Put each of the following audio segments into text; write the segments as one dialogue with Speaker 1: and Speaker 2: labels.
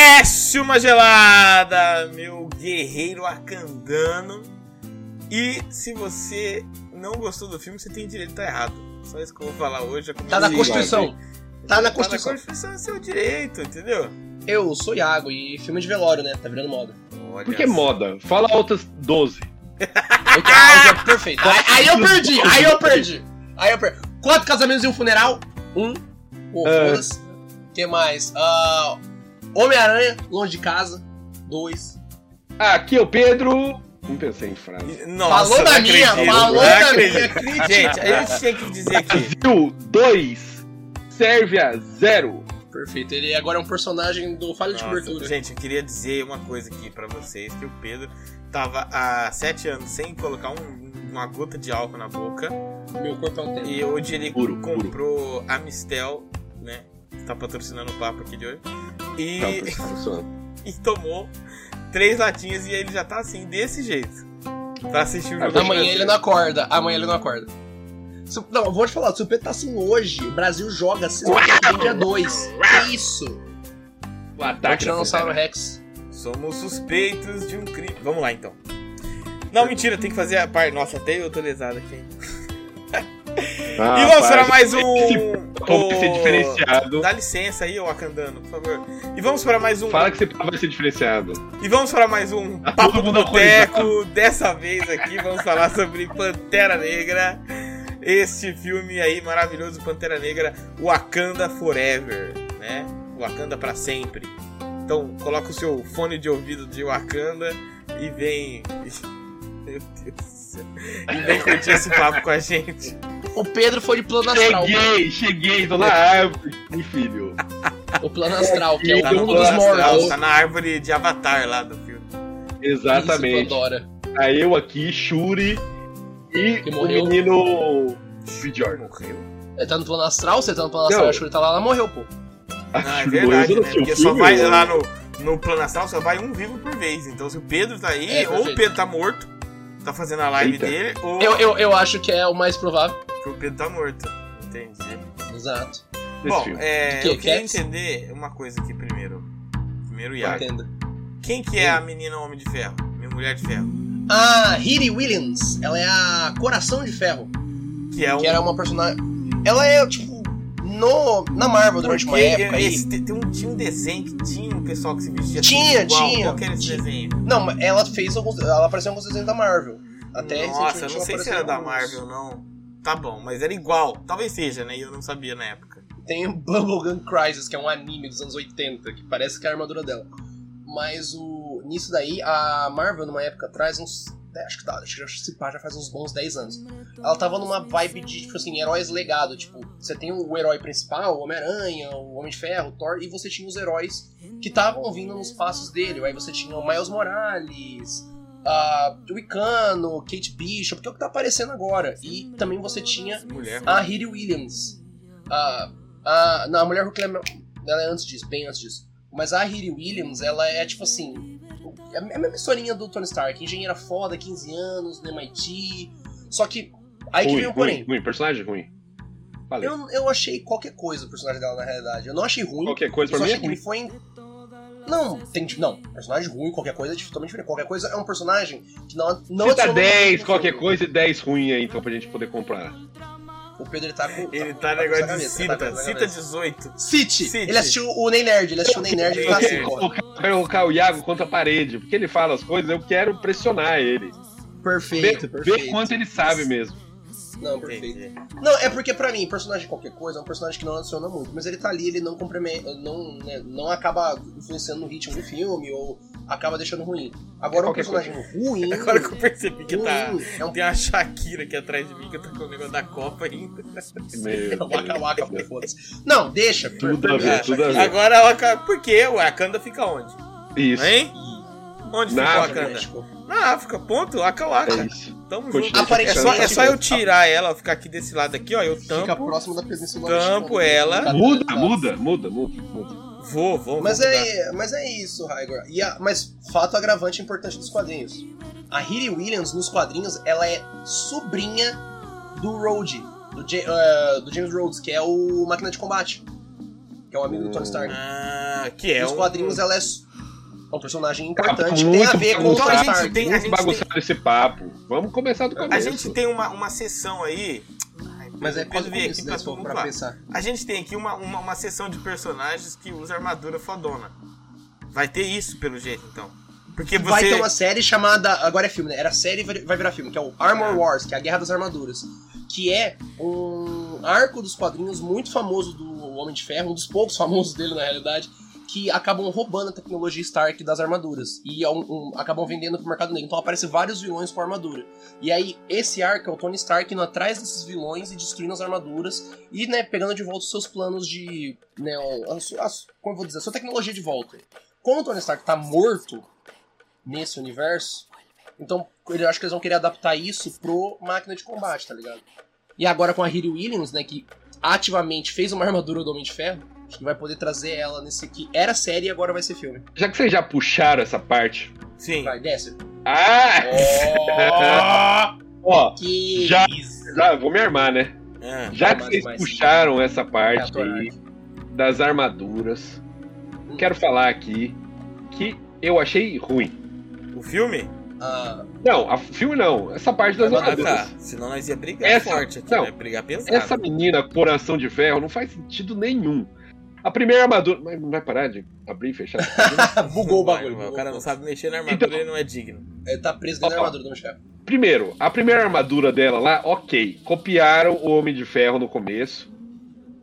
Speaker 1: Desce uma gelada, meu guerreiro acandano. E se você não gostou do filme, você tem direito de estar errado. Só isso que eu vou falar hoje.
Speaker 2: Tá na Constituição. Tá na
Speaker 1: Constituição.
Speaker 2: Constituição.
Speaker 1: Tá na Constituição é seu direito, entendeu?
Speaker 2: Eu sou Iago e filme de velório, né? Tá virando moda.
Speaker 1: Olha
Speaker 3: Por que
Speaker 1: só.
Speaker 3: moda? Fala outras 12.
Speaker 2: Eu que- ah, já- perfeito. Aí, aí eu perdi, aí eu perdi. Aí eu perdi. Quatro casamentos e um funeral? Um. Pô,
Speaker 3: É.
Speaker 2: foda-se. O que mais? Ah, Homem-Aranha, longe de casa. Dois.
Speaker 3: Ah, Aqui é o Pedro. Não pensei é em frase.
Speaker 1: Nossa,
Speaker 2: falou da
Speaker 1: não
Speaker 2: minha,
Speaker 1: acredito,
Speaker 2: falou
Speaker 1: não
Speaker 2: da
Speaker 1: acredito.
Speaker 2: minha crítica.
Speaker 1: Gente, a gente tinha que dizer aqui.
Speaker 3: Brasil 2, Sérvia 0.
Speaker 2: Perfeito, ele agora é um personagem do Falha de
Speaker 1: Nossa,
Speaker 2: Cobertura.
Speaker 1: gente, eu queria dizer uma coisa aqui pra vocês, que o Pedro tava há sete anos sem colocar um- uma gota de álcool na boca.
Speaker 2: Meu corpo é um tempo.
Speaker 1: E hoje ele
Speaker 3: Puro, puro.
Speaker 1: comprou a Mistel, né? Tá patrocinando o papo aqui de hoje.
Speaker 3: Tá
Speaker 1: E, e tomou três latinhas e ele já tá assim, desse jeito. Pra assistir o
Speaker 3: Ah,
Speaker 1: jogo. do
Speaker 2: Amanhã
Speaker 1: Brasil.
Speaker 2: ele não acorda, amanhã ele não acorda. Se- Não, eu vou te falar, se o Pedro tá assim hoje, o Brasil joga sexta-feira, dia 2. Que isso?
Speaker 3: O
Speaker 2: Tá,
Speaker 3: ataque.
Speaker 2: Tiranossauro Rex.
Speaker 1: Somos suspeitos de um crime. Vamos lá então. Não, mentira, tem que fazer a parte. Nossa, até eu tô lesado aqui. hein? Ah,
Speaker 3: Ah,
Speaker 1: e vamos para mais um.
Speaker 3: Como que ser
Speaker 1: o-
Speaker 3: diferenciado?
Speaker 1: Dá licença aí, ô Acandano, por favor. E vamos para mais um.
Speaker 3: Fala que você vai ser diferenciado.
Speaker 1: E vamos para mais um
Speaker 3: Tá
Speaker 1: Papo
Speaker 3: todo
Speaker 1: do
Speaker 3: mundo alcoolizado.
Speaker 1: Boteco. Dessa vez aqui vamos falar sobre Pantera Negra. Este filme aí maravilhoso, Pantera Negra, Wakanda Forever, né? Wakanda pra sempre. Então coloca o seu fone de ouvido de Wakanda e vem. Meu Deus do céu. E vem curtir esse papo com a gente.
Speaker 2: O Pedro foi de plano astral.
Speaker 3: Cheguei, cheguei, tô Ah, na árvore, meu filho.
Speaker 2: O plano astral, que é o
Speaker 3: Tá no
Speaker 2: mundo dos
Speaker 1: plano astral,
Speaker 2: mortos.
Speaker 1: tá na árvore de Avatar lá do filme.
Speaker 2: Isso,
Speaker 3: Exatamente.
Speaker 2: Pandora.
Speaker 3: Tá eu aqui, Shuri e
Speaker 2: Que
Speaker 3: o
Speaker 2: morreu.
Speaker 3: menino. Bjorn.
Speaker 1: Morreu.
Speaker 2: Ele tá no plano astral, você tá no plano astral,
Speaker 3: Não.
Speaker 2: acho que ele tá lá, ela morreu, pô.
Speaker 1: Ah, é
Speaker 3: Shuri
Speaker 1: verdade,
Speaker 3: morreu
Speaker 1: né?
Speaker 3: no seu
Speaker 1: Porque só
Speaker 3: filme,
Speaker 1: vai
Speaker 3: ou-
Speaker 1: lá no, no plano astral, só vai um vivo por vez. Então se o Pedro tá aí,
Speaker 2: É,
Speaker 1: ou o
Speaker 2: perfeito.
Speaker 1: Pedro tá morto, tá fazendo a live
Speaker 3: Eita.
Speaker 1: dele, ou
Speaker 2: Eu, eu, eu acho que é o mais provável.
Speaker 1: que o Pedro tá morto. Entendi.
Speaker 2: Exato.
Speaker 3: Esse
Speaker 1: Bom,
Speaker 3: filme.
Speaker 1: é,
Speaker 2: Que-
Speaker 1: eu queria
Speaker 2: Cats?
Speaker 1: entender uma coisa aqui primeiro. Primeiro, Iago.
Speaker 2: Entenda.
Speaker 1: Quem que é a menina Homem de Ferro? Minha Mulher de Ferro.
Speaker 2: A Hiri Williams, ela é a Coração de Ferro.
Speaker 1: Que é um...
Speaker 2: Que era uma personagem. Ela é, tipo, no, na Marvel durante uma
Speaker 1: Porque
Speaker 2: época. aí.
Speaker 1: esse- tem, tem um, tinha um desenho que tinha um pessoal que se vestia
Speaker 2: Tinha,
Speaker 1: tudo igual.
Speaker 2: tinha.
Speaker 1: Qual que era esse
Speaker 2: Tinha.
Speaker 1: desenho?
Speaker 2: Não, mas ela fez alguns. Ela apareceu em alguns desenhos da Marvel. Até
Speaker 1: Nossa, eu não
Speaker 2: recentemente ela
Speaker 1: sei se
Speaker 2: apareceu
Speaker 1: era
Speaker 2: em
Speaker 1: da
Speaker 2: alguns.
Speaker 1: Marvel, não. Tá bom, mas era igual. Talvez seja, né? E eu não sabia na época.
Speaker 2: Tem o Bubblegum Crisis, que é um anime dos anos 80, que parece que é a armadura dela. Mas o. Nisso daí, a Marvel, numa época atrás, uns. né, acho que tá, acho que já se pá, já faz uns bons 10 anos. Ela tava numa vibe de, tipo assim, heróis legado. Tipo, você tem o herói principal, o Homem-Aranha, o Homem de Ferro, o Thor, e você tinha os heróis que estavam vindo nos passos dele. Aí você tinha o Miles Morales, a Wicano, Kate Bishop, que é o que tá aparecendo agora. E também você tinha
Speaker 1: Mulher.
Speaker 2: a Hiri Williams. A, a, não, a mulher Hulk ela é- ela é antes disso, bem antes disso. Mas a Hiri Williams, ela é tipo assim. É a mesma historinha do Tony Stark, engenheira foda, 15 anos, no MIT. Só que. Aí que
Speaker 3: ruim,
Speaker 2: vem o
Speaker 3: ruim,
Speaker 2: porém.
Speaker 3: ruim, personagem ruim. Falei.
Speaker 2: Eu, eu achei qualquer coisa o personagem dela, na realidade. Eu não achei ruim.
Speaker 3: Qualquer coisa
Speaker 2: eu só
Speaker 3: pra mim é
Speaker 2: achei que ele
Speaker 3: ruim.
Speaker 2: foi. em- Não, tem. tipo, Não, personagem ruim, qualquer coisa é totalmente diferente. Qualquer coisa é um personagem que não. não é
Speaker 3: Você tá
Speaker 2: adicionou-
Speaker 3: 10, qualquer coisa, e 10 ruim aí, então, pra gente poder comprar.
Speaker 2: O Pedro ele tá com.
Speaker 1: Ele tá
Speaker 2: com
Speaker 1: negócio
Speaker 2: essa
Speaker 1: de
Speaker 2: cabeça, tá com
Speaker 1: cita,
Speaker 2: essa
Speaker 1: cita
Speaker 2: cabeça.
Speaker 1: 18.
Speaker 2: City.
Speaker 1: City.
Speaker 2: Ele assistiu o Ney Nerd, ele assistiu o Ney Nerd e tá assim, ó.
Speaker 3: Eu quero colocar o Iago contra a parede, porque ele fala as coisas, eu quero pressionar ele. Vê,
Speaker 2: Perfeito,
Speaker 3: vê
Speaker 2: perfeito.
Speaker 3: quanto ele sabe mesmo.
Speaker 2: Não, perfeito.
Speaker 1: Entendi.
Speaker 2: Não, é porque pra mim, personagem de qualquer coisa é um personagem que não adiciona muito, mas ele tá ali, ele não compreme- não, né, não acaba influenciando no ritmo do filme ou acaba deixando ruim. Agora um
Speaker 3: Qualquer
Speaker 2: personagem ruim.
Speaker 1: Agora que eu percebi que tá.
Speaker 2: ruim, é um
Speaker 1: Tem a Shakira aqui atrás de mim que tá com o negócio da Copa ainda.
Speaker 3: Meu
Speaker 2: waka
Speaker 3: Deus.
Speaker 2: waka, pô, foda-se. Não, deixa.
Speaker 3: Tudo
Speaker 2: per-
Speaker 3: a ver,
Speaker 2: deixa
Speaker 3: tudo a
Speaker 2: aqui.
Speaker 3: ver.
Speaker 1: Agora, Waka- por quê? O Wakanda fica onde?
Speaker 3: Isso, é
Speaker 1: Hein? Onde
Speaker 3: Na
Speaker 1: fica o
Speaker 3: África.
Speaker 1: Wakanda? Na África, Ah, ponto. Waka
Speaker 2: Tá
Speaker 1: Waka.
Speaker 3: é isso.
Speaker 1: Tamo junto.
Speaker 3: Continua
Speaker 2: Aparente-
Speaker 1: É só, é só eu tirar ela, ó, ficar aqui desse lado aqui, ó. Eu
Speaker 2: Fica
Speaker 1: tampo.
Speaker 2: próximo da presença do
Speaker 1: Tampo
Speaker 2: tá
Speaker 1: ela.
Speaker 3: Muda, muda, muda, muda, muda.
Speaker 1: Vou, vou.
Speaker 2: Mas
Speaker 1: vou mudar.
Speaker 2: é, mas é isso, Raigor. E a- mas fato agravante importante dos quadrinhos. A Hiri Williams nos quadrinhos, ela é sobrinha do Rhodey, do, Ja- eh, do James Rhodes, que é o máquina de combate, que é um amigo do Tony Stark.
Speaker 1: Ah, Ah, que é
Speaker 2: Nos
Speaker 1: um-
Speaker 2: quadrinhos ela é s- é um personagem importante
Speaker 3: Tá
Speaker 2: que tem a
Speaker 3: muito
Speaker 2: ver com o
Speaker 1: Então a
Speaker 2: Tony
Speaker 3: bagunçado.
Speaker 1: gente
Speaker 2: Stark.
Speaker 1: tem- a
Speaker 3: Muito
Speaker 1: gente
Speaker 3: bagunçado esse papo. Vamos começar do começo.
Speaker 1: A gente tem uma, uma sessão aí. Ai,
Speaker 2: é Mas é
Speaker 1: eu preciso
Speaker 2: quase
Speaker 1: ver
Speaker 2: isso,
Speaker 1: aqui
Speaker 2: né,
Speaker 1: pra
Speaker 2: se
Speaker 1: todo
Speaker 2: for
Speaker 1: mundo
Speaker 2: pra
Speaker 1: falar.
Speaker 2: pensar.
Speaker 1: A gente tem aqui uma, uma, uma sessão de personagens que usa armadura fodona. Vai ter isso, pelo jeito, então. Porque você.
Speaker 2: Vai ter uma série chamada. Agora é filme, né? Era série vai vai virar filme, que é o Armor Wars, que é a Guerra das Armaduras. Que é um arco dos quadrinhos muito famoso do Homem de Ferro, um dos poucos famosos dele na realidade, que acabam roubando a tecnologia Stark das armaduras. E é um- um- acabam vendendo pro mercado negro. Então aparecem vários vilões com armadura. E aí, esse arco é o Tony Stark indo atrás desses vilões e destruindo as armaduras. E, né, pegando de volta os seus planos de. Né, a, sua- a sua- como eu vou dizer? A sua tecnologia de volta. Como o Tony Stark tá morto, nesse universo. Então, eu acho que eles vão querer adaptar isso pro máquina de combate, tá ligado? E agora com a Hiri Williams, né, que ativamente fez uma armadura do Homem de Ferro, acho que vai poder trazer ela nesse que era série e agora vai ser filme.
Speaker 3: Já que vocês já puxaram essa parte.
Speaker 1: Sim.
Speaker 2: Vai, desce.
Speaker 3: Ah! Ó,
Speaker 2: que
Speaker 3: Já-
Speaker 2: isso.
Speaker 3: já vou me armar, né?
Speaker 1: Ah,
Speaker 3: Já que
Speaker 2: Armado
Speaker 3: vocês
Speaker 2: mais.
Speaker 3: puxaram essa parte
Speaker 2: É,
Speaker 3: aí das armaduras,
Speaker 1: Hum.
Speaker 3: quero falar aqui que eu achei ruim.
Speaker 1: o filme?
Speaker 2: Ah,
Speaker 3: Não, a filme não, essa parte das
Speaker 1: Ah,
Speaker 3: armaduras.
Speaker 1: tá. Senão nós ia brigar
Speaker 3: Essa-
Speaker 1: forte aqui,
Speaker 3: não.
Speaker 1: né? Brigar pesado.
Speaker 3: Essa menina coração de ferro não faz sentido nenhum. A primeira armadura. Mas não vai parar de abrir e fechar? essa armadura?
Speaker 2: tá, bugou o
Speaker 1: Vai,
Speaker 2: bagulho.
Speaker 1: vai.
Speaker 2: bugou.
Speaker 1: O cara não sabe mexer na armadura
Speaker 3: Então-
Speaker 1: ele não é digno.
Speaker 2: Ele tá preso dentro da
Speaker 3: Ó.
Speaker 2: armadura do Homem de Ferro.
Speaker 3: Primeiro, a primeira armadura dela lá, ok. Copiaram o Homem de Ferro no começo.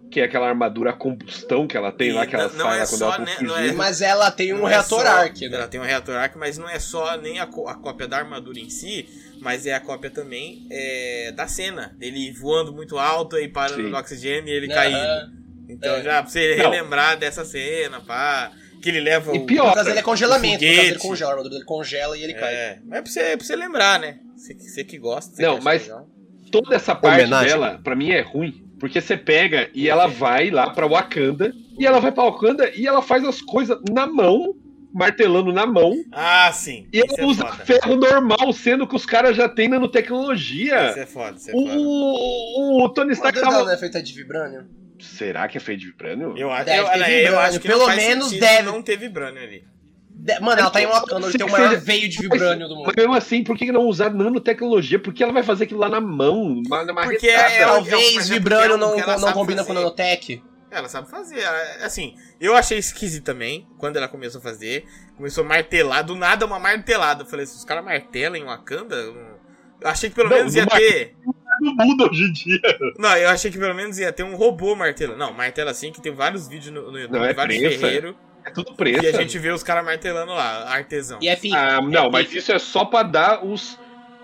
Speaker 3: Que é aquela armadura a combustão que ela tem
Speaker 1: E
Speaker 3: lá, que ela
Speaker 1: não- não
Speaker 3: sai
Speaker 1: é
Speaker 3: lá quando
Speaker 1: só,
Speaker 3: ela tá
Speaker 1: né,
Speaker 3: fugindo.
Speaker 1: não é-
Speaker 2: Mas ela tem um
Speaker 1: Não é
Speaker 2: reator
Speaker 1: só-
Speaker 2: arc, né?
Speaker 1: Ela tem um reator arc, mas não é só nem a, có- a cópia da armadura em si, mas é a cópia também é, da cena. Dele voando muito alto e parando
Speaker 3: Sim.
Speaker 1: no oxigênio e ele
Speaker 2: Aham.
Speaker 1: caindo. Então
Speaker 2: É.
Speaker 1: já pra você
Speaker 3: Não.
Speaker 1: relembrar dessa cena, pá. Que ele leva
Speaker 3: E
Speaker 1: o.
Speaker 3: pior,
Speaker 2: No caso, ele é congelamento. No caso, ele
Speaker 1: Foguete.
Speaker 2: congela. A armadura dele congela e ele cai.
Speaker 1: É, mas é pra você, é pra você lembrar, né? Você, que- você que gosta. Você
Speaker 3: Não,
Speaker 1: que acha
Speaker 3: mas-
Speaker 1: legal.
Speaker 3: toda essa parte
Speaker 4: Homenagem.
Speaker 3: dela, pra mim, é ruim. Porque você pega e ela vai lá pra Wakanda, e ela vai pra Wakanda e ela faz as coisas na mão, martelando na mão,
Speaker 1: Ah, sim.
Speaker 3: e ela
Speaker 1: Isso é
Speaker 3: usa
Speaker 1: foda.
Speaker 3: ferro normal, sendo que os caras já têm nanotecnologia.
Speaker 1: Isso é foda, isso é
Speaker 3: o,
Speaker 1: foda.
Speaker 3: o, o Tony
Speaker 2: A
Speaker 3: Stark
Speaker 2: armadura dela
Speaker 3: tava.
Speaker 2: não é feita de vibrânio?
Speaker 3: Será que é feito de vibrânio?
Speaker 1: Eu, acho-
Speaker 2: Deve
Speaker 1: eu, é,
Speaker 2: ter
Speaker 1: eu
Speaker 2: vibrânio,
Speaker 1: acho que
Speaker 2: pelo
Speaker 1: não faz
Speaker 2: menos
Speaker 1: sentido
Speaker 2: deve.
Speaker 1: não ter vibrânio ali.
Speaker 2: De- Mano, ela tá em
Speaker 1: Então,
Speaker 2: Wakanda, onde tem o maior veio de vibrânio do mundo.
Speaker 3: Mas mesmo assim, por que não usar nanotecnologia? Por que ela vai fazer aquilo lá na mão? Uma, uma
Speaker 1: Porque
Speaker 3: retada?
Speaker 1: é- é-
Speaker 2: Talvez
Speaker 1: mas
Speaker 2: vibrânio
Speaker 1: porque ela-
Speaker 2: não,
Speaker 1: porque ela
Speaker 2: não
Speaker 1: sabe
Speaker 2: combina
Speaker 1: fazer.
Speaker 2: com nanotech.
Speaker 1: Ela sabe fazer. ela- assim, eu achei esquisito também quando ela começou a fazer. Começou a martelar, do nada uma martelada. Eu falei assim, os caras martelam em Wakanda? Eu eu achei que pelo
Speaker 3: Não,
Speaker 1: menos
Speaker 3: não
Speaker 1: ia
Speaker 3: mar-
Speaker 1: ter.
Speaker 3: Não muda tá hoje em dia.
Speaker 1: Não, eu achei que pelo menos ia ter um robô martelando. Não, martela sim, que tem vários vídeos no, no YouTube,
Speaker 3: Não, é
Speaker 1: vários
Speaker 3: prensa.
Speaker 1: ferreiros.
Speaker 3: É tudo
Speaker 1: E
Speaker 3: preto.
Speaker 1: a gente vê os caras martelando lá, artesão.
Speaker 2: E é pique.
Speaker 3: Ah, não,
Speaker 2: É
Speaker 3: mas
Speaker 2: pique.
Speaker 3: isso é só pra dar os,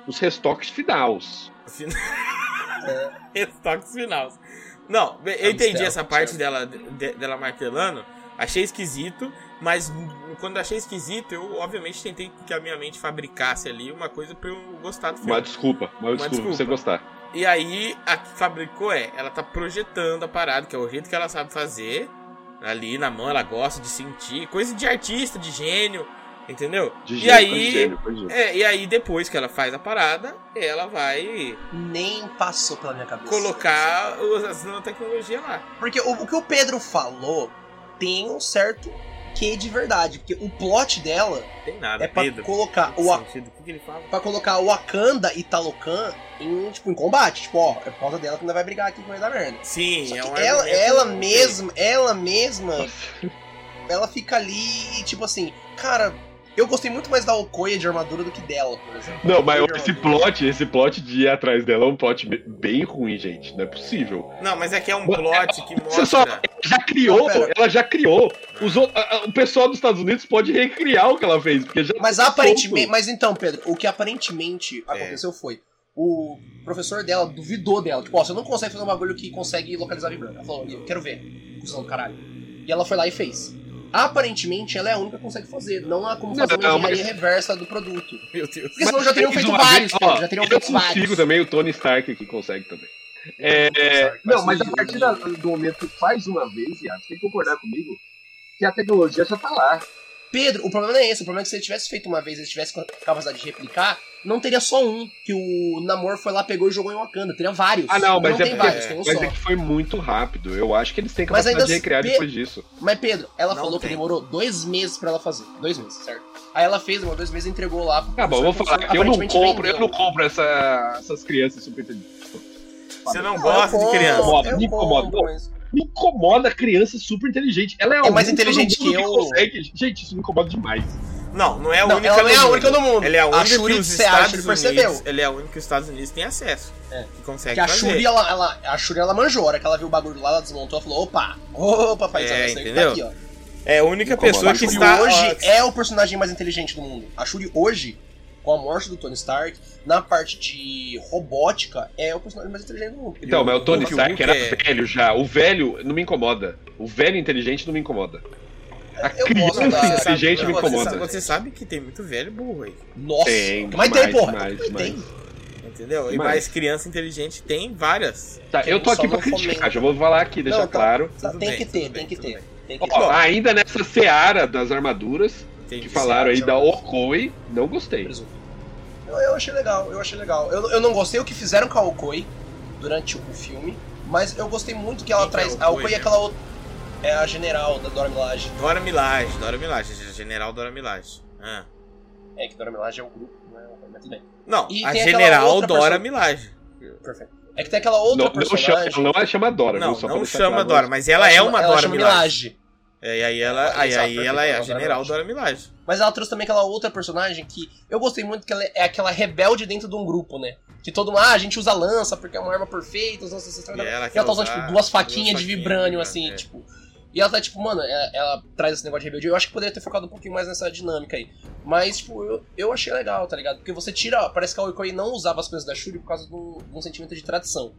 Speaker 3: os restoques finais.
Speaker 1: Fin- Estoques finais. Não, be- eu
Speaker 2: Vamos
Speaker 1: entendi
Speaker 2: ter,
Speaker 1: essa
Speaker 2: vamos
Speaker 1: parte
Speaker 2: ter.
Speaker 1: dela, de- dela martelando. Achei esquisito, mas hum, quando achei esquisito, eu obviamente tentei que a minha mente fabricasse ali uma coisa pra eu gostar do filme.
Speaker 3: Uma desculpa, uma, desculpa,
Speaker 1: desculpa.
Speaker 3: pra você gostar.
Speaker 1: E aí, a que fabricou é, ela tá projetando a parada, que é o jeito que ela sabe fazer. Ali na mão, ela gosta de sentir. Coisa de artista, de gênio, entendeu?
Speaker 3: De
Speaker 1: E
Speaker 3: gênio,
Speaker 1: aí-
Speaker 3: foi de gênio, foi de gênio.
Speaker 1: É, e aí depois que ela faz a parada, ela vai
Speaker 2: Nem passou pela minha cabeça.
Speaker 1: colocar os- as nanotecnologias lá.
Speaker 2: Porque o, o que o Pedro falou tem um certo quê de verdade. Porque o plot dela
Speaker 1: Tem nada,
Speaker 2: é pra
Speaker 1: Pedro.
Speaker 2: colocar o
Speaker 1: Não
Speaker 2: Wa-
Speaker 1: tem sentido. Ah, O que, que ele fala?
Speaker 2: Pra colocar o Wakanda e Talocan em, tipo, em combate. Tipo, ó, é por causa dela que ainda vai brigar aqui com o meio da merda.
Speaker 1: Sim,
Speaker 2: Só
Speaker 1: é
Speaker 2: que
Speaker 1: um
Speaker 2: ela,
Speaker 1: argumento-
Speaker 2: ela mesma, ela mesma
Speaker 3: Nossa,
Speaker 2: ela fica ali, tipo assim, cara, eu gostei muito mais da Okoye de armadura do que dela, por exemplo.
Speaker 3: Não, mas
Speaker 2: De
Speaker 3: esse
Speaker 2: armadura.
Speaker 3: plot, esse plot de ir atrás dela é um plot be- bem ruim, gente. Não é possível.
Speaker 1: Não, mas é que é um plot que
Speaker 3: Você só
Speaker 1: mostra.
Speaker 3: já
Speaker 2: Não,
Speaker 3: criou,
Speaker 2: pera.
Speaker 3: ela já criou. Os outros- a- a- o pessoal dos Estados Unidos pode recriar o que ela fez, porque já
Speaker 2: Mas
Speaker 3: tá
Speaker 2: aparentemente.
Speaker 3: solto.
Speaker 2: Mas então, Pedro, o que aparentemente
Speaker 1: É.
Speaker 2: aconteceu foi. O professor dela duvidou dela. Tipo, ó, você não consegue fazer um bagulho que consegue localizar vibrando. Ela falou, eu quero ver. Cusão do caralho. E ela foi lá e fez. Aparentemente, ela é a única que consegue fazer. Não há como fazer
Speaker 3: Não,
Speaker 2: uma engenharia
Speaker 3: mas-
Speaker 2: reversa do produto.
Speaker 1: Meu Deus.
Speaker 2: Porque senão já teriam
Speaker 3: fez
Speaker 2: feito
Speaker 3: uma
Speaker 2: vários,
Speaker 3: vez-
Speaker 2: Pedro.
Speaker 3: ó,
Speaker 2: Já teriam
Speaker 3: Eu
Speaker 2: feito vários.
Speaker 3: consigo também, o Tony Stark aqui consegue também. É, Assim,
Speaker 4: Não, mas a partir da- do momento que faz uma vez, Iago, você tem que concordar comigo que a tecnologia já tá lá.
Speaker 2: Pedro, o problema não é esse. O problema é que se ele tivesse feito uma vez, ele tivesse capacidade de replicar, não teria só um que o Namor foi lá, pegou e jogou em Wakanda. Teria vários.
Speaker 3: Ah, não, mas,
Speaker 2: não
Speaker 3: é,
Speaker 2: tem
Speaker 3: porque-
Speaker 2: vários, tem um
Speaker 3: mas
Speaker 2: só.
Speaker 3: é que foi muito rápido. Eu acho que eles têm
Speaker 2: Mas
Speaker 3: capacidade
Speaker 2: ainda
Speaker 3: de recriar
Speaker 2: pe-
Speaker 3: depois disso.
Speaker 2: Mas, Pedro, ela
Speaker 1: Não
Speaker 2: falou que
Speaker 1: tem.
Speaker 2: demorou dois meses pra ela fazer. Dois meses, certo? Aí ela fez, demorou dois meses e entregou lá. pro
Speaker 3: Tá bom, eu vou
Speaker 2: professor,
Speaker 3: falar. Eu não
Speaker 2: aparentemente
Speaker 3: compro, eu
Speaker 2: vendeu.
Speaker 3: não compro essa- essas crianças superinteligentes.
Speaker 1: Você não
Speaker 2: Não, é eu
Speaker 1: gosta de
Speaker 2: compro,
Speaker 1: criança.
Speaker 3: Incomoda,
Speaker 2: eu
Speaker 3: me incomoda.
Speaker 2: compro, mas-
Speaker 3: Me incomoda a criança super inteligente. Ela é, a
Speaker 2: mais
Speaker 3: única
Speaker 2: inteligente
Speaker 3: no mundo
Speaker 2: que eu.
Speaker 3: consegue. Gente, isso me incomoda demais.
Speaker 1: Não, não é a
Speaker 2: Não,
Speaker 1: única
Speaker 2: ela
Speaker 1: do
Speaker 2: não é a
Speaker 1: mundo.
Speaker 2: única do mundo.
Speaker 1: Ela é a única
Speaker 2: Shuri
Speaker 1: que os
Speaker 2: de Seattle,
Speaker 1: Estados
Speaker 2: ele
Speaker 1: Unidos...
Speaker 2: percebeu.
Speaker 1: Ela é a única que os Estados Unidos têm acesso.
Speaker 2: É.
Speaker 1: Que consegue
Speaker 2: Que a
Speaker 1: fazer.
Speaker 2: Shuri, ela, ela- a Shuri, ela manjou. A hora que ela viu o bagulho lá, ela desmontou e falou: opa, opa,
Speaker 1: É,
Speaker 2: faz isso aí que tá
Speaker 1: entendeu?
Speaker 2: aqui, ó.
Speaker 1: É a única
Speaker 3: Incomoda.
Speaker 1: pessoa
Speaker 3: A
Speaker 1: que
Speaker 2: Shuri
Speaker 1: está...
Speaker 2: hoje
Speaker 1: ó,
Speaker 2: é o personagem mais inteligente do mundo. A Shuri hoje, com a morte do Tony Stark, na parte de robótica, é o personagem mais inteligente do mundo.
Speaker 3: Então,
Speaker 1: o
Speaker 3: mas o Tony
Speaker 1: Hulk
Speaker 3: Stark era
Speaker 1: é-
Speaker 3: velho já. O velho não me incomoda. O velho inteligente não me incomoda. A é
Speaker 2: Eu gosto
Speaker 3: criança
Speaker 2: da-
Speaker 3: inteligente
Speaker 1: sabe-
Speaker 3: me
Speaker 1: não, você
Speaker 3: incomoda.
Speaker 1: sabe- Você sabe que tem muito velho burro aí.
Speaker 2: Nossa,
Speaker 3: Tem,
Speaker 2: mas tem,
Speaker 3: demais,
Speaker 2: porra.
Speaker 3: demais,
Speaker 2: Mas tem.
Speaker 1: Entendeu? E
Speaker 3: Mas-
Speaker 1: mais criança inteligente tem várias.
Speaker 3: Tá, eu tô
Speaker 2: Só
Speaker 3: aqui pra
Speaker 2: não
Speaker 3: criticar,
Speaker 2: comenta.
Speaker 3: já vou falar aqui, deixar
Speaker 2: Não, tá.
Speaker 3: claro.
Speaker 2: Tá,
Speaker 1: Tudo
Speaker 2: tem
Speaker 1: bem,
Speaker 2: que ter,
Speaker 1: tudo
Speaker 2: tem
Speaker 1: bem,
Speaker 2: que
Speaker 1: tudo
Speaker 2: ter. Tem que
Speaker 3: Ó,
Speaker 2: ter.
Speaker 3: ainda nessa seara das armaduras
Speaker 1: Tem
Speaker 3: que falaram aí
Speaker 2: Sim,
Speaker 3: da
Speaker 2: sim.
Speaker 3: Okoi, não gostei.
Speaker 2: Presunto. Eu, eu achei legal, eu achei legal. Eu, eu não gostei o que fizeram com a Okoi durante o filme, mas eu gostei muito que ela
Speaker 1: Quem que é
Speaker 2: traz.
Speaker 1: a
Speaker 2: a
Speaker 1: Okoi,
Speaker 2: Okoi é
Speaker 1: né?
Speaker 2: aquela outra. É a general da Dora Milaje.
Speaker 1: Dora Milaje, Dora Milaje, General Dora Milaje. Ah.
Speaker 2: É que Dora Milaje é o grupo, não é o mas tudo bem.
Speaker 1: Não,
Speaker 2: E
Speaker 1: a
Speaker 2: tem aquela
Speaker 1: General
Speaker 2: outra
Speaker 1: Dora
Speaker 2: pessoa-
Speaker 1: Milage.
Speaker 2: Perfeito. É que tem aquela outra
Speaker 3: Não, não,
Speaker 2: personagem.
Speaker 3: chama, não é chama Dora,
Speaker 1: Não,
Speaker 3: viu? Só pra
Speaker 1: não
Speaker 3: deixar
Speaker 1: chama
Speaker 3: claro.
Speaker 1: Dora, mas ela, é
Speaker 2: chama-
Speaker 1: uma
Speaker 2: ela
Speaker 1: Dora
Speaker 2: chama
Speaker 1: Milage.
Speaker 2: Milage.
Speaker 1: É, E aí ela,
Speaker 2: Exato,
Speaker 1: aí, aí
Speaker 2: perfeito,
Speaker 1: ela é a
Speaker 2: Dora
Speaker 1: General
Speaker 2: Milaje.
Speaker 1: Dora Milage.
Speaker 2: Mas ela trouxe também aquela outra personagem que eu gostei muito, que ela é aquela rebelde dentro de um grupo, né? Que todo mundo, ah, a gente usa lança porque é uma arma perfeita, as nossas
Speaker 1: E
Speaker 2: ancestrais.
Speaker 1: ela,
Speaker 2: E ela
Speaker 1: quer
Speaker 2: tá usando,
Speaker 1: usar
Speaker 2: tipo, duas faquinhas de vibranium,
Speaker 1: né?
Speaker 2: assim,
Speaker 1: É.
Speaker 2: tipo. E ela tá, tipo, mano, ela, ela traz esse negócio de rebeldia. Eu acho que poderia ter focado um pouquinho mais nessa dinâmica aí. Mas, tipo, eu, eu achei legal, tá ligado? Porque você tira, ó, parece que a Oikoi não usava as coisas da Shuri por causa de um, de um sentimento de tradição.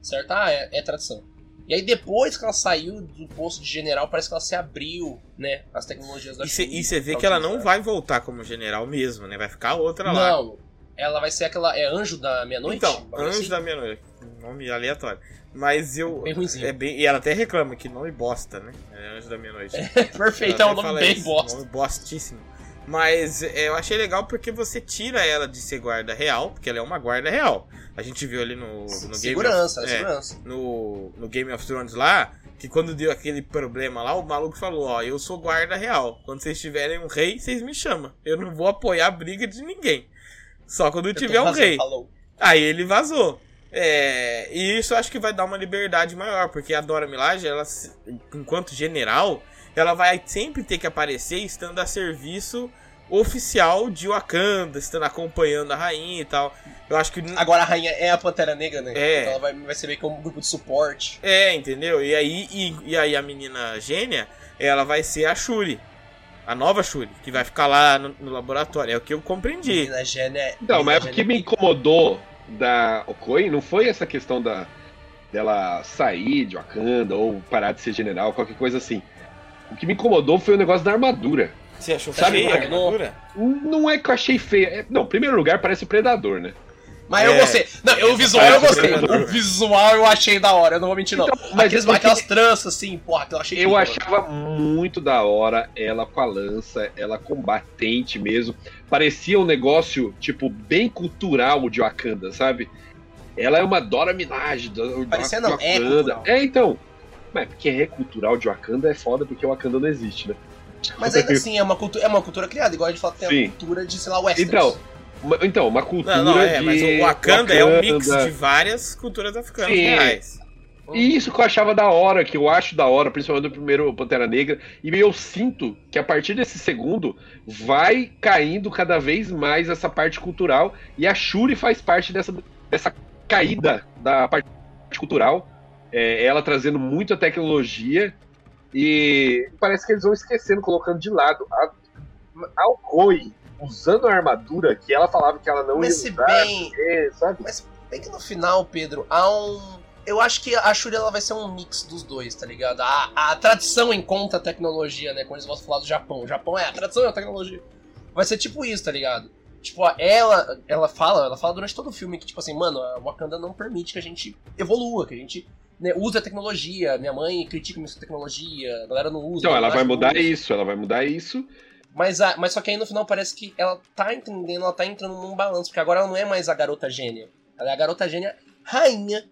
Speaker 2: Certo? Ah, é, é tradição. E aí, depois que ela saiu do posto de general, parece que ela se abriu, né? As tecnologias da Shuri.
Speaker 1: E você vê
Speaker 2: pra
Speaker 1: que ela
Speaker 2: utilizar.
Speaker 1: não vai voltar como general mesmo, né? Vai ficar outra lá.
Speaker 2: Não, ela vai ser aquela. É anjo da meia-noite?
Speaker 1: então,
Speaker 2: Algo
Speaker 1: Anjo
Speaker 2: assim?
Speaker 1: da Meia-Noite. Nome aleatório. Mas eu.
Speaker 2: Bem ruimzinho.
Speaker 1: É bem, e ela até reclama que nome bosta, né? É Anjo da Meia-Noite.
Speaker 2: Perfeito, é
Speaker 1: Ela
Speaker 2: um
Speaker 1: até
Speaker 2: nome
Speaker 1: fala
Speaker 2: bem
Speaker 1: isso,
Speaker 2: bosta.
Speaker 1: nome bostíssimo. Mas é, eu achei legal porque você tira ela de ser guarda real, porque ela é uma guarda real. A gente viu ali no, no Game of,
Speaker 2: segurança, né,
Speaker 1: é,
Speaker 2: segurança.
Speaker 1: no, no Game of Thrones lá, que quando deu aquele problema lá, o maluco falou, ó, eu sou guarda real. Quando vocês tiverem um rei, vocês me chamam. Eu não vou apoiar a briga de ninguém. Só quando
Speaker 2: Eu tô
Speaker 1: tiver um
Speaker 2: vazando,
Speaker 1: rei.
Speaker 2: falou.
Speaker 1: Aí ele vazou. É, e isso eu acho que vai dar uma liberdade maior, porque a Dora Milaje, ela, se- enquanto general, ela vai sempre ter que aparecer estando a serviço oficial de Wakanda, estando acompanhando a rainha e tal. Eu acho que.
Speaker 2: Agora a rainha é a Pantera Negra, né?
Speaker 1: É.
Speaker 2: Então ela vai, vai ser meio que um grupo de suporte.
Speaker 1: É, entendeu? E aí, e, e aí a menina gênia, ela vai ser a Shuri. A nova Shuri, que vai ficar lá no, no laboratório. É o que eu compreendi.
Speaker 2: Menina Gênia.
Speaker 3: Então, mas é
Speaker 2: Menina
Speaker 3: porque
Speaker 2: Gênia.
Speaker 3: me incomodou da Okoi, não foi essa questão da dela sair de Wakanda ou parar de ser general, qualquer coisa assim. O que me incomodou foi o negócio da armadura.
Speaker 1: Você achou
Speaker 3: Sabe
Speaker 1: feia a
Speaker 3: como é
Speaker 2: que não?
Speaker 1: armadura?
Speaker 3: Não é que eu achei feia. é- não, em primeiro lugar, parece Predador, né?
Speaker 2: Mas eu
Speaker 1: É.
Speaker 2: gostei. Não, eu, o visual eu gostei. O visual eu achei da hora, eu não vou mentir não.
Speaker 3: Então,
Speaker 2: mas
Speaker 3: mas
Speaker 2: Aqueles,
Speaker 3: porque
Speaker 2: Aquelas tranças assim, porra, que eu achei.
Speaker 3: eu
Speaker 2: foda.
Speaker 3: achava muito da hora ela com a lança, ela combatente mesmo. Parecia um negócio, tipo, bem cultural de Wakanda, sabe? Ela é uma Dora Milaje do, do-
Speaker 2: Parecia
Speaker 3: de
Speaker 2: não, é
Speaker 3: Wakanda.
Speaker 2: cultural.
Speaker 3: É, então. Mas porque é cultural de Wakanda é foda porque Wakanda não existe, né?
Speaker 2: Mas ainda assim, é uma, cultura, é uma cultura criada, igual a gente fala que tem
Speaker 3: Sim.
Speaker 2: a cultura de, sei lá, Westeros.
Speaker 3: Então, uma, então, uma cultura
Speaker 1: Não, não, é,
Speaker 3: de
Speaker 1: mas o Wakanda, é um mix
Speaker 3: Wakanda.
Speaker 1: de várias culturas africanas
Speaker 3: Sim.
Speaker 1: reais.
Speaker 3: E isso que eu achava da hora, que eu acho da hora, principalmente no primeiro Pantera Negra, e eu sinto que a partir desse segundo vai caindo cada vez mais essa parte cultural, e a Shuri faz parte dessa, dessa caída da parte cultural, é, ela trazendo muita tecnologia, e parece que eles vão esquecendo, colocando de lado a, a Okoi usando a armadura que ela falava que ela não
Speaker 2: Mas
Speaker 3: ia
Speaker 2: se
Speaker 3: usar,
Speaker 2: bem,
Speaker 3: é, sabe?
Speaker 2: Bem que no final, Pedro, há um. Eu acho que a Shuri ela vai ser um mix dos dois, tá ligado? A, a tradição encontra a tecnologia, né? Quando eles vão falar do Japão. O Japão é a tradição e a tecnologia. Vai ser tipo isso, tá ligado? Tipo, ó, ela, ela fala, ela fala durante todo o filme que, tipo assim, mano, a Wakanda não permite que a gente evolua, que a gente né, use a tecnologia. Minha mãe critica muito a tecnologia, a galera não usa.
Speaker 3: Então, ela
Speaker 2: a galera
Speaker 3: vai
Speaker 2: não
Speaker 3: mudar
Speaker 2: usa.
Speaker 3: isso, ela vai mudar isso.
Speaker 2: Mas, a, mas só que aí no final parece que ela tá entendendo, ela tá entrando num balanço, porque agora ela não é mais a garota gênia. Ela é a garota gênia rainha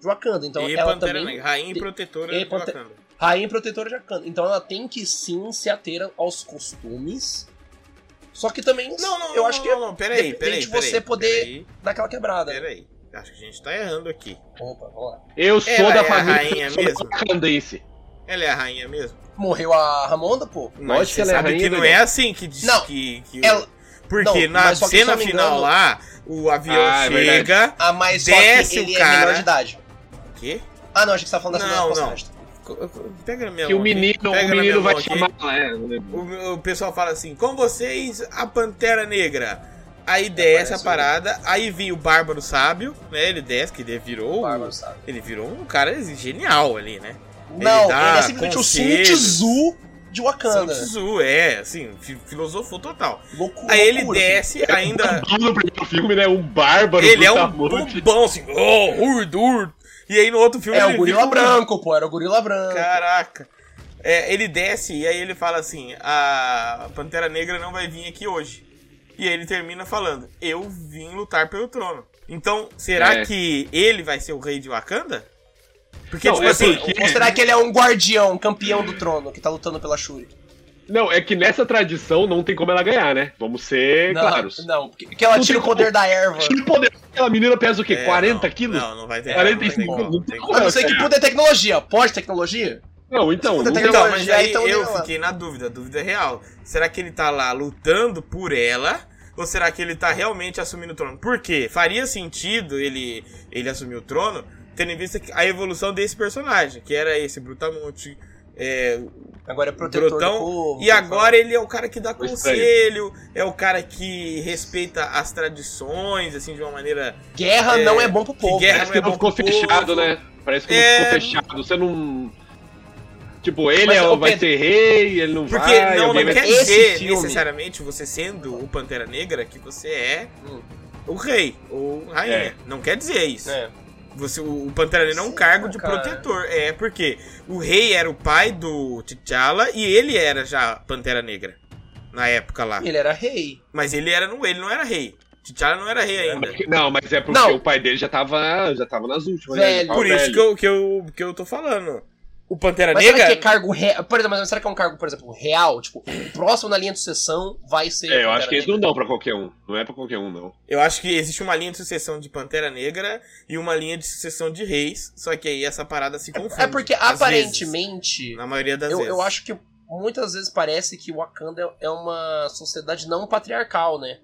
Speaker 2: de Wakanda. Então
Speaker 1: e
Speaker 2: ela
Speaker 1: Pantera
Speaker 2: também.
Speaker 1: Negra, rainha e protetora
Speaker 2: e
Speaker 1: de
Speaker 2: Pante-
Speaker 1: Wakanda.
Speaker 2: Rainha e protetora de Wakanda. Então ela tem que sim se ater aos costumes. Só que também
Speaker 1: Não, não,
Speaker 2: eu
Speaker 1: não,
Speaker 2: acho que
Speaker 1: não, não, peraí,
Speaker 2: de
Speaker 1: peraí,
Speaker 2: repente você
Speaker 1: peraí,
Speaker 2: poder-
Speaker 1: Peraí,
Speaker 2: dá aquela quebrada.
Speaker 1: peraí. Acho que a gente tá errando aqui.
Speaker 2: Opa, vamos lá.
Speaker 3: Eu sou
Speaker 1: Ela
Speaker 3: da
Speaker 1: é a
Speaker 3: família
Speaker 1: rainha mesmo?
Speaker 3: Wakandense.
Speaker 1: Ela é a rainha mesmo?
Speaker 2: Morreu a Ramonda, pô?
Speaker 1: Mas
Speaker 3: Lógico
Speaker 1: você
Speaker 3: que ela é a
Speaker 1: sabe
Speaker 3: rainha,
Speaker 1: que não
Speaker 3: Daniel.
Speaker 1: é assim que diz
Speaker 2: Não,
Speaker 1: que... que o-
Speaker 2: ela-
Speaker 1: Porque
Speaker 2: não,
Speaker 1: na
Speaker 2: mas só que, se eu
Speaker 1: cena
Speaker 2: não me
Speaker 1: final
Speaker 2: engano-
Speaker 1: lá, o avião
Speaker 3: Ah, é verdade.
Speaker 1: chega...
Speaker 2: Ah, mas só
Speaker 1: Desce
Speaker 2: que
Speaker 1: o
Speaker 2: ele
Speaker 1: cara.
Speaker 2: é menor de idade.
Speaker 1: O quê?
Speaker 2: Ah, não, acho que você tá falando da cena
Speaker 1: Não,
Speaker 2: da
Speaker 1: não.
Speaker 2: Costa.
Speaker 1: Co- co- Pega na minha
Speaker 3: Que o
Speaker 1: mão aqui,
Speaker 3: menino,
Speaker 1: é, pega
Speaker 3: o
Speaker 1: na minha
Speaker 3: menino vai
Speaker 1: mão aqui.
Speaker 3: chamar. É, não lembro.
Speaker 1: O, o pessoal fala assim, com vocês, a Pantera Negra. Aí desce a
Speaker 2: Aparece né? o-
Speaker 1: parada, aí vem o Bárbaro Sábio, né? Ele desce, que ele virou...
Speaker 2: Bárbaro, sabe?
Speaker 1: Ele virou um cara genial ali, né?
Speaker 2: Não, ele,
Speaker 1: dá
Speaker 2: é simplesmente
Speaker 1: conselhos.
Speaker 2: o Sun Tzu de Wakanda.
Speaker 1: Sun Tzu, é, assim, fi- filosofou total.
Speaker 2: Loucura.
Speaker 1: Aí ele
Speaker 2: loucura,
Speaker 1: desce,
Speaker 3: É um
Speaker 1: ainda.
Speaker 3: No primeiro filme, né? Um bárbaro.
Speaker 1: Ele é um
Speaker 3: brutamonte.
Speaker 1: bombão, assim, oh, urdo, urdo. E aí no outro
Speaker 2: filho.
Speaker 1: filme
Speaker 2: É
Speaker 1: ele
Speaker 2: o gorila
Speaker 1: vira um-
Speaker 2: branco, pô, era o gorila branco.
Speaker 1: Caraca. É, ele desce e aí ele fala assim: a Pantera Negra não vai vir aqui hoje. E aí ele termina falando: eu vim lutar pelo trono. Então, será
Speaker 3: É.
Speaker 1: que ele vai ser o rei de Wakanda? Porque,
Speaker 3: Não,
Speaker 1: tipo
Speaker 3: é
Speaker 1: assim,
Speaker 3: porque-
Speaker 2: Ou será que ele é um guardião, campeão do trono, que tá lutando pela Shuri?
Speaker 3: Não, é que nessa tradição não tem como ela ganhar, né? Vamos
Speaker 1: É
Speaker 3: ser
Speaker 2: não,
Speaker 3: claros.
Speaker 2: não, porque porque ela
Speaker 3: Não
Speaker 2: tira o
Speaker 1: Tipo,
Speaker 3: tem
Speaker 2: poder da erva.
Speaker 3: Tira o poder. Aquela menina pesa o quê?
Speaker 1: É,
Speaker 3: 40
Speaker 1: não,
Speaker 3: quilos?
Speaker 1: Não, não vai ter.
Speaker 3: 45
Speaker 1: não tem como,
Speaker 3: não
Speaker 1: não tem
Speaker 3: tem
Speaker 1: como.
Speaker 2: A não ser que
Speaker 3: É.
Speaker 2: puta é tecnologia. Pode tecnologia?
Speaker 3: Não, então.
Speaker 2: Puta,
Speaker 3: não-
Speaker 2: tem que-
Speaker 1: Então, mas
Speaker 2: Tecnologia,
Speaker 1: aí
Speaker 2: então,
Speaker 1: eu
Speaker 2: nela.
Speaker 1: fiquei na dúvida, a dúvida é real. Será que ele tá lá lutando por ela? Ou será que ele tá realmente assumindo o trono? Por quê? Faria sentido ele, ele assumir o trono, tendo em vista que- a evolução desse personagem, que era esse Brutamonte. é,
Speaker 2: Agora é protetor
Speaker 1: Brotão,
Speaker 2: do povo. tá
Speaker 1: e agora ele é o cara que dá
Speaker 3: Foi
Speaker 1: conselho, é o cara que respeita as tradições, assim, de uma maneira.
Speaker 2: Guerra
Speaker 1: É,
Speaker 2: não é bom pro povo.
Speaker 1: guerra-
Speaker 3: Parece que não ficou fechado, né? Parece que
Speaker 1: É.
Speaker 3: não ficou fechado. Você não. Tipo, ele
Speaker 2: Mas,
Speaker 3: é-
Speaker 2: ô,
Speaker 3: vai
Speaker 2: Pedro,
Speaker 3: ser rei, ele não
Speaker 1: Porque
Speaker 3: vai.
Speaker 1: não,
Speaker 3: alguém
Speaker 1: não
Speaker 3: vai...
Speaker 1: quer
Speaker 2: Esse
Speaker 1: dizer
Speaker 2: filme-
Speaker 1: necessariamente você sendo o Pantera Negra que você é
Speaker 2: Hum.
Speaker 1: o rei ou rainha.
Speaker 3: É.
Speaker 1: Não quer dizer isso.
Speaker 2: É.
Speaker 1: Você, o o Pantera Negra é um
Speaker 2: Sim,
Speaker 1: cargo de
Speaker 2: cara.
Speaker 1: protetor. É, porque o rei era o pai do T'Challa e ele era já Pantera Negra na época lá.
Speaker 2: Ele era rei.
Speaker 1: Mas ele era não, ele não era rei. T'Challa não era rei ainda.
Speaker 3: Não, mas é porque
Speaker 2: Não.
Speaker 3: o pai dele já tava, já tava nas últimas.
Speaker 2: Velho.
Speaker 3: né? Já tava
Speaker 1: Por isso
Speaker 3: velho.
Speaker 1: que eu, que, eu, que eu tô falando. O Pantera
Speaker 2: Mas será
Speaker 1: Negra.
Speaker 2: que é cargo real? Por exemplo, mas será que é um cargo, por exemplo, real? Tipo, o próximo na linha de sucessão vai ser.
Speaker 3: É, eu acho que
Speaker 2: Pantera
Speaker 3: eles não dão pra qualquer um. Não é pra qualquer um, não.
Speaker 1: Eu acho que existe uma linha de sucessão de Pantera Negra e uma linha de sucessão de reis, só que aí essa parada se
Speaker 2: Negra.
Speaker 1: confunde.
Speaker 2: É porque
Speaker 1: às vezes,
Speaker 2: aparentemente,
Speaker 1: na maioria das
Speaker 2: eu,
Speaker 1: vezes.
Speaker 2: eu acho que muitas vezes parece que Wakanda é uma sociedade não patriarcal, né?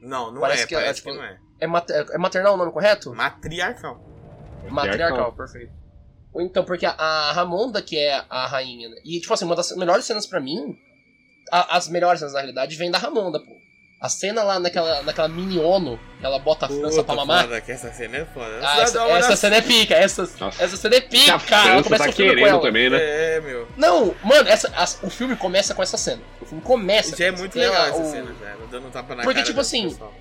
Speaker 1: Não, não
Speaker 2: Parece
Speaker 1: é,
Speaker 2: que é,
Speaker 1: parece
Speaker 2: tipo,
Speaker 1: que não é.
Speaker 2: É, mat- é maternal o nome correto?
Speaker 1: Matriarcal.
Speaker 2: Matriarcal, perfeito. Ou Então, porque a- a Ramonda, que é a rainha, né? E, tipo assim, uma das melhores cenas pra mim, a- as melhores cenas, na realidade, vem da Ramonda, pô. A cena lá naquela, naquela mini ONU, que ela bota a França pra mamar.
Speaker 1: Foda, que essa cena é foda.
Speaker 2: Ah, essa, essa cena é pica, essa,
Speaker 3: Nossa.
Speaker 2: essa cena é
Speaker 3: Que
Speaker 2: pica,
Speaker 3: a
Speaker 2: Ela
Speaker 3: França
Speaker 2: começa
Speaker 3: tá
Speaker 2: o filme com
Speaker 3: querendo
Speaker 2: ela.
Speaker 3: também, né?
Speaker 1: É, meu.
Speaker 2: Não, mano, essa, as- o filme começa com essa cena. O filme começa.
Speaker 1: Já é
Speaker 2: com essa
Speaker 1: muito
Speaker 2: cena,
Speaker 1: legal essa
Speaker 2: o-
Speaker 1: cena, já. Ela dando um tapa na
Speaker 2: Porque,
Speaker 1: cara
Speaker 2: tipo
Speaker 1: do
Speaker 2: assim,
Speaker 1: pessoal.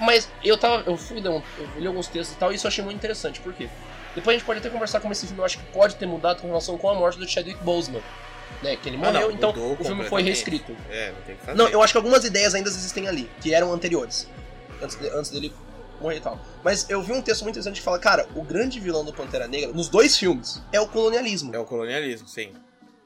Speaker 2: Mas eu tava. Eu fui ler um- eu li alguns textos e tal, e isso eu achei muito interessante. Por quê? Depois a gente pode até conversar como esse filme eu acho que pode ter mudado com relação com a morte do Chadwick Boseman. Né? Que ele
Speaker 1: Ah, não,
Speaker 2: morreu, então
Speaker 1: mudou
Speaker 2: o filme foi
Speaker 1: completamente.
Speaker 2: reescrito.
Speaker 1: É, não tem o que fazer.
Speaker 2: Não, eu acho que algumas ideias ainda existem ali, que eram anteriores. Antes, de- antes dele morrer e tal. Mas eu vi um texto muito interessante que fala, cara, o grande vilão do Pantera Negra, nos dois filmes, é o colonialismo.
Speaker 1: É o colonialismo, sim.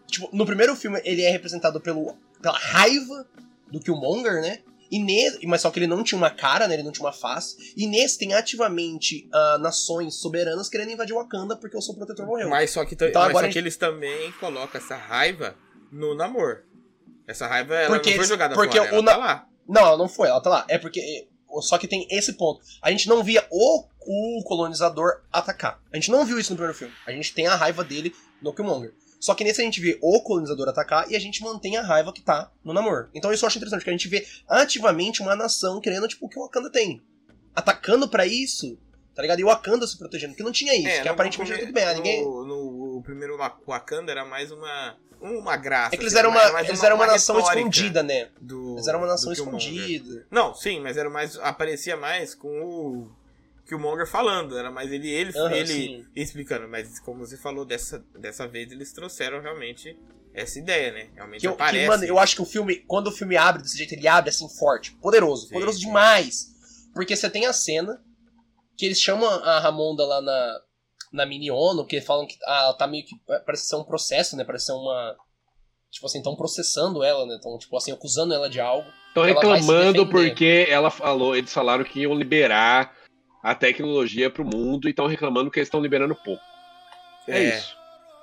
Speaker 2: Tipo, no primeiro filme ele é representado pelo, pela raiva do Killmonger, né? E nesse, mas só que ele não tinha uma cara, né? Ele não tinha uma face. E nesse tem ativamente ah, nações soberanas querendo invadir Wakanda porque o seu protetor morreu.
Speaker 1: Mas só que, tam-
Speaker 2: Então
Speaker 1: mas só
Speaker 2: agora a
Speaker 1: que
Speaker 2: gente-
Speaker 1: eles também colocam essa raiva no namoro. Essa raiva ela
Speaker 2: Porque
Speaker 1: não foi
Speaker 2: eles-
Speaker 1: jogada
Speaker 2: porque
Speaker 1: fora, ela
Speaker 2: o na-
Speaker 1: tá lá.
Speaker 2: Não, ela não foi, ela tá lá. É porque. é, Só que tem esse ponto. A gente não via o, o colonizador atacar. A gente não viu isso no primeiro filme. A gente tem a raiva dele no Killmonger. Só que nesse a gente vê o colonizador atacar e a gente mantém a raiva que tá no namoro. Então isso eu acho interessante, porque a gente vê ativamente uma nação querendo, tipo, o que o Wakanda tem. Atacando pra isso, tá ligado? E o Wakanda se protegendo, porque não tinha isso.
Speaker 1: É,
Speaker 2: que
Speaker 1: no-
Speaker 2: aparentemente
Speaker 1: no-
Speaker 2: era tudo bem. ah, ninguém...
Speaker 1: No, no- o primeiro Wa- Wakanda era mais uma, uma graça.
Speaker 2: É que eles
Speaker 1: assim,
Speaker 2: eram
Speaker 1: mais-
Speaker 2: uma,
Speaker 1: mais
Speaker 2: eles eram uma nação
Speaker 1: retórica
Speaker 2: escondida, né?
Speaker 1: do-
Speaker 2: Eles eram uma nação
Speaker 1: do Killmonger.
Speaker 2: escondida.
Speaker 1: Não, sim, mas era mais. Aparecia mais com o Killmonger falando. Era mais ele, ele,
Speaker 2: Aham,
Speaker 1: ele
Speaker 2: sim.
Speaker 1: explicando. Mas como você falou, dessa, dessa vez eles trouxeram realmente essa ideia, né? Realmente
Speaker 2: Que eu,
Speaker 1: aparece.
Speaker 2: que, mano, eu acho que o filme, quando o filme abre desse jeito, ele abre assim forte, poderoso,
Speaker 1: Sim,
Speaker 2: poderoso
Speaker 1: sim.
Speaker 2: demais. Porque você tem a cena que eles chamam a Ramonda lá na, na mini ONU, que falam que ah, ela tá meio que. Parece ser um processo, né? Parece ser uma. Tipo assim, estão processando ela, né? Estão, tipo assim, acusando ela de algo.
Speaker 3: Estão
Speaker 2: Ela vai se
Speaker 3: reclamando
Speaker 2: defender.
Speaker 3: porque ela falou, eles falaram que iam liberar a tecnologia pro mundo e estão reclamando que eles estão liberando pouco. É, isso.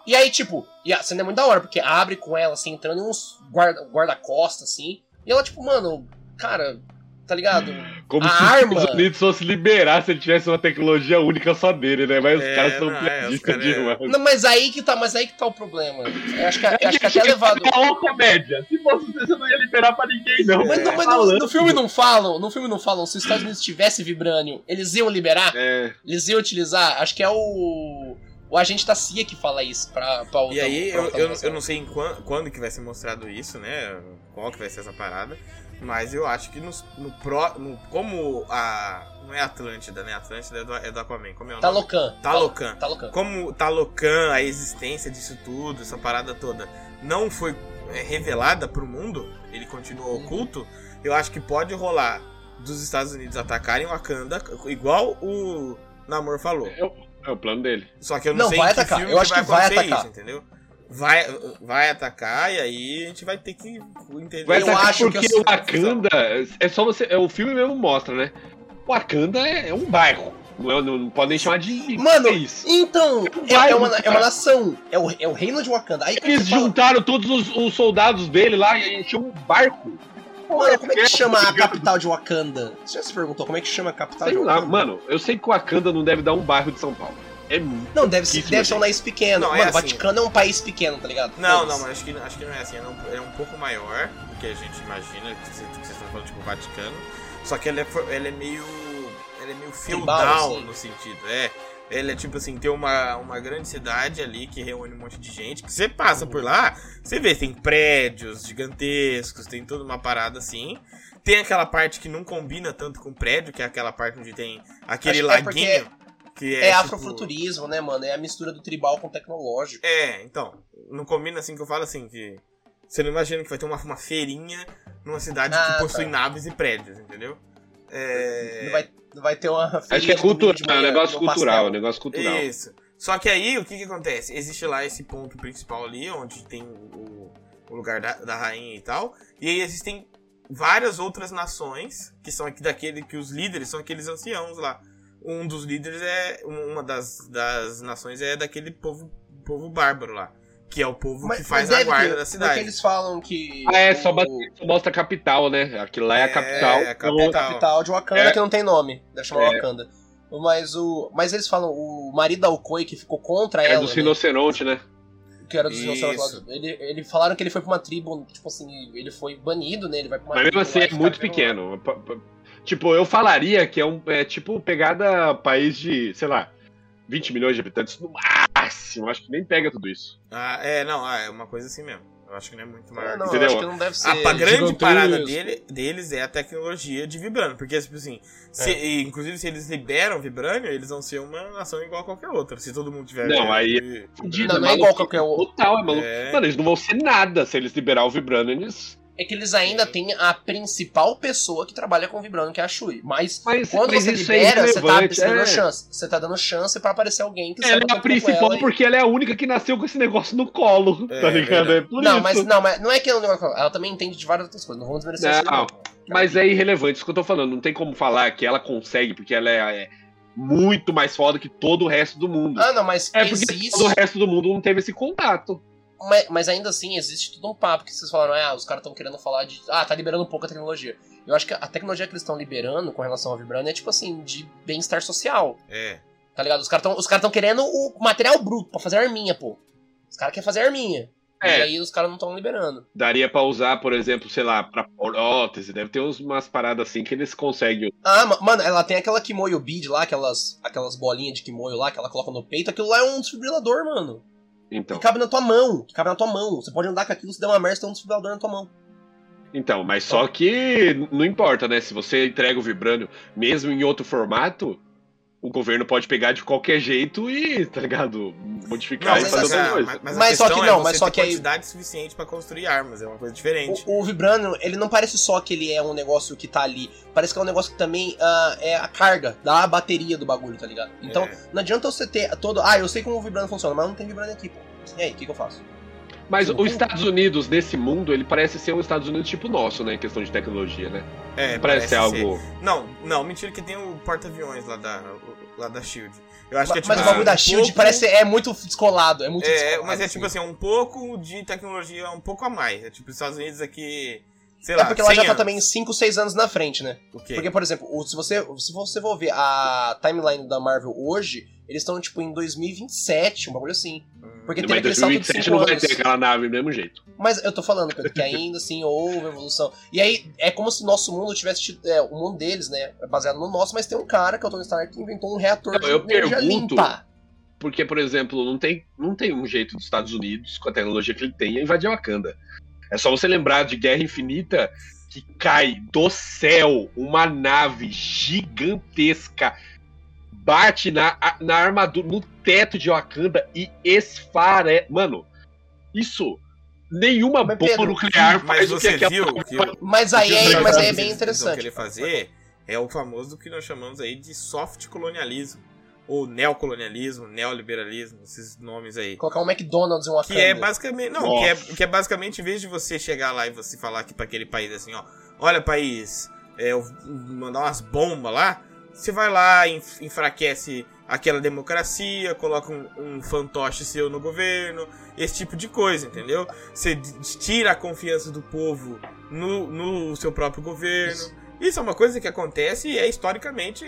Speaker 2: E aí, tipo, e a cena é muito da hora, porque abre com ela, assim, entrando em uns guarda- guarda-costas, assim. E ela, tipo, mano, cara, tá ligado?
Speaker 3: Como
Speaker 2: A
Speaker 3: se os
Speaker 2: arma-
Speaker 3: Estados Unidos fosse liberar se ele tivesse uma tecnologia única só dele, né? Mas
Speaker 1: É,
Speaker 3: os caras são
Speaker 1: não, é, os
Speaker 3: piadistas
Speaker 1: caras é-
Speaker 3: demais.
Speaker 2: Não, mas aí que tá, mas aí que tá o problema. Eu acho que, eu acho que até levado.
Speaker 3: É uma comédia. Se fosse você, você não ia liberar pra ninguém, não.
Speaker 2: Mas,
Speaker 1: É.
Speaker 2: não- mas não- no, filme não falam, no filme não falam, se os Estados Unidos tivesse vibrânio, eles iam liberar?
Speaker 3: É,
Speaker 2: Eles iam utilizar? Acho que é o. O agente da CIA que fala isso pra, pra o.
Speaker 1: E aí,
Speaker 2: pra
Speaker 1: eu,
Speaker 2: o- pra o-
Speaker 1: eu, eu não sei em quan- quando, que vai ser mostrado isso, né? Qual que vai ser essa parada. Mas eu acho que nos- no, pró- no Como a. Não é Atlântida, né? Atlântida é do, é do Aquaman. Como é o
Speaker 2: Tá
Speaker 1: nome?
Speaker 2: loucão.
Speaker 1: Talocan.
Speaker 2: Tá loucão.
Speaker 1: Como Talocan, a existência disso tudo, essa parada toda, não foi é, revelada pro mundo, ele continua
Speaker 2: Uhum.
Speaker 1: oculto, eu acho que pode rolar dos Estados Unidos atacarem Wakanda, igual o Namor falou.
Speaker 3: é o plano dele.
Speaker 1: Só que eu não,
Speaker 2: Não,
Speaker 1: sei
Speaker 2: vai
Speaker 1: em que
Speaker 2: atacar.
Speaker 1: filme
Speaker 2: Eu acho que vai
Speaker 1: acontecer
Speaker 2: atacar.
Speaker 1: isso, entendeu? Vai, vai atacar e aí a gente vai ter que entender.
Speaker 3: Vai
Speaker 2: Eu
Speaker 3: atacar
Speaker 2: acho que
Speaker 3: porque
Speaker 2: eu-
Speaker 3: o Wakanda é só você. É, o filme mesmo mostra, né? O Wakanda é, é um bairro. Não, é- não, não podem chamar de
Speaker 2: Mano,
Speaker 3: país.
Speaker 2: Então, é,
Speaker 3: Vai,
Speaker 2: é uma, é uma
Speaker 3: cara.
Speaker 2: nação. É o, é o reino de Wakanda. Aí,
Speaker 3: Eles juntaram todos os, os soldados dele lá e encheu um barco.
Speaker 2: Mano, como é que chama a capital de Wakanda? Você já se perguntou como é que chama a capital
Speaker 3: Sei
Speaker 2: de
Speaker 3: lá,
Speaker 2: Wakanda?
Speaker 3: mano. Eu sei que o Wakanda não deve dar um bairro de São Paulo. É
Speaker 2: Não, deve ser,
Speaker 3: Isso,
Speaker 2: deve
Speaker 3: meu
Speaker 2: ser um
Speaker 3: Deus.
Speaker 2: país pequeno.
Speaker 1: Não, é
Speaker 2: mano,
Speaker 1: assim.
Speaker 2: Vaticano é um país pequeno, tá ligado?
Speaker 1: Não, não,
Speaker 2: Foda-se.
Speaker 1: mas acho que, acho que não é assim. Ele é um, ele é um pouco maior do que a gente imagina, que vocês que vocês estão falando, tipo, Vaticano. Só que ele é, fo- ele é meio. Ele é meio
Speaker 2: Tribal,
Speaker 1: feudal
Speaker 2: assim.
Speaker 1: no sentido, é. Ele é tipo assim, tem uma, uma grande cidade ali que reúne um monte de gente. Que você passa por lá, você vê, tem prédios gigantescos, tem toda uma parada assim. Tem aquela parte que não combina tanto com prédio, que é aquela parte onde tem aquele
Speaker 2: Acho que é porque
Speaker 1: laguinho. que
Speaker 2: É,
Speaker 1: é, tipo,
Speaker 2: afrofuturismo, né, mano? É a mistura do tribal com o tecnológico.
Speaker 1: é, então. Não combina assim que eu falo assim, que. Você não imagina que vai ter uma, uma feirinha numa cidade
Speaker 2: Ah,
Speaker 1: que possui
Speaker 2: tá.
Speaker 1: naves e prédios, entendeu? É.
Speaker 2: Não, vai, não vai ter uma.
Speaker 3: Acho que é cultural, é um negócio cultural, é um
Speaker 2: né?
Speaker 3: negócio cultural.
Speaker 1: Isso. Só que aí o que, que acontece? Existe lá esse ponto principal ali, onde tem o, o lugar da, da rainha e tal. E aí existem várias outras nações que são aqui daquele que os líderes são aqueles anciãos lá. Um dos líderes é. um- Uma das, das nações é daquele povo, povo bárbaro lá. Que é o povo que faz a guarda da cidade.
Speaker 2: Porque é eles falam que.
Speaker 3: Ah, é, só
Speaker 2: o-
Speaker 3: bater- só mostra a capital, né? Aquilo lá é a
Speaker 1: É,
Speaker 3: capital.
Speaker 1: é a
Speaker 3: Então,
Speaker 2: a capital de Wakanda,
Speaker 3: É.
Speaker 2: que não tem nome. Deve chamar
Speaker 3: É.
Speaker 2: Wakanda. Mas o. Mas eles falam, o marido da Okoi que ficou contra
Speaker 3: É
Speaker 2: ela.
Speaker 3: dos
Speaker 2: né?
Speaker 3: rinocerontes, né?
Speaker 2: que era dos
Speaker 1: Isso.
Speaker 2: dinossauros lá. Ele, ele falaram que ele foi pra uma tribo, tipo assim, ele foi banido, né? Ele vai pra uma
Speaker 3: Mas mesmo
Speaker 2: tribo
Speaker 3: assim
Speaker 2: lá
Speaker 3: é
Speaker 2: e
Speaker 3: muito
Speaker 2: fica tá vendo-
Speaker 3: pequeno. Pa- pa- Tipo, eu falaria que é um. É tipo pegada país de, sei lá, 20 milhões de habitantes no máximo. Acho que nem pega tudo isso.
Speaker 1: Ah, é, não, ah, é uma coisa assim mesmo. Eu acho que não é muito maior.
Speaker 2: É, não,
Speaker 1: que isso.
Speaker 3: Entendeu?
Speaker 2: acho que não deve ser.
Speaker 1: a pa- Ah, grande
Speaker 2: gigantesco.
Speaker 1: parada dele, deles é a tecnologia de Vibrano. Porque, tipo assim, se-
Speaker 2: É.
Speaker 1: e, inclusive se eles liberam Vibrânio, eles vão ser uma nação igual a qualquer outra. Se todo mundo tiver.
Speaker 3: Não, aí-
Speaker 1: vi-
Speaker 2: Não, não é igual qualquer outro.
Speaker 3: Total, é maluco.
Speaker 1: É.
Speaker 3: Mano, eles não vão ser nada se eles liberar o Vibrano. Eles...
Speaker 2: É que eles ainda têm a principal pessoa que trabalha com vibrando, que é a Shui. Mas
Speaker 3: Mas,
Speaker 2: quando
Speaker 3: mas
Speaker 2: você
Speaker 3: isso
Speaker 2: libera,
Speaker 3: é
Speaker 2: você tá
Speaker 3: irrelevante.
Speaker 2: você tá dando
Speaker 3: é.
Speaker 2: chance. Você tá dando chance pra aparecer alguém que tá
Speaker 3: Ela
Speaker 2: saiba
Speaker 3: é a
Speaker 2: tanto quanto
Speaker 3: principal
Speaker 2: ela e-
Speaker 3: porque ela é a única que nasceu com esse negócio no colo.
Speaker 1: É,
Speaker 3: tá ligado?
Speaker 1: verdade.
Speaker 3: É por
Speaker 2: Não,
Speaker 3: isso.
Speaker 2: mas não, mas não é que é um negócio. Ela também entende de várias outras coisas. Não vamos desmerecer isso.
Speaker 3: Não, Mas é irrelevante isso que eu tô falando. Não tem como falar que ela consegue, porque ela é, é muito mais foda que todo o resto do mundo.
Speaker 2: Ah, não, mas
Speaker 3: é porque
Speaker 2: existe.
Speaker 3: todo o resto do mundo não teve esse contato.
Speaker 2: Mas, mas ainda assim, existe todo um papo que vocês falaram, ah, os caras estão querendo falar de. Ah, tá liberando um pouco a tecnologia. Eu acho que a tecnologia que eles estão liberando com relação ao Vibrano é tipo assim, de bem-estar social.
Speaker 1: É.
Speaker 2: Tá ligado? Os caras estão os cara tão querendo o material bruto pra fazer arminha, pô. Os caras querem fazer arminha.
Speaker 3: É.
Speaker 2: E aí os caras não estão liberando.
Speaker 3: Daria pra usar, por exemplo, sei lá, pra prótese. Deve ter uns- umas paradas assim que eles conseguem.
Speaker 2: Ah, ma- mano, ela tem aquela Kimoyo Bead lá, aquelas, aquelas bolinhas de Kimoyo lá que ela coloca no peito. Aquilo lá é um desfibrilador, mano.
Speaker 3: Então,
Speaker 2: Que cabe na tua mão. Que cabe na tua mão. Você pode andar com aquilo, se der uma merda, você tem um desfibrilador na tua mão.
Speaker 3: então, mas só que não importa, né? Se você entrega o vibrânio mesmo em outro formato, o governo pode pegar de qualquer jeito e, tá ligado? Modificar
Speaker 2: Não,
Speaker 3: e
Speaker 2: mas
Speaker 3: fazer
Speaker 2: essa-
Speaker 3: outra coisa.
Speaker 1: mas, mas,
Speaker 2: Mas
Speaker 1: a
Speaker 2: só
Speaker 1: questão
Speaker 2: que
Speaker 1: é
Speaker 2: não,
Speaker 1: você
Speaker 2: mas só
Speaker 1: ter
Speaker 2: que aí-
Speaker 1: quantidade suficiente pra construir armas, é uma coisa diferente.
Speaker 2: O, o Vibranium, ele não parece só que ele é um negócio que tá ali. Parece que é um negócio que também ah, é a carga da bateria do bagulho, tá ligado? Então,
Speaker 1: É.
Speaker 2: não adianta você ter todo. Ah, eu sei como o Vibranium funciona, mas não tem Vibranium aqui, pô. E aí, o que, que eu faço?
Speaker 3: Mas os Estados Unidos, nesse mundo, ele parece ser um Estados Unidos tipo nosso, né? Em questão de tecnologia, né?
Speaker 1: É,
Speaker 3: parece ser algo.
Speaker 1: Não, não, mentira que tem o porta-aviões lá da, lá da Shield. Eu acho que é tipo
Speaker 2: mas o
Speaker 1: assim,
Speaker 2: bagulho da
Speaker 1: um
Speaker 2: Shield
Speaker 1: pouco-
Speaker 2: parece é muito descolado, é muito
Speaker 1: É,
Speaker 2: descolado,
Speaker 1: mas é
Speaker 2: assim.
Speaker 1: tipo assim, um pouco de tecnologia, um pouco a mais. É tipo, os Estados Unidos aqui, sei
Speaker 2: É
Speaker 1: lá,
Speaker 2: porque ela já
Speaker 1: 100
Speaker 2: tá
Speaker 1: anos.
Speaker 2: também 5, 6 anos na frente, né?
Speaker 1: O quê?
Speaker 2: Porque, por exemplo, o- se você, se você for ver a timeline da Marvel hoje, eles estão, tipo, em 2027, um bagulho assim.
Speaker 1: Hum.
Speaker 2: Porque
Speaker 3: Mas
Speaker 2: teve
Speaker 3: em
Speaker 2: aquele salto de
Speaker 3: 2027
Speaker 2: cinco
Speaker 3: não vai
Speaker 2: anos.
Speaker 3: ter aquela nave do mesmo jeito.
Speaker 2: Mas eu tô falando, Pedro, que ainda assim houve evolução. E aí, é como se nosso mundo tivesse tido. É, o mundo deles, né? É baseado no nosso, mas tem um cara, que é o Tony Stark, que inventou um reator
Speaker 3: Não,
Speaker 2: de
Speaker 3: eu
Speaker 2: energia
Speaker 3: pergunto-
Speaker 2: limpa.
Speaker 3: Porque, por exemplo, não tem, não tem um jeito dos Estados Unidos, com a tecnologia que ele tem, invadir Wakanda. É só você lembrar de Guerra Infinita que cai do céu uma nave gigantesca, bate na, a- na armadura, no teto de Wakanda e esfare. Mano, isso. Nenhuma
Speaker 2: Mas,
Speaker 3: bomba
Speaker 2: Pedro,
Speaker 3: nuclear
Speaker 1: Mas
Speaker 3: faz o que
Speaker 1: você
Speaker 3: aquela
Speaker 1: viu que o-
Speaker 2: Mas
Speaker 1: o
Speaker 2: aí,
Speaker 1: que os
Speaker 2: é,
Speaker 1: Estados
Speaker 2: mas aí é bem
Speaker 1: Unidos vão
Speaker 2: interessante.
Speaker 1: querer fazer é o famoso que nós chamamos aí de soft colonialismo, ou neocolonialismo, neoliberalismo, esses nomes aí.
Speaker 2: Colocar um McDonald's em uma
Speaker 1: Que é basicamente. Não, que é,
Speaker 3: Nossa.
Speaker 1: que é basicamente, em vez de você chegar lá e você falar aqui pra aquele país assim, ó, olha, país, é, eu vou mandar umas bombas lá, você vai lá, enf- enfraquece aquela democracia, coloca um, um fantoche seu no governo, esse tipo de coisa, entendeu? Você d- tira a confiança do povo no, no seu próprio governo. Isso é uma coisa que acontece e é historicamente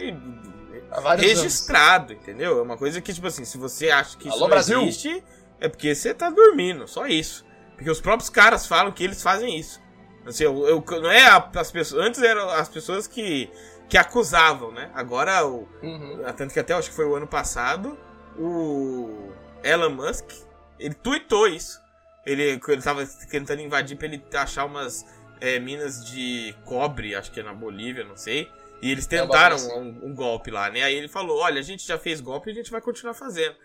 Speaker 2: Há vários anos.
Speaker 1: registrado, entendeu? É uma coisa que, tipo assim, se você acha que isso
Speaker 2: Alô,
Speaker 1: não
Speaker 2: Brasil?
Speaker 1: existe, é porque você tá dormindo, só isso. Porque os próprios caras falam que eles fazem isso. Assim, eu, eu- não é a- as pessoas. Antes eram as pessoas que, que acusavam, né? Agora, o,
Speaker 2: Uhum.
Speaker 1: Ah, tanto que até acho que foi o ano passado, o Elon Musk, ele tweetou isso. Ele, ele tava tentando invadir pra ele achar umas é, minas de cobre, acho que é na Bolívia, não sei. E eles
Speaker 2: É, um
Speaker 1: tentaram
Speaker 2: bagulho
Speaker 1: um, um golpe lá, né? Aí ele falou, olha, a gente já fez golpe e a gente vai continuar fazendo.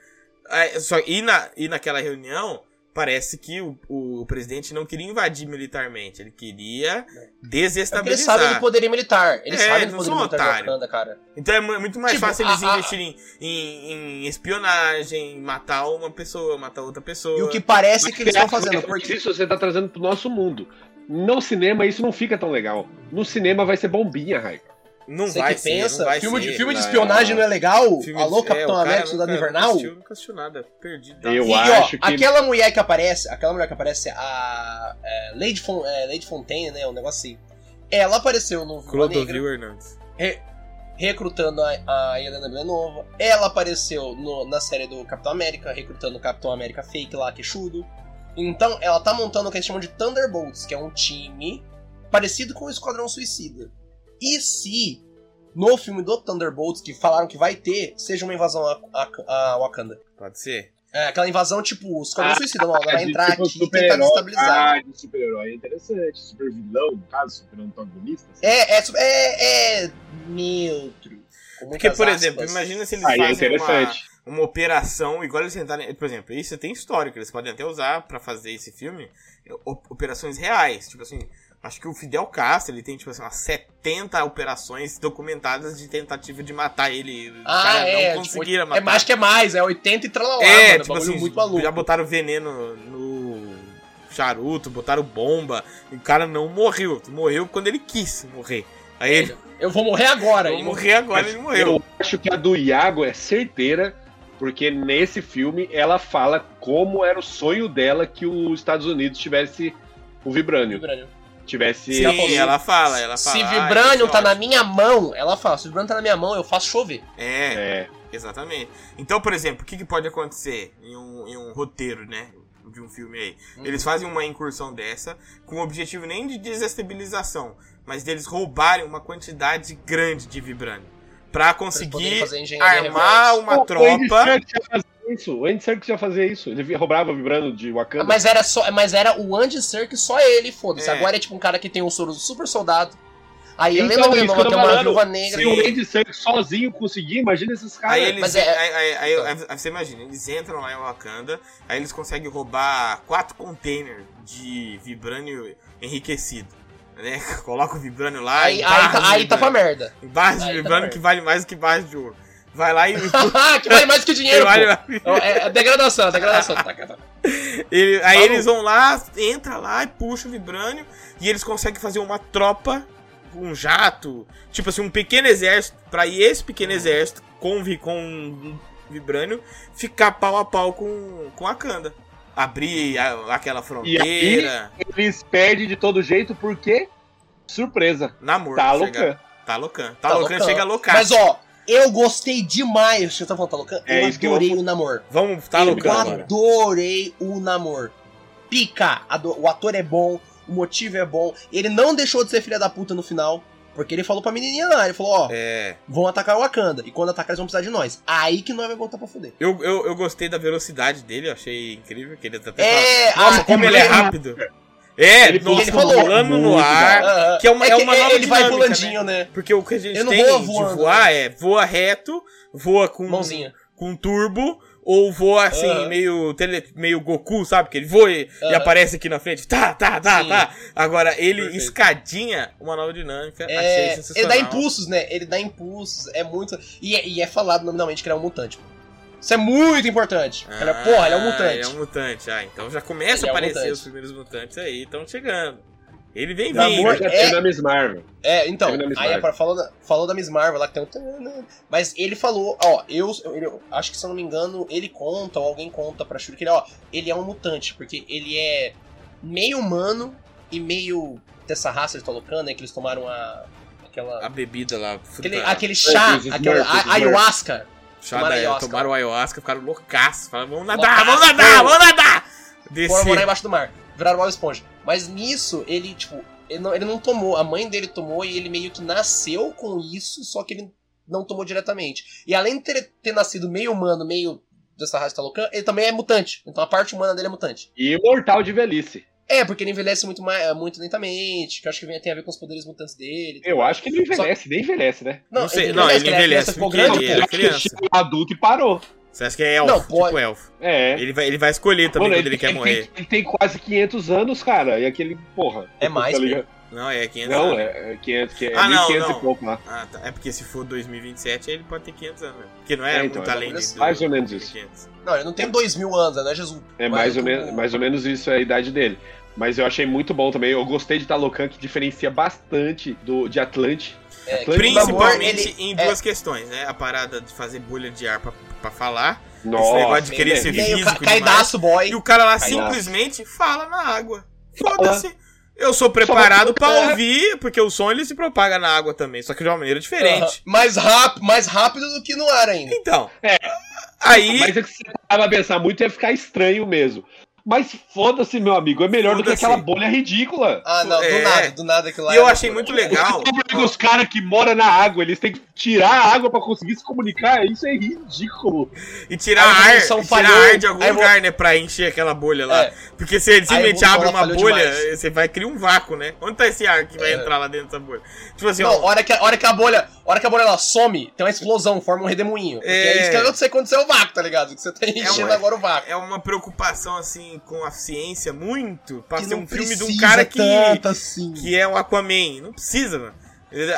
Speaker 1: Aí, só, e, na, e naquela reunião, parece que o, o presidente não queria invadir militarmente, ele queria
Speaker 2: É porque Ele
Speaker 1: desestabilizar.
Speaker 2: sabe do poder militar. Ele
Speaker 1: É,
Speaker 2: sabe
Speaker 1: eles
Speaker 2: do
Speaker 1: não
Speaker 2: poder
Speaker 1: são
Speaker 2: militar
Speaker 1: otário.
Speaker 2: da Wakanda, cara.
Speaker 1: Então é mu- muito mais
Speaker 2: Tipo,
Speaker 1: fácil
Speaker 2: a-
Speaker 1: eles
Speaker 2: a-
Speaker 1: investirem em, em- em espionagem, em matar uma pessoa, matar outra pessoa.
Speaker 2: E o que parece que eles estão fazendo, porque.
Speaker 3: Isso você tá trazendo pro nosso mundo. No cinema, isso não fica tão legal. No cinema vai ser bombinha, Raio.
Speaker 1: Não
Speaker 2: Você
Speaker 1: vai
Speaker 2: que
Speaker 1: ser,
Speaker 2: pensa,
Speaker 1: não vai
Speaker 2: filme,
Speaker 1: ser.
Speaker 2: de, filme de
Speaker 3: né?
Speaker 2: espionagem não é legal?
Speaker 1: Filme de-
Speaker 2: Alô,
Speaker 1: é,
Speaker 2: Capitão
Speaker 1: o cara
Speaker 2: América,
Speaker 1: nunca-
Speaker 2: Soldado
Speaker 1: nunca
Speaker 2: Invernal?
Speaker 1: assistiu, Nunca assistiu nada, perdido.
Speaker 3: Eu
Speaker 2: e,
Speaker 3: acho
Speaker 2: ó,
Speaker 3: que-
Speaker 2: aquela mulher que aparece, aquela mulher que aparece, a é, Lady, Fon, é, Lady Fontaine, né, um negócio assim. Ela apareceu no Viúva Negra,
Speaker 1: Clodovil Hernandes.
Speaker 2: re- recrutando a, a Helena Belenova. Ela apareceu no- na série do Capitão América, recrutando o Capitão América fake lá, queixudo. Então, ela tá montando o que eles chamam de Thunderbolts, que é um time parecido com o Esquadrão Suicida. E se no filme do Thunderbolts, que falaram que vai ter, seja uma invasão a, a, a Wakanda?
Speaker 1: Pode ser?
Speaker 2: É, aquela invasão, tipo, os
Speaker 1: Ah,
Speaker 2: caras suicida, não, ela vai
Speaker 3: de
Speaker 2: entrar
Speaker 3: tipo
Speaker 2: aqui e tentar
Speaker 3: super-herói.
Speaker 2: destabilizar.
Speaker 3: Ah, de super-herói é interessante. Super vilão, no caso, super antagonista. assim.
Speaker 2: É, é, su- é, é neutro. com muitas
Speaker 1: Porque, por
Speaker 2: aspas.
Speaker 1: exemplo, imagina se eles
Speaker 3: Aí é
Speaker 1: fazem uma,
Speaker 3: interessante.
Speaker 1: uma operação, igual eles tentaram. Por exemplo, isso tem histórico, eles podem até usar pra fazer esse filme o- operações reais. Tipo assim, acho que o Fidel Castro ele tem, tipo assim, umas 70 operações documentadas de tentativa de matar ele. Os
Speaker 2: Ah,
Speaker 1: caras
Speaker 2: é,
Speaker 1: não
Speaker 2: tipo,
Speaker 1: conseguiram
Speaker 2: É
Speaker 1: matar.
Speaker 2: mais que é mais, é 80 e tralalá,
Speaker 1: É,
Speaker 2: mano,
Speaker 1: tipo
Speaker 2: bagulho
Speaker 1: assim,
Speaker 2: muito maluco.
Speaker 1: já botaram veneno no charuto, botaram bomba, e o cara não morreu. Morreu quando ele quis morrer. Aí ele
Speaker 2: Eu vou morrer agora.
Speaker 1: vou
Speaker 2: e-
Speaker 1: morrer agora, ele morreu.
Speaker 3: Eu acho que a do Iago é certeira, porque nesse filme ela fala como era o sonho dela que os Estados Unidos tivesse o Vibranium.
Speaker 2: Vibranium.
Speaker 3: Tivesse.
Speaker 1: Sim, ela fala, ela fala.
Speaker 2: Se
Speaker 1: "Ah,
Speaker 2: Vibranium
Speaker 1: esse
Speaker 2: tá na
Speaker 1: ótimo."
Speaker 2: minha mão, ela fala, se Vibranium tá na minha mão, eu faço chover.
Speaker 1: É,
Speaker 3: É,
Speaker 1: Exatamente. Então, por exemplo, o que, que pode acontecer em um, em um roteiro, né? De um filme aí.
Speaker 2: Hum.
Speaker 1: Eles fazem uma incursão dessa, com o objetivo nem de desestabilização, mas deles roubarem uma quantidade grande de vibrânio. Pra
Speaker 2: poderem
Speaker 1: conseguir
Speaker 2: fazer engenharia
Speaker 1: armar
Speaker 2: reversa.
Speaker 1: uma
Speaker 3: O Andy
Speaker 1: tropa.
Speaker 3: Serkis já fazia isso. O Andy Serkis já fazia isso. Ele roubava Vibranium de Wakanda.
Speaker 2: Mas era, só, mas era o Andy Serkis, só ele, foda-se.
Speaker 1: um- É.
Speaker 2: Agora é tipo um cara que tem um soro do super soldado. Aí
Speaker 4: Então,
Speaker 2: lembra
Speaker 4: isso
Speaker 2: do
Speaker 4: que eu
Speaker 2: Nova,
Speaker 4: tô
Speaker 2: tem uma
Speaker 4: falando.
Speaker 2: viúva negra.
Speaker 1: Sim.
Speaker 4: Se o Andy Serkis sozinho conseguir, imagina esses caras.
Speaker 1: Aí eles.
Speaker 2: mas
Speaker 1: aí-
Speaker 2: é-
Speaker 1: aí- aí- aí- aí você imagina, eles entram lá em Wakanda, aí eles conseguem roubar quatro containers de vibrânio enriquecido. Né? Coloca o vibrânio lá.
Speaker 2: Aí,
Speaker 1: e
Speaker 2: aí,
Speaker 1: barra de
Speaker 2: tá, aí tá pra
Speaker 1: vibrânio.
Speaker 2: merda.
Speaker 1: Barras de
Speaker 2: Aí tá
Speaker 1: vibrânio
Speaker 2: pra
Speaker 1: que vale mais do que barras de ouro. Vai lá e.
Speaker 2: que vale mais que dinheiro, pô.
Speaker 1: Ele-
Speaker 2: É, é degradação, é degradação. Tá, tá, tá.
Speaker 1: ele- aí
Speaker 2: Falou.
Speaker 1: eles vão lá, entra lá e puxa o vibrânio. E eles conseguem fazer uma tropa, um jato, tipo assim, um pequeno exército. Pra ir esse pequeno exército com, vi- com um vibrânio ficar pau a pau com, com a Kanda. Abrir a- aquela fronteira.
Speaker 4: Eles perdem de todo jeito porque. Surpresa.
Speaker 1: Namor.
Speaker 4: Tá
Speaker 1: chega-
Speaker 4: louca.
Speaker 1: Tá loucão. Tá,
Speaker 2: Tá
Speaker 1: loucão,
Speaker 2: loucão.
Speaker 1: chega loucar.
Speaker 2: Mas ó, eu gostei demais. Você tá falando, tá loucão?
Speaker 4: É
Speaker 2: eu
Speaker 4: isso que eu vou-
Speaker 2: adorei o namoro.
Speaker 1: Vamos, tá
Speaker 2: eu
Speaker 1: loucão agora.
Speaker 2: adorei o namoro. Pica! Ado- O ator é bom, o motivo é bom. Ele não deixou de ser filha da puta no final. Porque ele falou pra menininha lá, ele falou, ó,
Speaker 1: É.
Speaker 2: vão atacar o Wakanda. E quando atacar, eles vão precisar de nós. Aí que nós vai voltar pra foder.
Speaker 1: Eu, eu, eu gostei da velocidade dele, eu achei incrível que ele até
Speaker 2: É,
Speaker 1: fala, Nossa,
Speaker 2: a-
Speaker 1: como ele é rápido. É,
Speaker 4: Ele-
Speaker 1: nossa,
Speaker 2: ele falou.
Speaker 1: pulando no
Speaker 4: Muito
Speaker 1: ar.
Speaker 2: Aham.
Speaker 1: que é uma- é uma nova
Speaker 2: Ele vai
Speaker 1: dinâmica,
Speaker 2: pulandinho, né?
Speaker 1: Porque o que a gente
Speaker 2: Eu não
Speaker 1: tem
Speaker 2: vou
Speaker 1: de
Speaker 2: voando. né?
Speaker 1: voar é voa reto, voa com,
Speaker 2: Mãozinha.
Speaker 1: com turbo, ou voa assim,
Speaker 2: Aham.
Speaker 1: meio, tele, meio Goku, sabe? Que ele voa e, e
Speaker 2: Aham.
Speaker 1: aparece aqui na frente. Tá, tá, tá,
Speaker 2: Sim.
Speaker 1: tá. Agora, ele
Speaker 2: Perfeito.
Speaker 1: escadinha, uma nova dinâmica. Hum, achei
Speaker 2: É, ele
Speaker 1: sensacional.
Speaker 2: dá impulsos, né? Ele dá impulsos, é muito. E, é- e é falado nominalmente que ele é um mutante. Isso é muito importante.
Speaker 1: Ah,
Speaker 2: Cara, porra, ele é um
Speaker 1: Ele é um
Speaker 2: mutante.
Speaker 1: mutante, ah, então já começa
Speaker 2: Ele
Speaker 1: a
Speaker 2: é um
Speaker 1: aparecer
Speaker 2: mutante.
Speaker 1: os primeiros mutantes aí, estão chegando. Ele vem né?
Speaker 2: Dá
Speaker 1: vindo.
Speaker 2: amor,
Speaker 3: já
Speaker 2: é-
Speaker 3: teve na Miss Marvel.
Speaker 2: É, então,
Speaker 3: Teve na Miss
Speaker 2: aí é
Speaker 3: Marvel.
Speaker 2: pra, falou, da, falou da Miss Marvel lá que tem um. Mas ele falou, ó, eu, ele- eu acho que se eu não me engano, ele conta, ou alguém conta pra Shuri que ele, ó, ele é um mutante, porque ele é meio humano e meio dessa raça de Tolokana, né? Que eles tomaram a.
Speaker 1: a
Speaker 2: aquela.
Speaker 1: bebida lá.
Speaker 2: Aquele,
Speaker 1: fruta-
Speaker 2: aquele chá,
Speaker 3: Smurfs,
Speaker 2: aquela
Speaker 3: Smurfs,
Speaker 2: a- ayahuasca.
Speaker 1: chá
Speaker 2: tomaram
Speaker 1: da-
Speaker 2: ayahuasca.
Speaker 1: tomaram o ayahuasca, ficaram loucaço. Falaram, vamos nadar,
Speaker 2: Loucaço,
Speaker 1: vamos nadar,
Speaker 2: pô.
Speaker 1: vamos nadar!
Speaker 2: Foram morar
Speaker 1: Desci.
Speaker 2: embaixo do mar. Viraram Bob Esponja. Mas nisso, ele, tipo, ele não, ele não tomou. A mãe dele tomou e ele meio que nasceu com isso, só que ele não tomou diretamente. E além de ter, ter nascido meio humano, meio dessa raça Talocan, ele também é mutante. Então a parte humana dele é mutante.
Speaker 3: E imortal de velhice.
Speaker 2: É, porque ele envelhece muito, mais, é, muito lentamente, que eu acho que vem- tem a ver com os poderes mutantes dele.
Speaker 3: Eu acho que ele não envelhece, nem envelhece, né?
Speaker 1: Não sei, não, ele
Speaker 2: era
Speaker 1: envelhece
Speaker 2: criança, ficou
Speaker 1: porque
Speaker 2: grande,
Speaker 1: ele
Speaker 2: pô.
Speaker 1: era
Speaker 3: Eu acho que ele
Speaker 1: criança.
Speaker 3: chegou adulto e parou.
Speaker 1: Você acha que é elfo?
Speaker 2: Não, pode-
Speaker 1: Tipo elfo.
Speaker 3: É.
Speaker 1: Ele vai, ele vai escolher também
Speaker 3: Mano,
Speaker 1: quando ele, quer morrer.
Speaker 3: Tem, ele tem quase 500 anos, cara. E aquele, porra. tá
Speaker 2: É mais, pô.
Speaker 3: ligado?
Speaker 1: Não, é 500
Speaker 3: Não,
Speaker 1: anos.
Speaker 3: é, é 500, que é
Speaker 1: Ah, não,
Speaker 3: 1500
Speaker 1: não.
Speaker 3: e pouco lá.
Speaker 1: Ah, tá. É porque se for 2027, ele pode ter 500 anos. né? Porque não
Speaker 3: É,
Speaker 1: é,
Speaker 3: então,
Speaker 1: muito
Speaker 3: é
Speaker 1: além
Speaker 2: mais
Speaker 1: de
Speaker 3: ou menos isso.
Speaker 1: 500.
Speaker 2: Não, ele não tem dois mil anos, né? Não é Jesus.
Speaker 3: É
Speaker 2: Mas
Speaker 3: mais ou,
Speaker 2: o-
Speaker 3: menos, mais ou menos isso é a idade dele. Mas eu achei muito bom também. Eu gostei de Talocan, que diferencia bastante do, de Atlante.
Speaker 2: É, que o namoro,
Speaker 1: Principalmente
Speaker 2: ele-
Speaker 1: em
Speaker 2: é.
Speaker 1: duas questões, né? A parada de fazer bolha de ar pra, pra falar. negócio
Speaker 3: Nossa,
Speaker 1: de querer
Speaker 3: né?
Speaker 1: ser-
Speaker 2: Meio ca
Speaker 1: físico
Speaker 2: caidaço, boy.
Speaker 1: E o cara lá
Speaker 2: Aí, ó.
Speaker 1: simplesmente fala na água. Foda-se. Eu sou preparado
Speaker 3: Só
Speaker 1: pra
Speaker 2: É.
Speaker 3: pra-
Speaker 1: ouvir, porque o som ele se propaga na água também, só que de uma maneira diferente.
Speaker 2: Aham. Mais, rápido, mais rápido do que no ar ainda.
Speaker 1: Então.
Speaker 3: É.
Speaker 1: Aí.
Speaker 3: Mas é que se você tava a pensar muito, ia ficar estranho mesmo. Mas foda-se, meu amigo, é melhor do que
Speaker 1: Foda-se.
Speaker 3: aquela bolha ridícula.
Speaker 2: Ah, não, do
Speaker 1: É.
Speaker 2: nada, do nada que lá.
Speaker 1: E eu
Speaker 2: era
Speaker 1: achei
Speaker 2: loucura.
Speaker 1: muito legal.
Speaker 3: O problema é que Os caras que moram na água, eles têm que tirar a água pra conseguir se comunicar. Isso é ridículo.
Speaker 1: E tirar
Speaker 2: A
Speaker 1: ar,
Speaker 2: evolução
Speaker 1: tirar
Speaker 2: falhou,
Speaker 1: ar de algum
Speaker 2: a evolu-
Speaker 1: lugar, né? Pra encher aquela bolha lá.
Speaker 2: É.
Speaker 1: Porque se simplesmente
Speaker 2: evolução,
Speaker 1: abre
Speaker 2: ela
Speaker 1: uma
Speaker 2: falhou
Speaker 1: bolha,
Speaker 2: demais.
Speaker 1: você vai criar um vácuo, né? Onde tá esse ar que vai
Speaker 2: É.
Speaker 1: entrar lá dentro dessa bolha? Tipo assim,
Speaker 2: Não,
Speaker 1: ó.
Speaker 2: hora que, a- hora que a bolha, hora que a bolha ela some, tem uma explosão, forma um redemoinho. Porque
Speaker 1: É.
Speaker 2: é isso que aconteceu quando você é o vácuo, tá ligado? Que você tá enchendo
Speaker 1: uma-
Speaker 2: agora o vácuo.
Speaker 1: É uma preocupação, assim, com a ciência, muito. Pra
Speaker 2: Que
Speaker 1: ser
Speaker 2: não
Speaker 1: um filme de um
Speaker 2: precisa
Speaker 1: cara que.
Speaker 2: Tanto assim.
Speaker 1: que é o Aquaman. Não precisa, mano.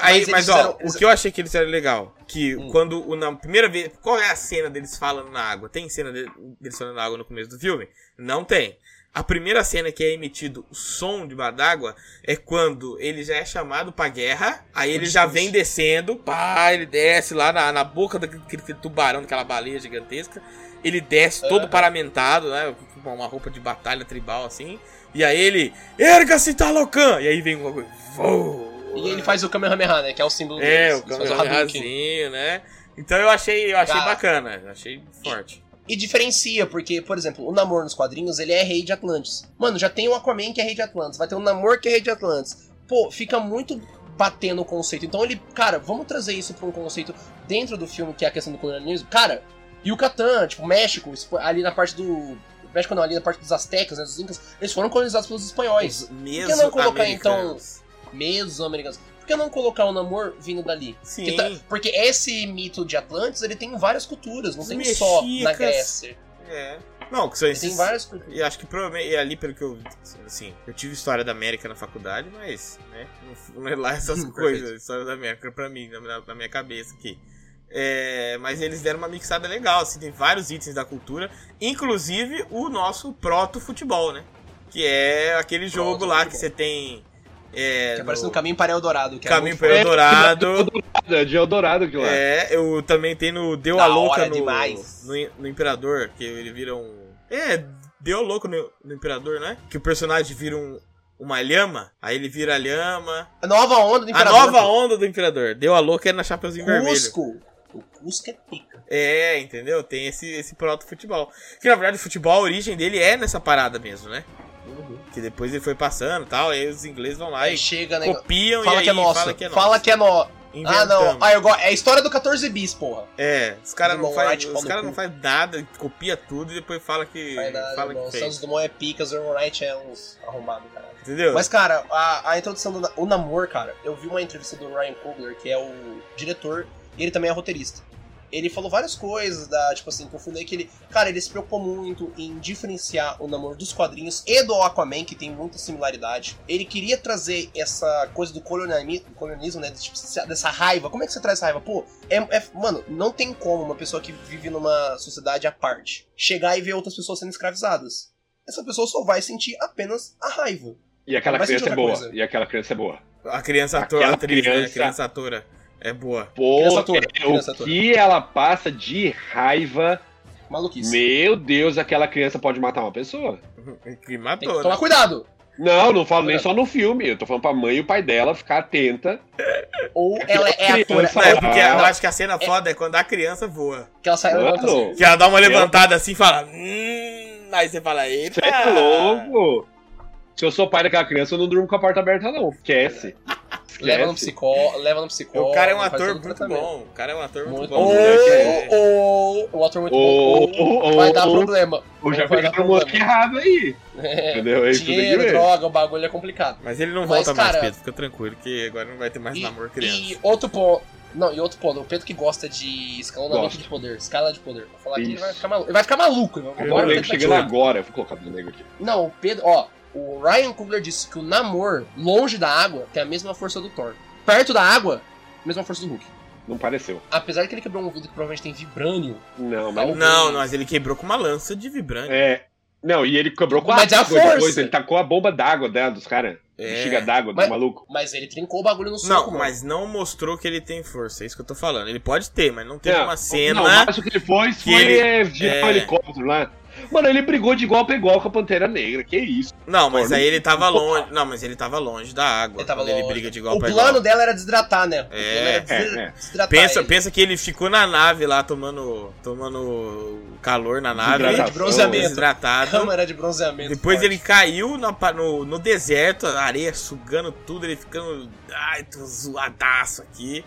Speaker 1: Aí,
Speaker 2: eles
Speaker 1: mas, ó,
Speaker 2: fizeram-
Speaker 1: o que eu achei que eles fizeram legal, que
Speaker 2: Hum.
Speaker 1: quando o, na primeira vez, qual é a cena deles falando na água? Tem cena de- deles falando na água no começo do filme? Não tem. A primeira cena que é emitido o som de Badágua é quando ele já é chamado pra guerra, aí ele já vem descendo, pá, ele desce lá na, na boca daquele daquele tubarão, daquela baleia gigantesca, ele desce todo
Speaker 2: Aham.
Speaker 1: paramentado, né, com uma roupa de batalha tribal assim, e aí ele, erga-se Talocan! E aí vem um bagulho, voa!
Speaker 2: E ele faz o Kamehameha, né? Que é o símbolo
Speaker 1: É,
Speaker 2: deles.
Speaker 1: o
Speaker 2: Eles fazem Hadouken.
Speaker 1: Kamehamehazinho, né? Então eu achei, eu achei
Speaker 2: Cara.
Speaker 1: bacana, eu achei forte.
Speaker 2: E diferencia, porque, por exemplo, o Namor nos quadrinhos, ele é rei de Atlantis. Mano, já tem o Aquaman que é rei de Atlantis, vai ter o Namor que é rei de Atlantis. Pô, fica muito batendo o conceito. Então ele, cara, vamos trazer isso pra um conceito dentro do filme, que é a questão do colonialismo. Cara, Yucatán, tipo, México, isso foi ali na parte do... México não, ali na parte dos Aztecas, né, dos Incas, eles foram colonizados pelos espanhóis.
Speaker 1: Mesmo
Speaker 2: não colocar, então, mesmo americanos. Por que não colocar o namor vindo dali?
Speaker 1: Sim.
Speaker 2: Que tá- porque esse mito de Atlantis, ele tem várias culturas, não
Speaker 1: Os
Speaker 2: tem só na
Speaker 1: mexicas.
Speaker 2: Grécia.
Speaker 1: É. Não, que são
Speaker 2: Ele tem
Speaker 1: esses.
Speaker 2: várias culturas.
Speaker 1: E acho que provavelmente e ali, pelo que eu. Assim, eu tive história da América na faculdade, mas. Né, não é lá essas
Speaker 2: Perfeito.
Speaker 1: coisas. História da América pra mim, na, na- na minha cabeça aqui. É, mas eles deram uma mixada legal, assim, tem vários itens da cultura, inclusive o nosso proto-futebol, né? Que é aquele jogo lá que
Speaker 2: Proto-futebol.
Speaker 1: você tem. É,
Speaker 2: Que aparece
Speaker 1: no-
Speaker 2: no Caminho para Eldorado. Que é um
Speaker 1: Caminho
Speaker 2: era
Speaker 1: para Eldorado.
Speaker 3: É de Eldorado aquilo lá.
Speaker 1: É, eu também tenho no Deu
Speaker 2: Da
Speaker 1: a Louca
Speaker 2: hora
Speaker 1: no,
Speaker 2: demais.
Speaker 1: no, no Imperador, que ele vira um. É, deu a louca no, no Imperador, né? Que o personagem vira um, uma lhama, aí ele vira a lhama.
Speaker 2: A nova onda do
Speaker 1: A
Speaker 2: Imperador.
Speaker 1: nova onda do Imperador. Deu a louca é na Chapeuzinho Vermelho.
Speaker 2: Cusco. O Cusco é pica.
Speaker 1: É, entendeu? Tem esse, esse proto-futebol. Que na verdade o futebol, a origem dele é nessa parada mesmo, né? Que depois ele foi passando e tal, aí os ingleses vão lá
Speaker 2: Uhum. Aí
Speaker 1: e
Speaker 2: chega, né?
Speaker 1: copiam e
Speaker 2: Fala
Speaker 1: aí
Speaker 2: que é nosso.
Speaker 1: fala que é nosso.
Speaker 2: Fala que é nosso. Ah, não.
Speaker 1: Inventamos.
Speaker 2: Ah, eu go... É a história do 14 bis, porra.
Speaker 1: É, os caras não
Speaker 2: Irmão Wright,
Speaker 1: fazem
Speaker 2: pau
Speaker 1: os
Speaker 2: no
Speaker 1: cara
Speaker 2: cu.
Speaker 1: não faz nada, copia tudo e depois fala que
Speaker 2: Vai nada,
Speaker 1: fala
Speaker 2: irmão.
Speaker 1: que
Speaker 2: Santos
Speaker 1: fez.
Speaker 2: Dumont é pica, Zero Wright é uns arrombados, cara.
Speaker 1: Entendeu?
Speaker 2: Mas, cara, a, a introdução do Na- o Namor, cara, eu vi uma entrevista do Ryan Coogler, que é o diretor, e ele também é roteirista. Ele falou várias coisas, da, tipo assim, que eu falei que ele. Cara, ele se preocupou muito em diferenciar o Namor dos quadrinhos e do Aquaman, que tem muita similaridade. Ele queria trazer essa coisa do colonialismo, colonialismo né? Tipo, essa- dessa raiva. Como é que você traz essa raiva? Pô, é, é- mano, não tem como uma pessoa que vive numa sociedade à parte chegar e ver outras pessoas sendo escravizadas. Essa pessoa só vai sentir apenas a raiva.
Speaker 3: E aquela
Speaker 2: Mas
Speaker 3: criança é
Speaker 2: outra
Speaker 3: boa.
Speaker 2: coisa.
Speaker 3: E aquela criança é boa.
Speaker 1: A criança atora,
Speaker 3: Aquela
Speaker 1: atriz, né? A
Speaker 3: criança-
Speaker 1: criança atora é boa.
Speaker 3: Pô,
Speaker 2: Criança atora,
Speaker 3: é,
Speaker 2: criança
Speaker 3: o
Speaker 2: atora.
Speaker 3: que ela passa de raiva.
Speaker 2: Maluquice.
Speaker 3: Meu Deus, aquela criança pode matar uma pessoa.
Speaker 1: Que
Speaker 2: Tem que
Speaker 1: matou,
Speaker 2: tomar
Speaker 1: né?
Speaker 2: cuidado.
Speaker 3: Não, não
Speaker 2: É.
Speaker 3: falo nem só no filme. Eu tô falando pra mãe e o pai dela ficar atenta.
Speaker 2: Ou ela é atora.
Speaker 3: Criança
Speaker 1: Não, é porque eu
Speaker 3: Ah.
Speaker 1: acho que a cena foda é quando a criança voa.
Speaker 2: Que ela sai levanta assim.
Speaker 3: Mano,
Speaker 1: Que ela dá uma levantada assim e fala. Hum. Aí você fala, eita!
Speaker 3: você é louco. Se eu sou pai daquela criança, eu não durmo com a porta aberta, não. Esquece. Esquece.
Speaker 2: Leva no psicó, leva no psicó.
Speaker 1: O cara é um
Speaker 2: faz todo
Speaker 1: ator
Speaker 2: o
Speaker 1: muito
Speaker 2: tratamento.
Speaker 1: bom. O cara é um ator muito,
Speaker 2: Muito
Speaker 1: bom.
Speaker 2: bom.
Speaker 1: né? Que-
Speaker 2: Ou, ou, o ator muito
Speaker 3: Ou-
Speaker 2: bom.
Speaker 3: ou- ou-
Speaker 2: vai dar
Speaker 3: ou-
Speaker 2: problema.
Speaker 3: Eu já
Speaker 2: Ou vai dar
Speaker 3: pegaram um moleque
Speaker 2: problema.
Speaker 3: errado aí. Entendeu? É isso tem que
Speaker 2: Dinheiro,
Speaker 3: ver.
Speaker 2: droga, o bagulho é complicado.
Speaker 1: Mas ele não
Speaker 2: Mas,
Speaker 1: volta mais,
Speaker 2: cara-
Speaker 1: Pedro. Fica tranquilo que agora não vai ter mais
Speaker 2: E-
Speaker 1: namoro criança.
Speaker 2: E outro ponto. Não, e outro ponto, o Pedro que gosta de escalonamento
Speaker 3: Gosto.
Speaker 2: de poder, escala de poder. Vou falar que ele
Speaker 3: Isso.
Speaker 2: vai ficar maluco. Ele vai ficar maluco, irmão.
Speaker 3: Olha
Speaker 2: Agora
Speaker 3: O
Speaker 2: não
Speaker 3: nego
Speaker 2: tem
Speaker 3: chegando
Speaker 2: pra tirar.
Speaker 3: agora. Eu vou colocar o nego aqui.
Speaker 2: Não, o Pedro, ó, o Ryan Coogler disse que o Namor, longe da água, tem a mesma força do Thor. Perto da água, mesma força do Hulk.
Speaker 3: Não pareceu.
Speaker 2: Apesar que ele quebrou um vidro que provavelmente tem vibrânio.
Speaker 3: Não, mas não
Speaker 1: Não, não, mas ele quebrou com uma lança de vibrante.
Speaker 3: É. Não, e ele quebrou com
Speaker 2: Mas é a
Speaker 3: depois,
Speaker 2: força.
Speaker 3: depois, ele tacou a bomba d'água né, dos caras.
Speaker 1: É.
Speaker 3: Bexiga d'água
Speaker 2: Mas-
Speaker 3: do maluco.
Speaker 2: Mas ele trincou o bagulho no soco,
Speaker 1: Não,
Speaker 2: mano.
Speaker 1: mas não mostrou que ele tem força, é isso que eu tô falando. Ele pode ter, mas não teve
Speaker 3: Não,
Speaker 1: uma cena.
Speaker 3: Não, mas o que ele foi
Speaker 1: que
Speaker 3: foi
Speaker 1: ele-
Speaker 3: é, girar
Speaker 1: é.
Speaker 3: um helicóptero lá. Mano, ele brigou de igual pra igual com a Pantera Negra. Que isso?
Speaker 1: Não, mas
Speaker 3: Pô,
Speaker 1: aí ele tava
Speaker 3: não-
Speaker 1: longe. Não, mas ele tava longe da água.
Speaker 2: Ele tava
Speaker 1: quando ele
Speaker 2: longe.
Speaker 1: briga de igual
Speaker 2: O
Speaker 1: pra
Speaker 2: plano tá
Speaker 1: igual.
Speaker 2: dela era desidratar, né? O plano
Speaker 1: É,
Speaker 2: era des-
Speaker 3: é, é.
Speaker 2: desidratar
Speaker 1: Pensa,
Speaker 2: ele.
Speaker 1: pensa que ele ficou na nave lá tomando, tomando calor na nave,
Speaker 3: Desidratação.
Speaker 2: De bronzeamento.
Speaker 1: desidratado.
Speaker 2: Câmara de bronzeamento.
Speaker 1: Depois
Speaker 2: forte.
Speaker 1: ele caiu na pa- no, no deserto, a areia sugando tudo, ele ficando. Ai, tô zoadaço aqui.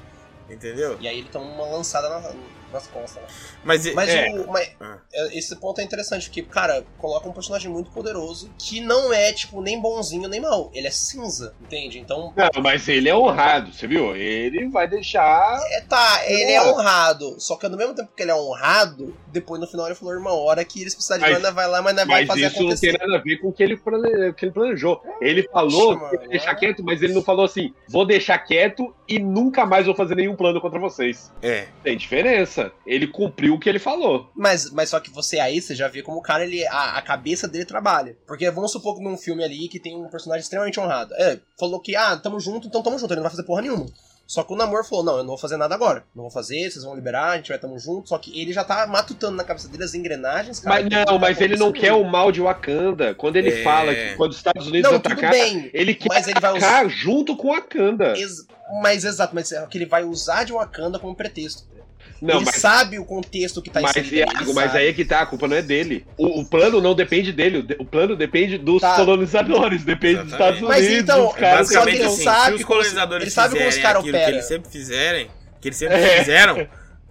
Speaker 1: Entendeu?
Speaker 2: E aí ele toma uma lançada na- nas costas. Né?
Speaker 1: Mas,
Speaker 2: Mas,
Speaker 3: É.
Speaker 2: o, mas
Speaker 1: Ah.
Speaker 2: é, esse ponto é interessante, porque, cara, coloca um personagem muito poderoso que não é, tipo, nem bonzinho nem mal. Ele é cinza, entende? Então,
Speaker 3: Não, mas ele é honrado, você viu? Ele vai deixar.
Speaker 2: é, tá, ele é
Speaker 3: Boa.
Speaker 2: honrado. Só que ao mesmo tempo que ele é honrado, depois no final ele falou, irmão, hora que eles precisarem de
Speaker 3: Mas-
Speaker 2: mana, vai lá, mas vai
Speaker 3: Mas
Speaker 2: fazer
Speaker 3: isso não tem
Speaker 2: acontecer.
Speaker 3: nada a ver com o que ele, plane- que ele planejou. Ele falou
Speaker 2: Chama,
Speaker 3: que ia deixar
Speaker 2: né?
Speaker 3: quieto, mas ele não falou assim: vou deixar quieto e nunca mais vou fazer nenhum plano contra vocês.
Speaker 1: é.
Speaker 3: Tem diferença. Ele cumpriu o que ele falou.
Speaker 2: Mas, mas só que você aí, você já vê como o cara, ele, a, a cabeça dele trabalha. Porque vamos supor que num filme ali que tem um personagem extremamente honrado. É, falou que, ah, tamo junto, então tamo junto, ele não vai fazer porra nenhuma. Só que o Namor falou, não, eu não vou fazer nada agora. Não vou fazer, vocês vão liberar, a gente vai tamo junto. Só que ele já tá matutando na cabeça dele as engrenagens, cara. tá
Speaker 3: Mas não, mas ele não quer o mal de Wakanda. Quando ele
Speaker 1: É.
Speaker 3: fala que quando os Estados Unidos
Speaker 2: Não, tudo
Speaker 3: atacar,
Speaker 2: bem.
Speaker 3: ele quer
Speaker 2: Mas ele vai usar...
Speaker 3: atacar junto com Wakanda.
Speaker 2: ex- Mas exato, mas é que ele vai usar de Wakanda como pretexto.
Speaker 3: Não,
Speaker 2: ele
Speaker 3: mas,
Speaker 2: sabe o contexto que tá
Speaker 3: mas,
Speaker 2: inserido ali,
Speaker 3: Iago, mas
Speaker 2: sabe?
Speaker 3: aí é que tá, a culpa não é dele. O, o plano não depende dele, o de- o plano depende dos
Speaker 2: Tá.
Speaker 3: colonizadores, depende dos
Speaker 1: Exatamente.
Speaker 3: Estados
Speaker 2: Mas
Speaker 3: Unidos.
Speaker 2: então,
Speaker 3: dos
Speaker 1: É
Speaker 3: caras que
Speaker 1: basicamente
Speaker 2: só que ele
Speaker 1: assim,
Speaker 2: sabe
Speaker 1: se os
Speaker 2: como-
Speaker 1: colonizadores
Speaker 2: ele sabe como os
Speaker 1: fizerem
Speaker 2: caras
Speaker 1: aquilo que
Speaker 2: operam.
Speaker 1: eles sempre fizerem, que eles sempre
Speaker 3: É.
Speaker 1: fizeram,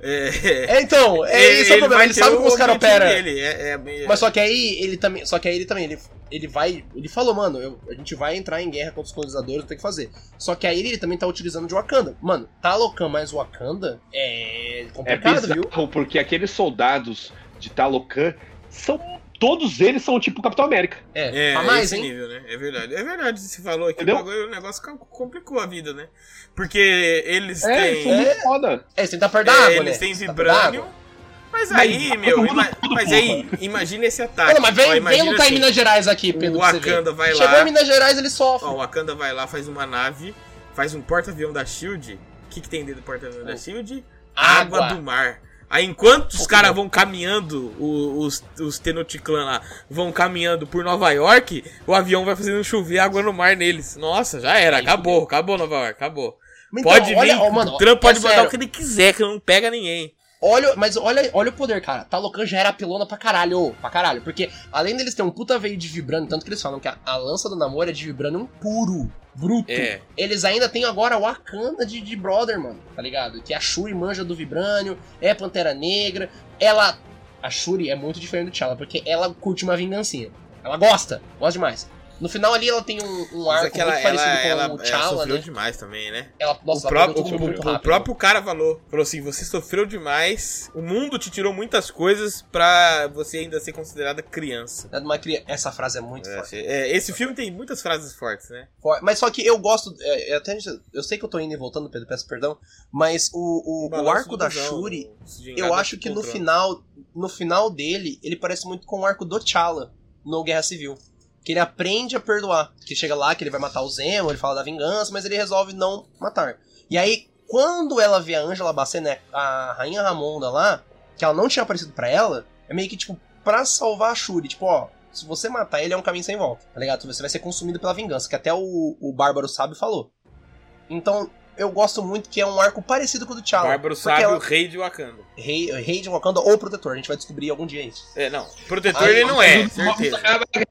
Speaker 1: é,
Speaker 2: É, então, é, esse é o problema.
Speaker 1: vai
Speaker 2: Ele
Speaker 3: um
Speaker 1: ter
Speaker 2: sabe como os caras
Speaker 1: objetivo
Speaker 2: operam.
Speaker 1: dele, é- é- é-
Speaker 2: Mas só que aí ele também. Só que aí ele também. Ele, ele vai. Ele falou, mano, eu- a gente vai entrar em guerra contra os colonizadores, não tem o que fazer. Só que aí ele também tá utilizando de Wakanda. Mano, Talocan mais Wakanda é
Speaker 3: É
Speaker 2: complicado, viu?
Speaker 3: bizarro, porque aqueles soldados de Talocan são. Todos eles são tipo Capitão América.
Speaker 2: É,
Speaker 1: É,
Speaker 2: pra
Speaker 1: mais,
Speaker 2: mais,
Speaker 1: esse
Speaker 2: hein?
Speaker 1: nível, né? É verdade. É verdade, você falou aqui, o,
Speaker 3: Entendeu?
Speaker 1: bagulho- o negócio ca- complicou a vida, né? Porque eles
Speaker 3: É, eles
Speaker 1: têm.
Speaker 3: são muito foda.
Speaker 2: É, você tá perto da
Speaker 1: é,
Speaker 2: água,
Speaker 1: eles
Speaker 2: né?
Speaker 1: têm
Speaker 2: Você tá perto
Speaker 1: vibrânio.
Speaker 2: da água.
Speaker 1: Mas
Speaker 3: Mas
Speaker 1: aí,
Speaker 3: todo
Speaker 1: meu,
Speaker 3: mundo
Speaker 1: ima-
Speaker 2: tá
Speaker 3: tudo,
Speaker 1: mas
Speaker 3: porra.
Speaker 1: aí, imagina esse ataque.
Speaker 2: Olha, mas
Speaker 1: Ó,
Speaker 2: vem, vem
Speaker 1: imagina
Speaker 2: lutar em
Speaker 1: assim,
Speaker 2: Minas Gerais aqui, Pedro.
Speaker 1: O
Speaker 2: pra você ver.
Speaker 1: Wakanda vai
Speaker 2: Chegou em
Speaker 1: lá,
Speaker 2: Minas Gerais, ele sofre.
Speaker 1: ó, o Wakanda vai lá, faz uma nave, faz um porta-avião da SHIELD. O que, que tem dentro do porta-avião da SHIELD? água do mar. Aí enquanto os caras vão caminhando, o- os, os Tenochtitlan lá vão caminhando por Nova York, o avião vai fazendo chover água no mar neles. Nossa, já era, acabou, acabou Nova York, acabou.
Speaker 2: Então,
Speaker 1: pode vir,
Speaker 2: olha- ó,
Speaker 1: o Trump pode
Speaker 2: é
Speaker 1: mandar
Speaker 2: sério.
Speaker 1: o que ele quiser, que não pega ninguém.
Speaker 2: Olha, mas olha, olha o poder, cara. Talocan já era apelona pra caralho, ô, pra caralho. Porque além deles ter um puta veio de vibrânio, tanto que eles falam que a, a lança do namoro é de vibrânio puro, bruto.
Speaker 1: É,
Speaker 2: Eles ainda têm agora o Akanda de, de brother, mano, tá ligado? Que a Shuri manja do vibrânio, é Pantera Negra. Ela. A Shuri é muito diferente do T'Challa, porque ela curte uma vingancinha. Ela gosta, gosta demais. No final ali ela tem um, um
Speaker 1: mas
Speaker 2: arco
Speaker 1: é que ela,
Speaker 2: muito
Speaker 1: ela,
Speaker 2: parecido com
Speaker 1: ela,
Speaker 2: o
Speaker 1: ela
Speaker 2: T'Challa,
Speaker 1: sofreu
Speaker 2: né?
Speaker 1: demais também, né?
Speaker 2: Ela, nossa,
Speaker 1: o,
Speaker 2: ela
Speaker 1: próprio,
Speaker 2: pegou
Speaker 1: o-
Speaker 2: tudo muito
Speaker 1: o
Speaker 2: rápido.
Speaker 1: próprio cara falou, falou assim, você sofreu demais, o mundo te tirou muitas coisas pra você ainda ser considerada criança.
Speaker 2: É de uma cria- Essa frase é muito
Speaker 1: É,
Speaker 2: forte.
Speaker 1: é, esse filme tem muitas frases fortes, né?
Speaker 2: For- Mas só que eu gosto. é, é, até- eu sei que eu tô indo e voltando, Pedro, peço perdão. Mas o, o- o
Speaker 1: balanço
Speaker 2: arco
Speaker 1: do
Speaker 2: da
Speaker 1: busão,
Speaker 2: Shuri,
Speaker 1: o Shinigami
Speaker 2: eu acho que no
Speaker 1: contra-
Speaker 2: final. No final dele, ele parece muito com o arco do T'Challa no Guerra Civil. Que ele aprende a perdoar. Que chega lá, que ele vai matar o Zemo, ele fala da vingança, mas ele resolve não matar. E aí, quando ela vê a Angela Bassett, né, a Rainha Ramonda lá, que ela não tinha aparecido pra ela, é meio que tipo, pra salvar a Shuri, tipo, ó, se você matar ele é um caminho sem volta, tá ligado? Você vai ser consumido pela vingança, que até o, o Bárbaro Sábio falou. Então, eu gosto muito que é um arco parecido com o do T'Challa.
Speaker 1: Bárbaro
Speaker 2: porque
Speaker 1: Sábio,
Speaker 2: ela-
Speaker 1: rei de Wakanda.
Speaker 2: Rei, rei de Wakanda ou protetor, a gente vai descobrir algum dia isso.
Speaker 1: É, não. Protetor
Speaker 2: Ai,
Speaker 1: ele não é, certeza.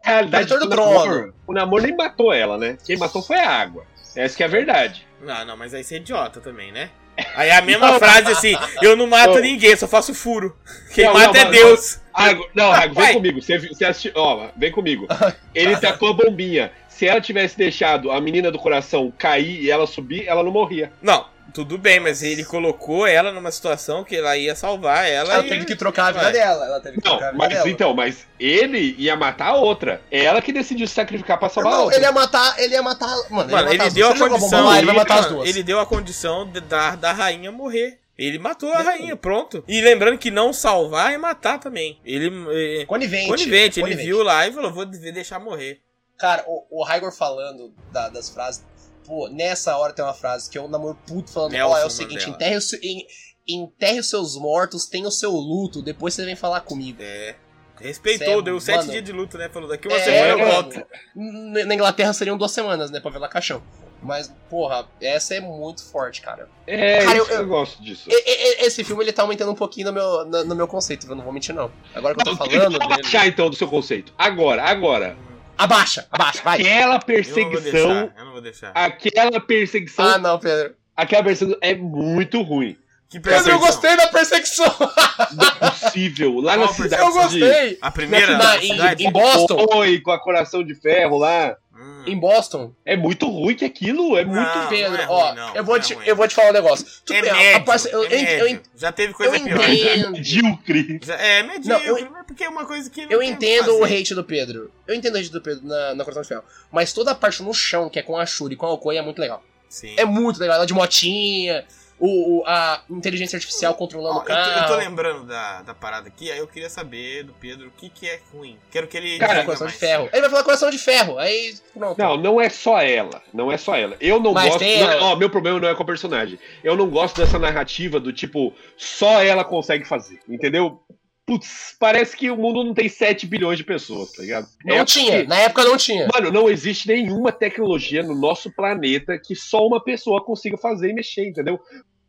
Speaker 3: A realidade
Speaker 2: Doutor do
Speaker 3: do
Speaker 2: Trono.
Speaker 3: namoro, o namoro nem matou ela, né? Quem matou foi a água. Essa que é a verdade.
Speaker 1: Não, não, mas aí você é idiota também, né? Aí a mesma frase assim, eu não mato
Speaker 3: Não.
Speaker 1: ninguém, só faço furo. Quem
Speaker 3: Não,
Speaker 1: mata
Speaker 3: não,
Speaker 1: é
Speaker 3: não,
Speaker 1: Deus.
Speaker 3: Água, não, água,
Speaker 1: Vai.
Speaker 3: vem comigo. Você, você assisti- ó, vem comigo. Ele tacou a bombinha. Se ela tivesse deixado a menina do coração cair e ela subir, ela não morria.
Speaker 1: Não. tudo bem, mas ele colocou ela numa situação que ela ia salvar ela.
Speaker 2: Ela
Speaker 1: e-
Speaker 2: teve que trocar a vida
Speaker 1: Vai.
Speaker 2: dela, ela teve que
Speaker 3: Não,
Speaker 2: trocar a vida
Speaker 3: mas
Speaker 2: dela.
Speaker 3: então, mas ele ia matar a outra. É ela que decidiu se sacrificar pra salvar a
Speaker 2: Irmão,
Speaker 3: outra.
Speaker 2: ele é- ia matar, ele ia matar, mano,
Speaker 1: Mano,
Speaker 2: ele ia matar
Speaker 1: ele
Speaker 2: as
Speaker 1: deu a
Speaker 2: duas. Se jogar bomba
Speaker 1: condição.
Speaker 2: lá, ele vai matar as
Speaker 1: mano,
Speaker 2: duas.
Speaker 1: ele deu a condição de- da, da rainha morrer. Ele matou a rainha, pronto. E lembrando que não salvar é matar também. Ele. eh,
Speaker 2: Conivente.
Speaker 1: Conivente, ele
Speaker 2: conivente.
Speaker 1: viu lá e falou: vou de- deixar morrer.
Speaker 2: Cara, o, o Raigor falando da- das frases. Pô, nessa hora tem uma frase que é o namoro puto falando: Ó,
Speaker 1: Nelson
Speaker 2: é o seguinte,
Speaker 1: Mandela.
Speaker 2: enterre, o seu- en- enterre os seus mortos, tenha o seu luto, depois você vem falar comigo.
Speaker 1: É. Respeitou,
Speaker 2: Cê é-
Speaker 1: deu sete
Speaker 2: mano.
Speaker 1: dias de luto, né? Falou, daqui uma
Speaker 2: É,
Speaker 1: semana eu
Speaker 2: mano.
Speaker 1: volto.
Speaker 2: N- Na Inglaterra seriam duas semanas, né, pra velar caixão. Mas, porra, essa é muito forte, cara.
Speaker 3: É,
Speaker 2: Cara,
Speaker 3: isso
Speaker 2: eu-
Speaker 3: eu, gosto disso.
Speaker 2: E- e- e- esse filme, ele tá aumentando um pouquinho no meu, no, no meu conceito, eu não vou mentir, não. Agora que eu tô
Speaker 3: Não,
Speaker 2: falando
Speaker 3: vamos
Speaker 2: dele...
Speaker 3: baixar então do seu conceito. Agora, agora.
Speaker 2: Abaixa, abaixa, vai!
Speaker 3: Aquela
Speaker 1: Eu não vou deixar,
Speaker 3: perseguição, Ah,
Speaker 1: eu não vou deixar.
Speaker 3: aquela perseguição,
Speaker 2: Ah, não, Pedro.
Speaker 3: aquela perseguição é muito ruim.
Speaker 1: Que
Speaker 2: Pedro,
Speaker 1: perseguição.
Speaker 2: eu gostei da perseguição!
Speaker 3: Não é possível. Lá na
Speaker 1: Qual
Speaker 3: cidade
Speaker 2: Eu gostei!
Speaker 1: A primeira
Speaker 2: Na-
Speaker 1: na
Speaker 2: em-
Speaker 1: cidade?
Speaker 2: em Boston.
Speaker 3: Oi, com a coração de ferro lá.
Speaker 1: Hum.
Speaker 2: Em Boston,
Speaker 3: É muito ruim que aquilo, é muito
Speaker 1: Não,
Speaker 2: Pedro,
Speaker 1: não é
Speaker 2: ó,
Speaker 1: ruim, não,
Speaker 2: eu, vou
Speaker 1: não é
Speaker 2: te,
Speaker 1: ruim.
Speaker 2: eu vou te falar um negócio. Tudo
Speaker 1: É
Speaker 2: bem, a- a
Speaker 1: médio,
Speaker 2: parce- eu,
Speaker 1: é
Speaker 2: en- eu, en-
Speaker 1: médio. Já teve
Speaker 2: eu
Speaker 1: coisa pior. já.
Speaker 2: entendo.
Speaker 3: medíocre.
Speaker 1: Já- é medíocre,
Speaker 2: Não, eu-
Speaker 1: mas porque é uma coisa que não
Speaker 2: Eu
Speaker 1: um tem o que
Speaker 2: entendo o
Speaker 1: fazer.
Speaker 2: hate do Pedro. Eu entendo o hate do Pedro na, na Coração de Ferro. Mas toda a parte no chão, que é com a Shuri e com a Okoye, é muito legal.
Speaker 1: Sim.
Speaker 2: É muito legal. Ela de motinha, o, o- a inteligência artificial controlando
Speaker 1: Ó,
Speaker 2: o
Speaker 1: eu, tô, eu tô
Speaker 2: carro.
Speaker 1: lembrando da, da parada aqui, aí eu queria saber do Pedro o que, que é ruim. Quero que ele.
Speaker 3: Cara,
Speaker 1: diga
Speaker 2: Coração de
Speaker 1: mais.
Speaker 2: Ferro. Ele vai falar Coração de Ferro. Aí, pronto.
Speaker 3: Não, não é só ela. Não é só ela. Eu não
Speaker 2: Mas
Speaker 3: gosto.
Speaker 2: tem
Speaker 3: não-
Speaker 2: ela.
Speaker 3: ó, meu problema não é com a personagem. Eu não gosto dessa narrativa do tipo, só ela consegue fazer. Entendeu? Putz, parece que o mundo não tem 7 bilhões de pessoas, tá ligado?
Speaker 2: não
Speaker 3: É
Speaker 2: tinha.
Speaker 3: porque-
Speaker 2: Na época não tinha.
Speaker 3: Mano, não existe nenhuma tecnologia no nosso planeta que só uma pessoa consiga fazer e mexer, entendeu?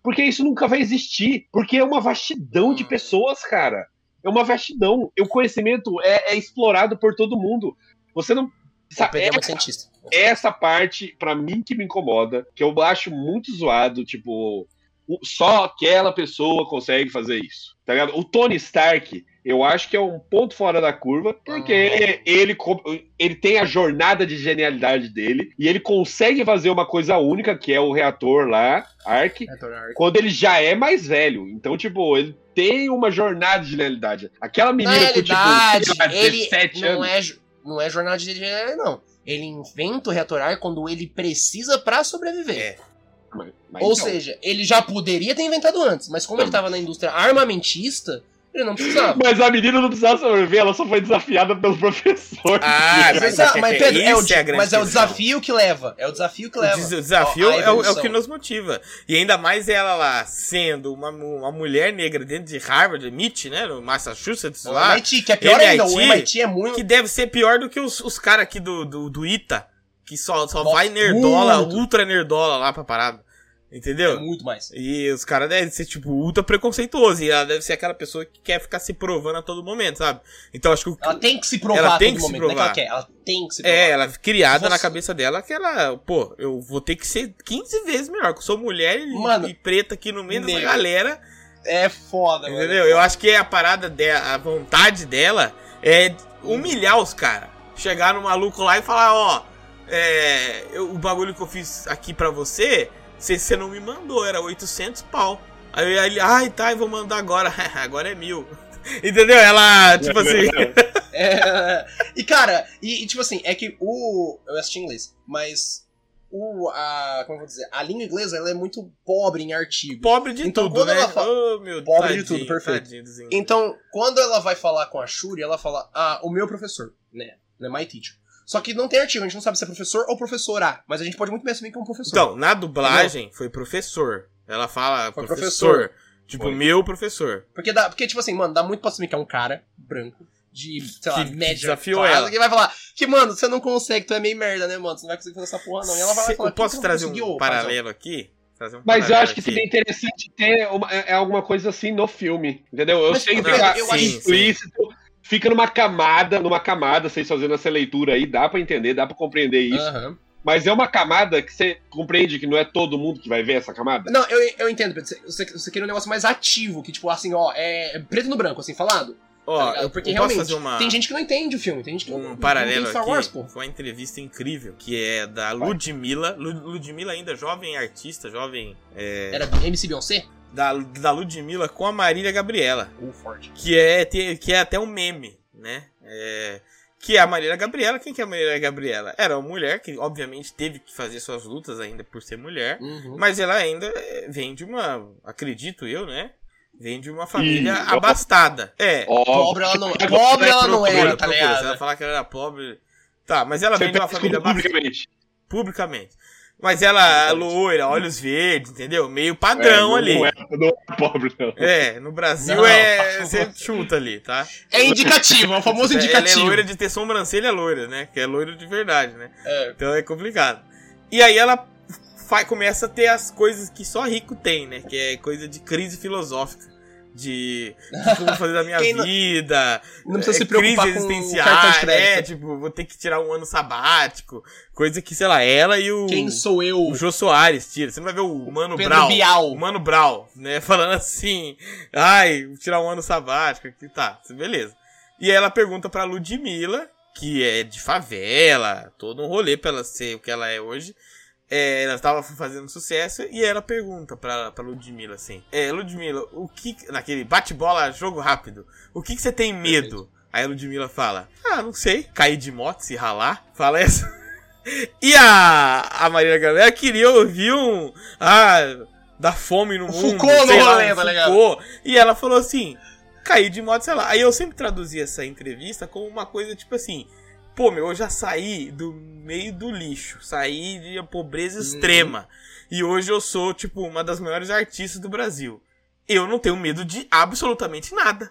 Speaker 3: Porque isso nunca vai existir. Porque é uma vastidão de
Speaker 1: Hum.
Speaker 3: pessoas, cara. É uma vastidão. E o conhecimento é, é explorado por todo mundo. Você não.
Speaker 2: O
Speaker 3: Sabe,
Speaker 2: Pedro é
Speaker 3: é
Speaker 2: muito cientista.
Speaker 3: essa parte, pra mim, que me incomoda, que eu acho muito zoado, tipo, o- só aquela pessoa consegue fazer isso, tá ligado? O Tony Stark Eu acho que é um ponto fora da curva, porque
Speaker 2: Ah.
Speaker 3: ele, ele, co- ele tem a jornada de genialidade dele e ele consegue fazer uma coisa única, que é o reator lá, Ark,
Speaker 2: É, Tony Ark.
Speaker 3: quando ele já é mais velho. Então, tipo, ele tem uma jornada de genialidade. Aquela
Speaker 2: Na
Speaker 3: menina com, tipo,
Speaker 2: realidade,
Speaker 3: sei lá,
Speaker 2: é ele
Speaker 3: 17
Speaker 2: não
Speaker 3: anos.
Speaker 2: é, jo- não é jornada de GGL, não. Ele inventa o reator Ark quando ele precisa pra sobreviver.
Speaker 1: É.
Speaker 3: Mas- mas
Speaker 2: Ou
Speaker 3: então.
Speaker 2: seja, ele já poderia ter inventado antes, mas como ele tava na indústria armamentista, ele não precisava.
Speaker 3: Mas a menina não precisava sobreviver, ela só foi desafiada pelo professor.
Speaker 1: Ah,
Speaker 2: Mas, ah, mas, Pedro, é o,
Speaker 1: essa a grande
Speaker 2: mas é o
Speaker 1: questão.
Speaker 2: desafio que leva. É o desafio que leva.
Speaker 1: O des- o desafio
Speaker 2: Ó, a
Speaker 1: é, o, é o
Speaker 2: evolução.
Speaker 1: que nos motiva. E ainda mais ela lá, sendo uma, mu- uma mulher negra dentro de Harvard, MIT, né? No Massachusetts
Speaker 2: O
Speaker 1: lá.
Speaker 2: MIT, que é pior ainda, o
Speaker 1: MIT,
Speaker 2: MIT é muito.
Speaker 1: Que deve ser pior do que os, os caras aqui do, do, do ITA. Que só, só
Speaker 2: Nossa,
Speaker 1: vai nerdola,
Speaker 2: muito.
Speaker 1: ultra nerdola lá pra parada.
Speaker 2: é
Speaker 1: Entendeu?
Speaker 2: muito mais.
Speaker 1: E os caras devem ser, tipo, ultra preconceituoso. E ela deve ser aquela pessoa que quer ficar se provando a todo momento, sabe? Então acho que o,
Speaker 2: Ela tem que se provar
Speaker 1: Ela
Speaker 2: a
Speaker 1: tem
Speaker 2: todo
Speaker 1: que se
Speaker 2: momento, não é que
Speaker 1: provar.
Speaker 2: ela quer, ela tem que se provar.
Speaker 1: É, ela criada
Speaker 2: Você-
Speaker 1: na cabeça dela que ela, pô, eu vou ter que ser 15 vezes melhor, que eu sou mulher e,
Speaker 2: Mano, né,
Speaker 1: e preta aqui no meio dessa
Speaker 2: meu.
Speaker 1: galera,
Speaker 2: É foda, mano.
Speaker 1: entendeu? Eu acho que é a parada dela, a vontade dela é humilhar os caras. Chegar no maluco lá e falar, ó, é, eu- o bagulho que eu fiz aqui pra você, você você não me mandou, era 800 pau. Aí ele, ai tá, eu vou mandar agora, agora é mil. Entendeu? Ela, tipo assim,
Speaker 2: É, e cara, e, e, tipo assim, é que o. Eu assisti em inglês, mas o. A, como eu vou dizer? A língua inglesa ela é muito pobre em artigos.
Speaker 1: pobre de
Speaker 2: Então,
Speaker 1: tudo,
Speaker 2: quando
Speaker 1: né?
Speaker 2: ela fa-
Speaker 1: Oh, meu
Speaker 2: Pobre de
Speaker 1: tadinho,
Speaker 2: tudo, perfeito.
Speaker 1: tadinho dos ingleses.
Speaker 2: Então, quando ela vai falar com a Shuri, ela fala, ah, o meu professor, né? Né, My teacher. Só que não tem artigo, a gente não sabe se é professor ou professora, mas a gente pode muito bem assumir que é um professor.
Speaker 1: Então, na dublagem foi professor. Ela fala
Speaker 2: Foi
Speaker 1: professor.
Speaker 2: professor.
Speaker 1: Tipo,
Speaker 3: Foi.
Speaker 1: meu professor.
Speaker 2: Porque, dá, porque, tipo assim, mano, dá muito pra assumir que é um cara branco, de, sei lá,
Speaker 1: Que
Speaker 2: média.
Speaker 1: desafiou
Speaker 2: classe,
Speaker 1: ela.
Speaker 2: Que vai falar, que, mano, você não consegue, tu é meio merda, né, mano? Você não vai conseguir fazer essa porra, não. E ela vai lá
Speaker 1: Se-
Speaker 2: e fala,
Speaker 1: eu posso
Speaker 2: "Como que é
Speaker 1: trazer
Speaker 2: você
Speaker 1: um
Speaker 2: conseguiu,
Speaker 1: paralelo aqui? Trazer um
Speaker 3: Mas eu
Speaker 1: paralelo
Speaker 3: acho que
Speaker 1: aqui.
Speaker 3: seria interessante ter uma- é, é alguma coisa assim no filme, entendeu? Eu
Speaker 2: Mas,
Speaker 3: sei que
Speaker 1: não,
Speaker 3: fica
Speaker 2: eu acho-
Speaker 3: explícito, fica numa camada, numa camada, vocês fazendo essa leitura aí, dá pra entender, dá pra compreender
Speaker 2: rapazão?"
Speaker 3: isso.
Speaker 2: Aham.
Speaker 3: Mas é uma camada que você compreende que não é todo mundo que vai ver essa camada?
Speaker 2: Não, eu, eu entendo, Pedro. Você- Você, você queria um negócio mais ativo, que tipo, assim, ó, é preto no branco, assim, falado. tá
Speaker 1: Ó,
Speaker 2: ligado?
Speaker 1: eu,
Speaker 2: Porque
Speaker 1: eu posso
Speaker 2: realmente,
Speaker 1: fazer uma,
Speaker 2: tem gente que não entende o filme, tem gente que não,
Speaker 1: um
Speaker 2: não
Speaker 1: paralelo
Speaker 2: entende Star
Speaker 1: aqui.
Speaker 2: Wars, pô.
Speaker 1: Foi uma entrevista incrível, que é da Ludmilla. Lu- Ludmilla ainda jovem artista, jovem... é,
Speaker 2: Era MC Beyoncé?
Speaker 1: da, da Ludmilla com a Marília Gabriela.
Speaker 2: Ou forte.
Speaker 1: que é, te- que é até um meme, né? É, que é a Marília Gabriela. Quem que é a Marília Gabriela? Era uma mulher que, obviamente, teve que fazer suas lutas ainda por ser mulher,
Speaker 2: Uhum.
Speaker 1: mas ela ainda é, vem de uma, acredito eu, né? Vem de uma família
Speaker 3: ó.
Speaker 1: abastada. É.
Speaker 3: Ó,
Speaker 2: Pobre ela não, pobre ela não
Speaker 1: procura,
Speaker 2: era, tá
Speaker 1: procura. Se ela
Speaker 2: ligado?
Speaker 1: falar que ela era pobre. Tá, mas ela
Speaker 3: você
Speaker 1: vem de
Speaker 2: né?
Speaker 3: pega
Speaker 1: uma família
Speaker 3: família
Speaker 1: abastada
Speaker 3: publicamente.
Speaker 1: publicamente. Mas ela é loira, olhos verdes, entendeu? Meio padrão Então,
Speaker 3: É,
Speaker 1: ali.
Speaker 3: Não é, não é pobre, não.
Speaker 1: É, no Brasil
Speaker 2: Não,
Speaker 1: é.
Speaker 2: por
Speaker 1: Você chuta ali, tá?
Speaker 2: É indicativo, é o famoso
Speaker 1: É, Ela é
Speaker 2: indicativo.
Speaker 1: loira de ter sobrancelha loira, né? Que é loira de verdade, né?
Speaker 2: É.
Speaker 1: Então é complicado. E aí ela fa- começa a ter as coisas que só rico tem, né? Que é coisa de crise filosófica. De o que eu vou fazer da minha
Speaker 2: Quem não-
Speaker 1: vida,
Speaker 2: Não
Speaker 1: é,
Speaker 2: precisa se preocupar
Speaker 1: crise
Speaker 2: com
Speaker 1: existencial,
Speaker 2: cartão de
Speaker 1: né?
Speaker 2: crédito.
Speaker 1: Tipo, vou ter que tirar um ano sabático. Coisa que, sei lá, ela e o,
Speaker 2: Quem sou eu?
Speaker 1: Hum. o Jô Soares tira. Você não vai ver o Mano
Speaker 2: Pedro
Speaker 1: Brown.
Speaker 2: Bial.
Speaker 1: O Mano Brown, né? Falando assim, ai, vou tirar um ano sabático aqui, tá, beleza. E aí ela pergunta pra Ludmilla, que é de favela, todo um rolê pra ela ser o que ela é hoje. É, ela tava fazendo sucesso e ela pergunta pra, pra Ludmilla assim: É, Ludmilla, o que. Naquele bate-bola, jogo rápido, o que, que você tem medo? Aí a Ludmilla fala: Ah, não sei, cair de moto, se ralar. Fala essa. E a, a Maria Gabriela queria ouvir um. Ah, da fome no
Speaker 2: O
Speaker 1: mundo.
Speaker 2: Foucault
Speaker 1: sei
Speaker 2: no
Speaker 1: lá,
Speaker 2: rolê,
Speaker 1: um
Speaker 2: tá ligado?
Speaker 1: Foucault. E ela falou assim, caí de moto, sei lá. Aí eu sempre traduzi essa entrevista como uma coisa tipo assim, pô, meu, eu já saí do meio do lixo, saí de
Speaker 2: Uhum.
Speaker 1: pobreza extrema. E hoje eu sou, tipo, uma das maiores artistas do Brasil. Eu não tenho medo de absolutamente nada.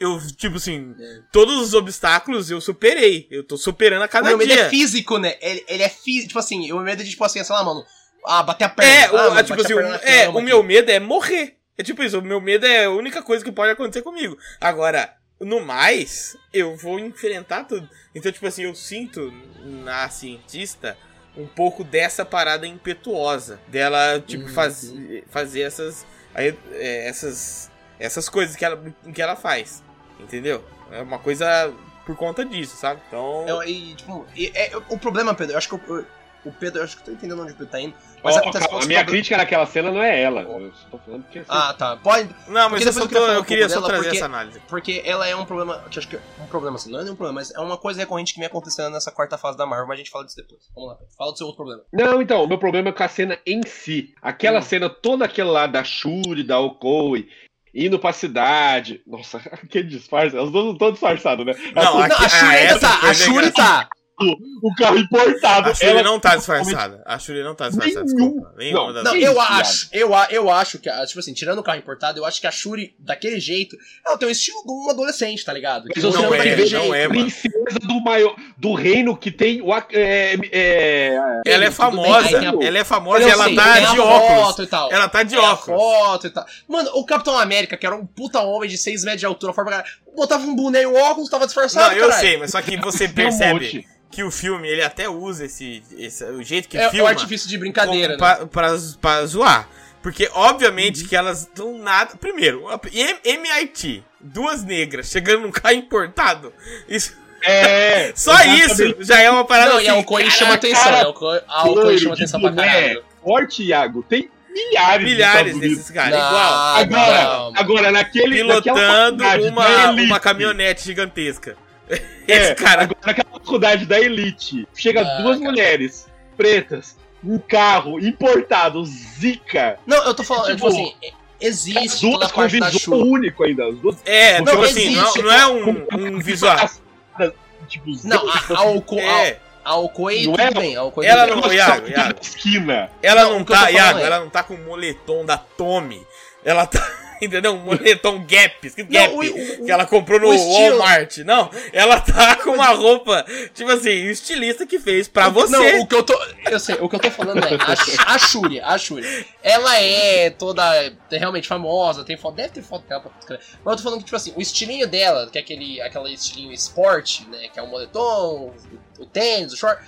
Speaker 1: Eu, tipo assim,
Speaker 2: É.
Speaker 1: todos os obstáculos eu superei. Eu tô superando a
Speaker 2: O
Speaker 1: cada
Speaker 2: meu medo
Speaker 1: dia.
Speaker 2: é físico, né? Ele, ele é físico. Tipo assim, o meu medo é de, tipo assim, sei lá, mano. Ah, bater a perna.
Speaker 1: É,
Speaker 2: ah,
Speaker 1: o,
Speaker 2: mano,
Speaker 1: ah, tipo
Speaker 2: bati
Speaker 1: assim,
Speaker 2: a perna
Speaker 1: o-
Speaker 2: na
Speaker 1: é,
Speaker 2: cama
Speaker 1: o
Speaker 2: aqui.
Speaker 1: meu medo é morrer. É tipo isso, o meu medo é a única coisa que pode acontecer comigo. Agora, no mais, eu vou enfrentar tudo. Então, tipo assim, eu sinto na cientista um pouco dessa parada impetuosa. Dela, tipo,
Speaker 2: Uhum.
Speaker 1: faz- fazer essas. aí, é, essas. Essas coisas que ela, que ela faz. Entendeu? É uma coisa por conta disso, sabe? Então.
Speaker 2: É, e, tipo, e, é, o problema, Pedro, eu acho que eu- eu- o Pedro, eu acho que eu tô entendendo onde o Pedro tá indo. Mas
Speaker 3: Ó,
Speaker 2: acontece com
Speaker 3: calma, a
Speaker 2: outros
Speaker 3: minha
Speaker 2: problemas-
Speaker 3: crítica naquela cena não é ela. Eu só tô falando porque. assim,
Speaker 2: Ah, tá. Pode,
Speaker 1: Não, mas
Speaker 2: Porque
Speaker 1: eu, só
Speaker 2: depois eu queria
Speaker 1: tô-
Speaker 2: falar
Speaker 1: eu
Speaker 2: um
Speaker 1: queria
Speaker 2: pouco
Speaker 1: só
Speaker 2: dela,
Speaker 1: trazer
Speaker 2: porque-
Speaker 1: essa análise.
Speaker 2: porque ela é um problema. Que eu acho que é um problema, assim, não é nenhum problema, mas é uma coisa recorrente que vem acontecendo nessa quarta fase da Marvel, mas a gente fala disso depois. Vamos lá, Pedro. Fala do seu outro problema.
Speaker 3: Não, então, o meu problema é com a cena em si. Aquela
Speaker 2: Hum.
Speaker 3: cena toda aquela lá da Shuri, da Okoi, indo pra cidade. Nossa, aquele disfarce. Elas duas não estão disfarçadas, né?
Speaker 1: Não,
Speaker 3: Elas
Speaker 1: a- Aqui- ah, essa foi
Speaker 2: tá!
Speaker 3: estão com o carro importado.
Speaker 1: A Shuri
Speaker 3: Ela-
Speaker 1: não tá disfarçada. A Shuri não tá disfarçada,
Speaker 3: Nenhum.
Speaker 1: desculpa. Nenhuma
Speaker 3: Não,
Speaker 1: das
Speaker 2: Não,
Speaker 1: duas.
Speaker 2: eu
Speaker 3: Ih,
Speaker 2: acho, eu, a- eu acho que, a- tipo assim, tirando o carro importado, eu acho que a Shuri, daquele jeito, ela tem o estilo de um adolescente, tá ligado? Que
Speaker 3: Mas você
Speaker 1: Não
Speaker 3: não
Speaker 2: anda
Speaker 1: é,
Speaker 2: daquele
Speaker 1: não
Speaker 2: jeito.
Speaker 1: é, mano.
Speaker 3: princesa do maior do reino que tem o ac- é, é,
Speaker 1: Ela é
Speaker 2: Tudo bem,
Speaker 1: famosa.
Speaker 2: aí tem a-
Speaker 1: Ela é famosa
Speaker 2: Eu
Speaker 1: e ela
Speaker 2: sei,
Speaker 1: tá
Speaker 2: assim, tem a
Speaker 1: de óculos.
Speaker 2: foto e tal.
Speaker 1: Ela tá de
Speaker 2: Tem a
Speaker 1: óculos.
Speaker 2: foto e tal. Mano, o Capitão América, que era um puta homem de 6 metros de altura, forma pra caralho, botava um boné e um óculos, tava disfarçado,
Speaker 1: Não, eu
Speaker 2: caralho.
Speaker 1: sei, mas só que você
Speaker 3: tem um
Speaker 1: percebe
Speaker 3: monte.
Speaker 1: que o filme, ele até usa esse, esse- o jeito que
Speaker 2: é, é o
Speaker 1: filma
Speaker 2: artifício de brincadeira, né? Uhum.
Speaker 1: pra, pra, pra zoar. Porque, obviamente, que elas não nada. Primeiro, a- M- MIT, duas negras chegando num carro importado. Isso,
Speaker 3: É,
Speaker 1: só isso já é uma parada
Speaker 2: Não, e
Speaker 1: assim.
Speaker 2: a Alcoin chama atenção,
Speaker 3: cara,
Speaker 2: né? A Alcoin- A Alcoin
Speaker 3: loiro
Speaker 2: chama
Speaker 3: de
Speaker 2: atenção pra
Speaker 3: boné,
Speaker 2: caralho.
Speaker 3: Forte, Iago. Tem
Speaker 2: um
Speaker 3: milhares, nos
Speaker 1: milhares
Speaker 3: Estados Unidos.
Speaker 1: desses caras.
Speaker 2: Não,
Speaker 1: é Igual.
Speaker 3: Agora,
Speaker 2: não, mano.
Speaker 3: agora naquele
Speaker 1: pilotando
Speaker 3: naquela faculdade da
Speaker 1: uma,
Speaker 3: elite.
Speaker 1: uma caminhonete gigantesca.
Speaker 3: É,
Speaker 1: Esse cara.
Speaker 3: agora naquela faculdade da elite, chega
Speaker 2: Ah,
Speaker 3: duas
Speaker 2: cara.
Speaker 3: mulheres pretas, um carro importado, zica,
Speaker 2: Não, eu tô falando, é, tipo,
Speaker 3: Tipo,
Speaker 2: assim, existe toda a
Speaker 3: duas com
Speaker 2: parte da
Speaker 3: visual
Speaker 2: Shuri.
Speaker 3: único ainda, as duas
Speaker 1: É,
Speaker 3: Porque
Speaker 1: tipo
Speaker 2: não
Speaker 1: assim, não,
Speaker 2: existe,
Speaker 1: não é
Speaker 3: com
Speaker 1: um, um visual.
Speaker 3: capacidade, tipo,
Speaker 2: Não, a, a Alcoin...
Speaker 1: É,
Speaker 2: A Alcoin,
Speaker 3: Não
Speaker 2: tudo
Speaker 3: é?
Speaker 2: bem, a Alcoin...
Speaker 1: Ela
Speaker 2: tudo
Speaker 1: não-
Speaker 2: bem.
Speaker 3: duas
Speaker 1: Iago,
Speaker 3: saídas
Speaker 1: Iago.
Speaker 3: na esquina.
Speaker 1: ela não,
Speaker 2: Não, o que eu tô
Speaker 1: tá,
Speaker 2: falando
Speaker 1: Iago,
Speaker 2: é-
Speaker 1: ela não tá com o moletom da Tommy. Ela tá, entendeu? Um moletom Gap, escrito
Speaker 2: Não,
Speaker 1: Gap.
Speaker 2: o- o-
Speaker 1: que
Speaker 3: é
Speaker 1: ela comprou no
Speaker 2: o estilo-
Speaker 1: Walmart. Não, ela tá com uma roupa, tipo assim, o estilista que fez pra
Speaker 2: O que-
Speaker 1: você.
Speaker 2: Não, o que eu tô. Eu sei, o que eu tô falando é. A, Sh- a Shuri, a Shuri. Ela é toda. é realmente famosa, tem foto. Deve ter foto dela pra tudo que é. Mas eu tô falando que, tipo assim, o estilinho dela, que é aquele, aquele estilinho esporte, né? Que é o moletom, o, o tênis, o short.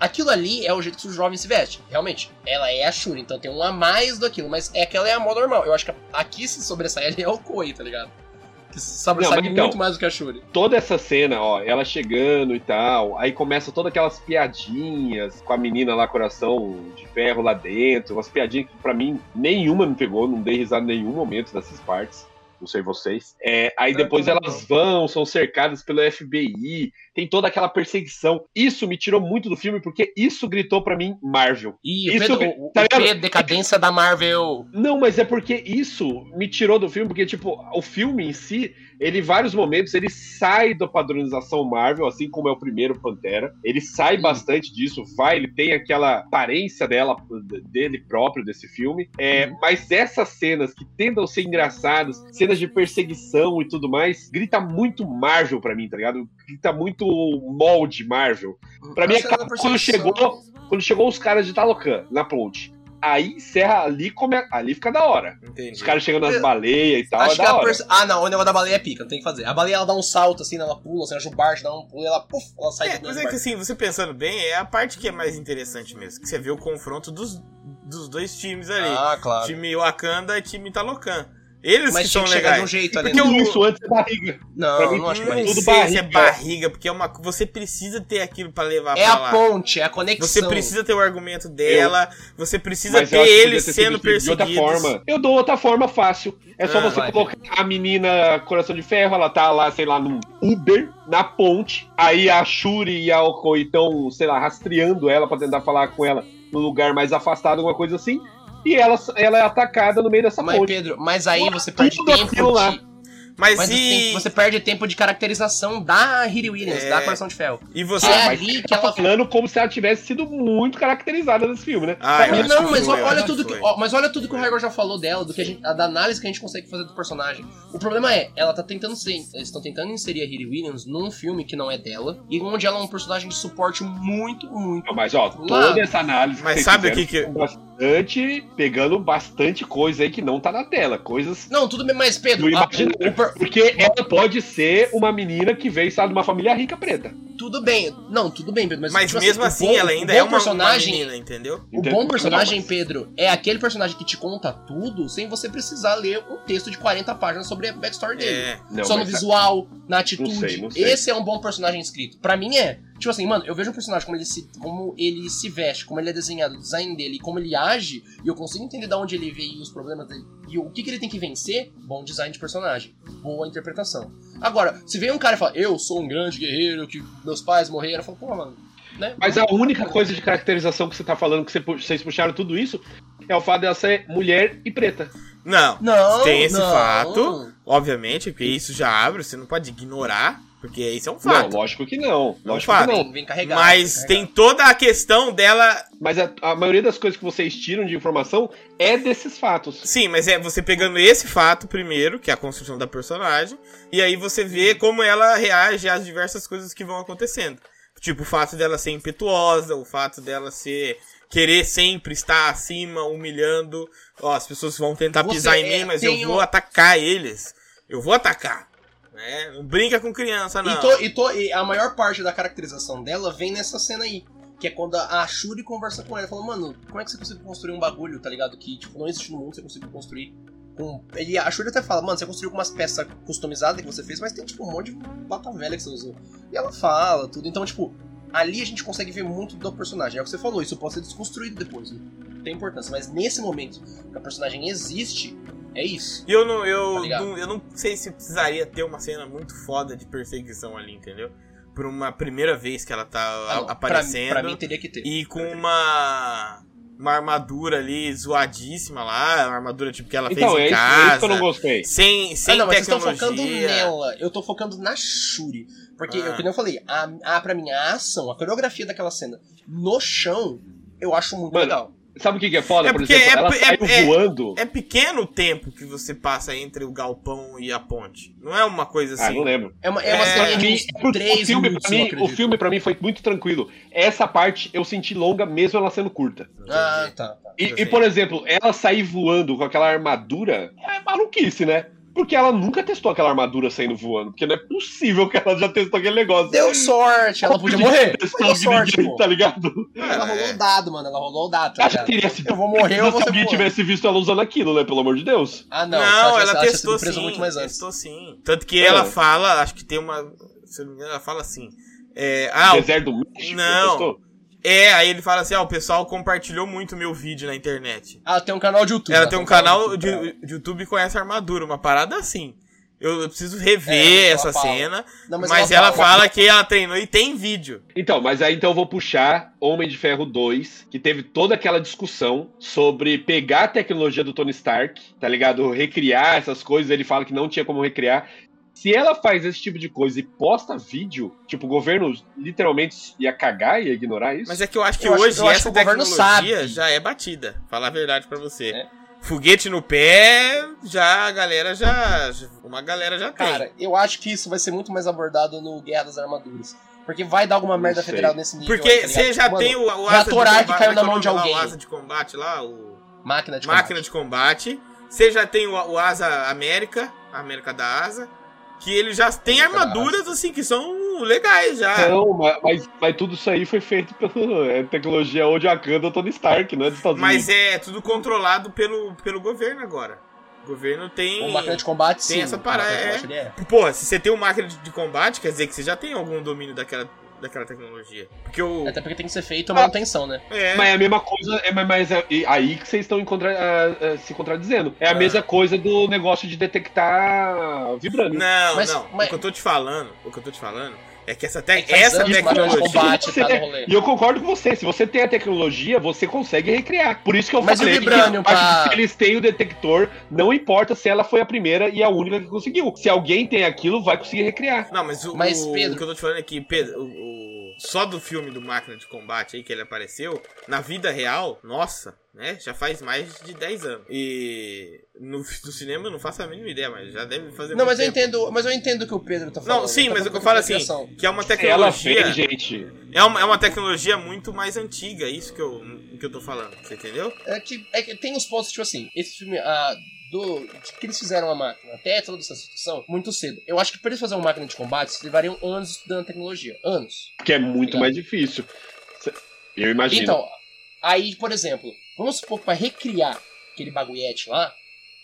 Speaker 2: Aquilo ali é o jeito que o jovem se veste. Realmente, ela é a Shuri, então tem um a mais do aquilo, mas é que ela é a moda normal. Eu acho que aqui se sobressai ela é o Koi, tá ligado? Que se sobressai
Speaker 3: Não, mas então-
Speaker 2: muito mais do que a Shuri.
Speaker 3: toda essa cena, ó, ela chegando e tal, aí começa todas aquelas piadinhas com a menina lá, coração de ferro lá dentro, umas piadinhas que pra mim nenhuma me pegou, não dei risada em nenhum momento dessas partes. Não sei vocês. É, aí
Speaker 2: Eu
Speaker 3: depois
Speaker 2: também
Speaker 3: elas vão, são cercadas pelo FBI, tem toda aquela perseguição. Isso me tirou muito do filme, porque isso gritou pra mim Marvel.
Speaker 2: Ih, o
Speaker 3: Isso,
Speaker 2: Pedro, o, o
Speaker 3: tá ligado?
Speaker 2: Pedro, decadência da Marvel.
Speaker 3: Não, mas é porque isso me tirou do filme, porque, tipo, o filme em si, ele, em vários momentos, ele sai da padronização Marvel, assim como é o primeiro Pantera. Ele sai
Speaker 2: Hum.
Speaker 3: bastante disso, vai, ele tem aquela aparência dela, dele próprio, desse filme. É, Mas essas cenas que tentam ser engraçadas, cenas de perseguição e tudo mais, grita muito Marvel pra mim, tá ligado? Grita muito molde Marvel. Pra
Speaker 2: A
Speaker 3: mim,
Speaker 2: cena é da
Speaker 3: acabou quando
Speaker 2: perseguição.
Speaker 3: chegou quando chegou os caras de Talocan na ponte. Aí encerra ali, come... ali fica da hora. Os
Speaker 1: Entendi.
Speaker 3: caras chegando nas baleias e tal, é
Speaker 2: Acho que
Speaker 3: da
Speaker 2: a
Speaker 3: hora.
Speaker 2: perce... Ah, não, o negócio da baleia é pica, não tem o que fazer. A baleia ela dá um salto assim, né, ela pula, assim, acha o barco, dá um pulo e ela, puf, ela sai
Speaker 1: É,
Speaker 2: do
Speaker 1: mas
Speaker 2: barco.
Speaker 1: é que assim, você pensando bem, é a parte que é mais interessante mesmo. Que você vê o confronto dos, dos dois times ali.
Speaker 2: Ah, claro.
Speaker 1: Time Wakanda e time Talocan. Eles
Speaker 2: Mas
Speaker 1: que
Speaker 2: tinha
Speaker 1: são
Speaker 2: que chegar de
Speaker 1: legais.
Speaker 2: um
Speaker 1: É
Speaker 2: jeito ali.
Speaker 1: Porque
Speaker 2: né?
Speaker 1: eu-
Speaker 3: Isso antes da barriga. pra
Speaker 2: Não,
Speaker 3: mim,
Speaker 2: não acho que vai
Speaker 1: não
Speaker 3: tudo
Speaker 2: isso.
Speaker 1: sei se é
Speaker 3: barriga.
Speaker 1: barriga, porque é uma, você precisa ter aquilo pra levar
Speaker 2: É
Speaker 1: pra
Speaker 2: a
Speaker 1: lá.
Speaker 2: ponte, é a conexão.
Speaker 1: Você precisa ter o argumento dela, você precisa
Speaker 3: Mas
Speaker 1: ter
Speaker 3: eu acho que podia
Speaker 1: eles
Speaker 3: ter
Speaker 1: sendo
Speaker 3: sido feito de outra
Speaker 1: perseguidos.
Speaker 3: forma. Eu dou outra forma fácil. É só
Speaker 1: Ah,
Speaker 3: você
Speaker 2: vai.
Speaker 3: colocar a menina Coração de Ferro, ela tá lá, sei lá, num Uber, na ponte. Aí a Shuri e a Okoi estão, sei lá, rastreando ela pra tentar falar com ela num lugar mais afastado, alguma coisa assim. E ela, ela é atacada no meio dessa
Speaker 2: Mas,
Speaker 3: ponte.
Speaker 2: Pedro, mas aí
Speaker 3: Porra,
Speaker 2: você perde
Speaker 3: tudo
Speaker 2: tempo
Speaker 3: aquilo lá.
Speaker 2: de...
Speaker 1: Mas,
Speaker 2: Mas
Speaker 1: e...
Speaker 2: tem- você perde tempo de caracterização da Hiri Williams,
Speaker 1: É.
Speaker 2: da Coração de Ferro.
Speaker 1: e
Speaker 2: Que
Speaker 1: você?
Speaker 2: é
Speaker 3: Ah, mas
Speaker 2: ali que
Speaker 3: tá
Speaker 2: ela...
Speaker 3: falando como se ela tivesse sido muito caracterizada nesse filme, né?
Speaker 1: Ah, eu acho
Speaker 2: não,
Speaker 1: que
Speaker 2: mas
Speaker 1: foi, eu acho
Speaker 2: olha
Speaker 1: que
Speaker 2: tudo que,
Speaker 1: foi.
Speaker 2: ó, mas olha tudo que o Hargor já falou dela, do que a gente, a- da análise que a gente consegue fazer do personagem. O problema é, ela tá tentando ser, eles estão tentando inserir a Hilary Williams num filme que não é dela e onde ela é um personagem de suporte muito, muito.
Speaker 3: Mas, ó,
Speaker 2: Lá.
Speaker 3: toda essa análise.
Speaker 1: Mas
Speaker 3: vocês
Speaker 1: sabe o
Speaker 3: fizeram
Speaker 1: que que-
Speaker 3: foi um negócio bastante, pegando bastante coisa aí que não tá na tela, coisas
Speaker 2: Não, tudo bem, mas Pedro.
Speaker 3: do
Speaker 2: a- o
Speaker 3: imaginário.
Speaker 2: per-
Speaker 3: Porque ela pode ser uma menina que veio, sabe, de uma família rica preta.
Speaker 2: Tudo bem. Não, tudo bem, Pedro. Mas,
Speaker 1: Mas
Speaker 2: tipo
Speaker 1: mesmo
Speaker 2: o
Speaker 1: assim,
Speaker 2: bom-
Speaker 1: ela
Speaker 2: o
Speaker 1: ainda
Speaker 2: bom
Speaker 1: é uma, uma
Speaker 2: personagem.
Speaker 1: menina, entendeu?
Speaker 2: O
Speaker 3: Entendeu?
Speaker 2: bom personagem,
Speaker 3: Não, mas-
Speaker 2: Pedro, é aquele personagem que te conta tudo sem você precisar ler um texto de 40 páginas sobre a backstory dele.
Speaker 1: É.
Speaker 3: Não,
Speaker 2: Só no
Speaker 3: mas- tá-
Speaker 2: visual, na atitude.
Speaker 3: Não sei, não sei.
Speaker 2: Esse é um bom personagem escrito. Pra mim é. Tipo assim, mano, eu vejo um personagem como ele se, como ele se veste, como ele é desenhado, o design dele, como ele age, e eu consigo entender de onde ele veio e os problemas dele. E o que, que ele tem que vencer? Bom design de personagem, boa interpretação. Agora, se vem um cara e fala, eu sou um grande guerreiro, que meus pais morreram, eu falo, pô, mano, né?
Speaker 3: Mas a única coisa de caracterização que você tá falando, que você pu- vocês puxaram tudo isso, é o fato dela ser mulher e preta.
Speaker 1: Não,
Speaker 2: Não,
Speaker 1: Tem esse
Speaker 2: não.
Speaker 1: fato. obviamente, porque isso já abre, você não pode ignorar, porque isso é um fato.
Speaker 3: Não, lógico que não.
Speaker 1: Não
Speaker 3: Lógico
Speaker 1: fato.
Speaker 3: que não.
Speaker 2: Vem, vem carregado.
Speaker 1: Mas
Speaker 2: vem
Speaker 1: tem toda a questão dela.
Speaker 3: Mas a, a maioria das coisas que vocês tiram de informação é desses fatos.
Speaker 1: Sim, mas é você pegando esse fato primeiro, que é a construção da personagem, e aí você
Speaker 2: Uhum.
Speaker 1: vê como ela reage às diversas coisas que vão acontecendo. Tipo, o fato dela ser impetuosa, o fato dela ser. querer sempre estar acima, humilhando. Ó, as pessoas vão tentar
Speaker 2: Você
Speaker 1: pisar em
Speaker 2: é-
Speaker 1: mim, mas
Speaker 2: tem
Speaker 1: eu vou
Speaker 2: um-
Speaker 1: atacar eles. Eu vou atacar. Né? Não brinca com criança, não.
Speaker 2: E, tô- e tô- e a maior parte da caracterização dela vem nessa cena aí. Que é quando a Shuri conversa com ela e fala, mano, como é que você conseguiu construir um bagulho, tá ligado? Que, tipo, não existe no mundo, você conseguiu construir com. Ele, a Shuri até fala, mano, você construiu com umas peças customizadas que você fez, mas tem, tipo, um monte de lata velha que você usou. E ela fala, tudo. Então, tipo, ali a gente consegue ver muito do personagem. É o que você falou, isso pode ser desconstruído depois, né? Tem importância. Mas nesse momento que a personagem existe, é isso.
Speaker 1: E eu não, eu,
Speaker 2: Tá ligado?
Speaker 1: não, eu não sei se precisaria ter uma cena muito foda de perseguição ali, entendeu? Por uma primeira vez que ela tá a-
Speaker 2: Ah, não, pra-
Speaker 1: aparecendo
Speaker 2: Pra, mim teria que ter.
Speaker 1: e com uma uma armadura ali zoadíssima lá, uma armadura tipo que ela
Speaker 3: Então, é
Speaker 1: fez em
Speaker 3: isso, é isso que
Speaker 1: casa.
Speaker 3: eu não gostei.
Speaker 1: Sem, sem
Speaker 2: ah, não, mas vocês estão focando
Speaker 1: tecnologia.
Speaker 2: nela. Eu tô focando na Shuri. Porque,
Speaker 1: Ah.
Speaker 2: eu, como eu falei, a, a, pra mim, a ação, a coreografia daquela cena no chão, eu acho muito
Speaker 3: Mano,
Speaker 2: legal.
Speaker 3: Sabe o que, que é foda?
Speaker 1: É
Speaker 3: Por
Speaker 1: porque
Speaker 3: exemplo,
Speaker 1: é-
Speaker 3: ela
Speaker 1: é-
Speaker 3: saiu
Speaker 1: é-
Speaker 3: voando.
Speaker 1: É pequeno o tempo que você passa entre o galpão e a ponte. Não é uma coisa
Speaker 3: Ah,
Speaker 1: assim.
Speaker 3: não lembro.
Speaker 2: É uma, é uma
Speaker 1: é, um
Speaker 2: cena
Speaker 3: Pra
Speaker 2: de
Speaker 3: mim,
Speaker 2: uns
Speaker 3: é porque o
Speaker 2: três
Speaker 3: filme,
Speaker 2: minutos,
Speaker 3: pra
Speaker 2: eu
Speaker 3: mim, o
Speaker 2: acredito.
Speaker 3: filme pra mim foi muito tranquilo. Essa parte eu senti longa, mesmo ela sendo curta.
Speaker 2: Ah, tá. tá.
Speaker 3: E,
Speaker 1: Entendi.
Speaker 3: e, por exemplo, ela sair voando com aquela armadura é maluquice, né? Porque ela nunca testou aquela armadura saindo voando. Porque não é possível que ela já testou aquele negócio.
Speaker 2: Deu sorte, ela podia morrer.
Speaker 3: Testou
Speaker 2: Deu
Speaker 3: de
Speaker 2: sorte,
Speaker 3: ninguém,
Speaker 2: pô.
Speaker 3: tá ligado?
Speaker 1: É.
Speaker 2: Ela rolou o dado, mano. Ela rolou o dado, tá
Speaker 3: Acho que
Speaker 2: ligado?
Speaker 3: teria sido.
Speaker 2: Eu vou morrer, eu vou
Speaker 3: se
Speaker 2: ser
Speaker 3: alguém
Speaker 2: morto.
Speaker 3: tivesse visto ela usando aquilo, né? Pelo amor de Deus.
Speaker 2: Ah, não.
Speaker 1: Não,
Speaker 2: se ela, tivesse-
Speaker 1: ela,
Speaker 2: ela tinha
Speaker 1: testou
Speaker 2: sido presa
Speaker 1: sim.
Speaker 2: muito mais antes.
Speaker 1: testou sim. Tanto que
Speaker 3: É.
Speaker 1: ela fala, acho que tem uma. Se eu não me engano, ela fala assim. É, ah, o
Speaker 3: Deserto do México.
Speaker 1: Não.
Speaker 3: testou?
Speaker 1: É, aí ele fala assim, ah, o pessoal compartilhou muito meu vídeo na internet.
Speaker 2: Ela tem um canal de YouTube.
Speaker 1: Ela tem um canal
Speaker 2: de YouTube.
Speaker 1: de, de YouTube com essa armadura, uma parada assim. Eu, eu preciso rever
Speaker 2: É, ela
Speaker 1: essa
Speaker 2: fala.
Speaker 1: cena,
Speaker 2: Não,
Speaker 1: mas, ela, fala, que ela treinou e tem vídeo.
Speaker 3: Então, mas aí então eu vou puxar Homem de Ferro 2, que teve toda aquela discussão sobre pegar a tecnologia do Tony Stark, tá ligado? Recriar essas coisas, ele fala que não tinha como recriar. Se ela faz esse tipo de coisa e posta vídeo, tipo, o governo literalmente ia cagar e ia ignorar isso.
Speaker 1: Mas é que eu acho que
Speaker 2: Eu acho-
Speaker 1: hoje
Speaker 2: eu acho
Speaker 1: essa
Speaker 2: que o governo
Speaker 1: tecnologia
Speaker 2: sabe.
Speaker 1: já é batida, falar a verdade pra você.
Speaker 2: É.
Speaker 1: Foguete no pé, já a galera já... Uma galera já tem.
Speaker 2: Cara, eu acho que isso vai ser muito mais abordado no Guerra das Armaduras. Porque vai dar alguma merda
Speaker 3: sei.
Speaker 2: federal nesse nível. aí,
Speaker 1: Porque
Speaker 2: tá
Speaker 1: você
Speaker 2: ligado?
Speaker 1: já
Speaker 2: Mano,
Speaker 1: tem o, o
Speaker 2: já Torá que
Speaker 1: combate-
Speaker 2: caiu na
Speaker 1: como
Speaker 2: mão de
Speaker 1: é o nome lá?
Speaker 2: alguém.
Speaker 1: O asa de combate lá, o...
Speaker 2: Máquina de
Speaker 1: máquina
Speaker 2: combate.
Speaker 1: de combate. Você já tem o, o Asa América, a América da Asa, que ele já tem
Speaker 2: América da
Speaker 1: armaduras assim que são legais já.
Speaker 3: Não, ma- mas, mas tudo isso aí foi feito pela é, tecnologia onde a Kanda Tony Stark, não é dos Estados
Speaker 1: Mas
Speaker 3: Unidos.
Speaker 1: é tudo controlado pelo, pelo governo agora. O governo tem.
Speaker 2: Com máquina de combate,
Speaker 1: Tem
Speaker 2: sim.
Speaker 1: essa
Speaker 2: Com
Speaker 1: parada,
Speaker 2: máquina de
Speaker 1: é.
Speaker 2: combate, ele é.
Speaker 1: Porra, se você tem uma máquina de, de combate, quer dizer que você já tem algum domínio daquela, daquela tecnologia. Porque o.
Speaker 2: né? Até porque tem que ser feito a manutenção, né?
Speaker 1: É,
Speaker 3: Mas é a mesma coisa, é, mas- mas é e aí que vocês estão em contra- ah, ah, se contradizendo. É a
Speaker 1: Ah.
Speaker 3: mesma coisa do negócio de detectar vibrando.
Speaker 1: Não,
Speaker 2: é Mas-
Speaker 1: não.
Speaker 2: mas-
Speaker 1: O que eu tô te falando, o que eu tô te falando é que essa, te-
Speaker 2: É que faz
Speaker 1: essa
Speaker 2: anos que máquina de
Speaker 1: tecnologia.
Speaker 2: combate
Speaker 3: Você-
Speaker 2: tá no rolê.
Speaker 3: E eu concordo com você, se você tem a tecnologia, você consegue recriar. Por isso que eu
Speaker 2: Mas
Speaker 3: falei
Speaker 2: e o vibrânio
Speaker 3: que eu acho
Speaker 2: pra-
Speaker 3: que se eles têm o detector, não importa se ela foi a primeira e a única que conseguiu. Se alguém tem aquilo, vai conseguir recriar.
Speaker 1: Não, mas o,
Speaker 2: Mas,
Speaker 1: o-
Speaker 2: Pedro-
Speaker 1: o que eu tô te falando é que, Pedro, o, o- só do filme do Máquina de Combate aí que ele apareceu, na vida real, nossa, né? Já faz mais de 10 anos. E no, no cinema eu não faço a mínima ideia, mas já deve fazer
Speaker 2: Não,
Speaker 1: muito
Speaker 2: mas eu
Speaker 1: tempo.
Speaker 2: entendo, mas eu entendo o que o Pedro tá falando.
Speaker 1: Não, sim,
Speaker 2: Ele tá
Speaker 1: mas o que eu
Speaker 2: falando
Speaker 1: falo
Speaker 2: da
Speaker 1: assim,
Speaker 2: criação.
Speaker 1: que é uma
Speaker 3: Ela
Speaker 1: tecnologia...
Speaker 3: fez, gente.
Speaker 1: É uma, é uma tecnologia muito mais antiga, é isso que eu, que eu tô falando, você entendeu?
Speaker 2: É que, é que tem uns pontos, tipo assim, esse filme, ah, do, que eles fizeram a máquina, até toda essa situação, muito cedo. Eu acho que pra eles fazerem uma máquina de combate, eles levariam anos estudando tecnologia. Anos.
Speaker 3: Que é muito mais difícil. Cê- Eu imagino.
Speaker 2: Então, aí, por exemplo, vamos supor que pra recriar aquele bagulhete lá,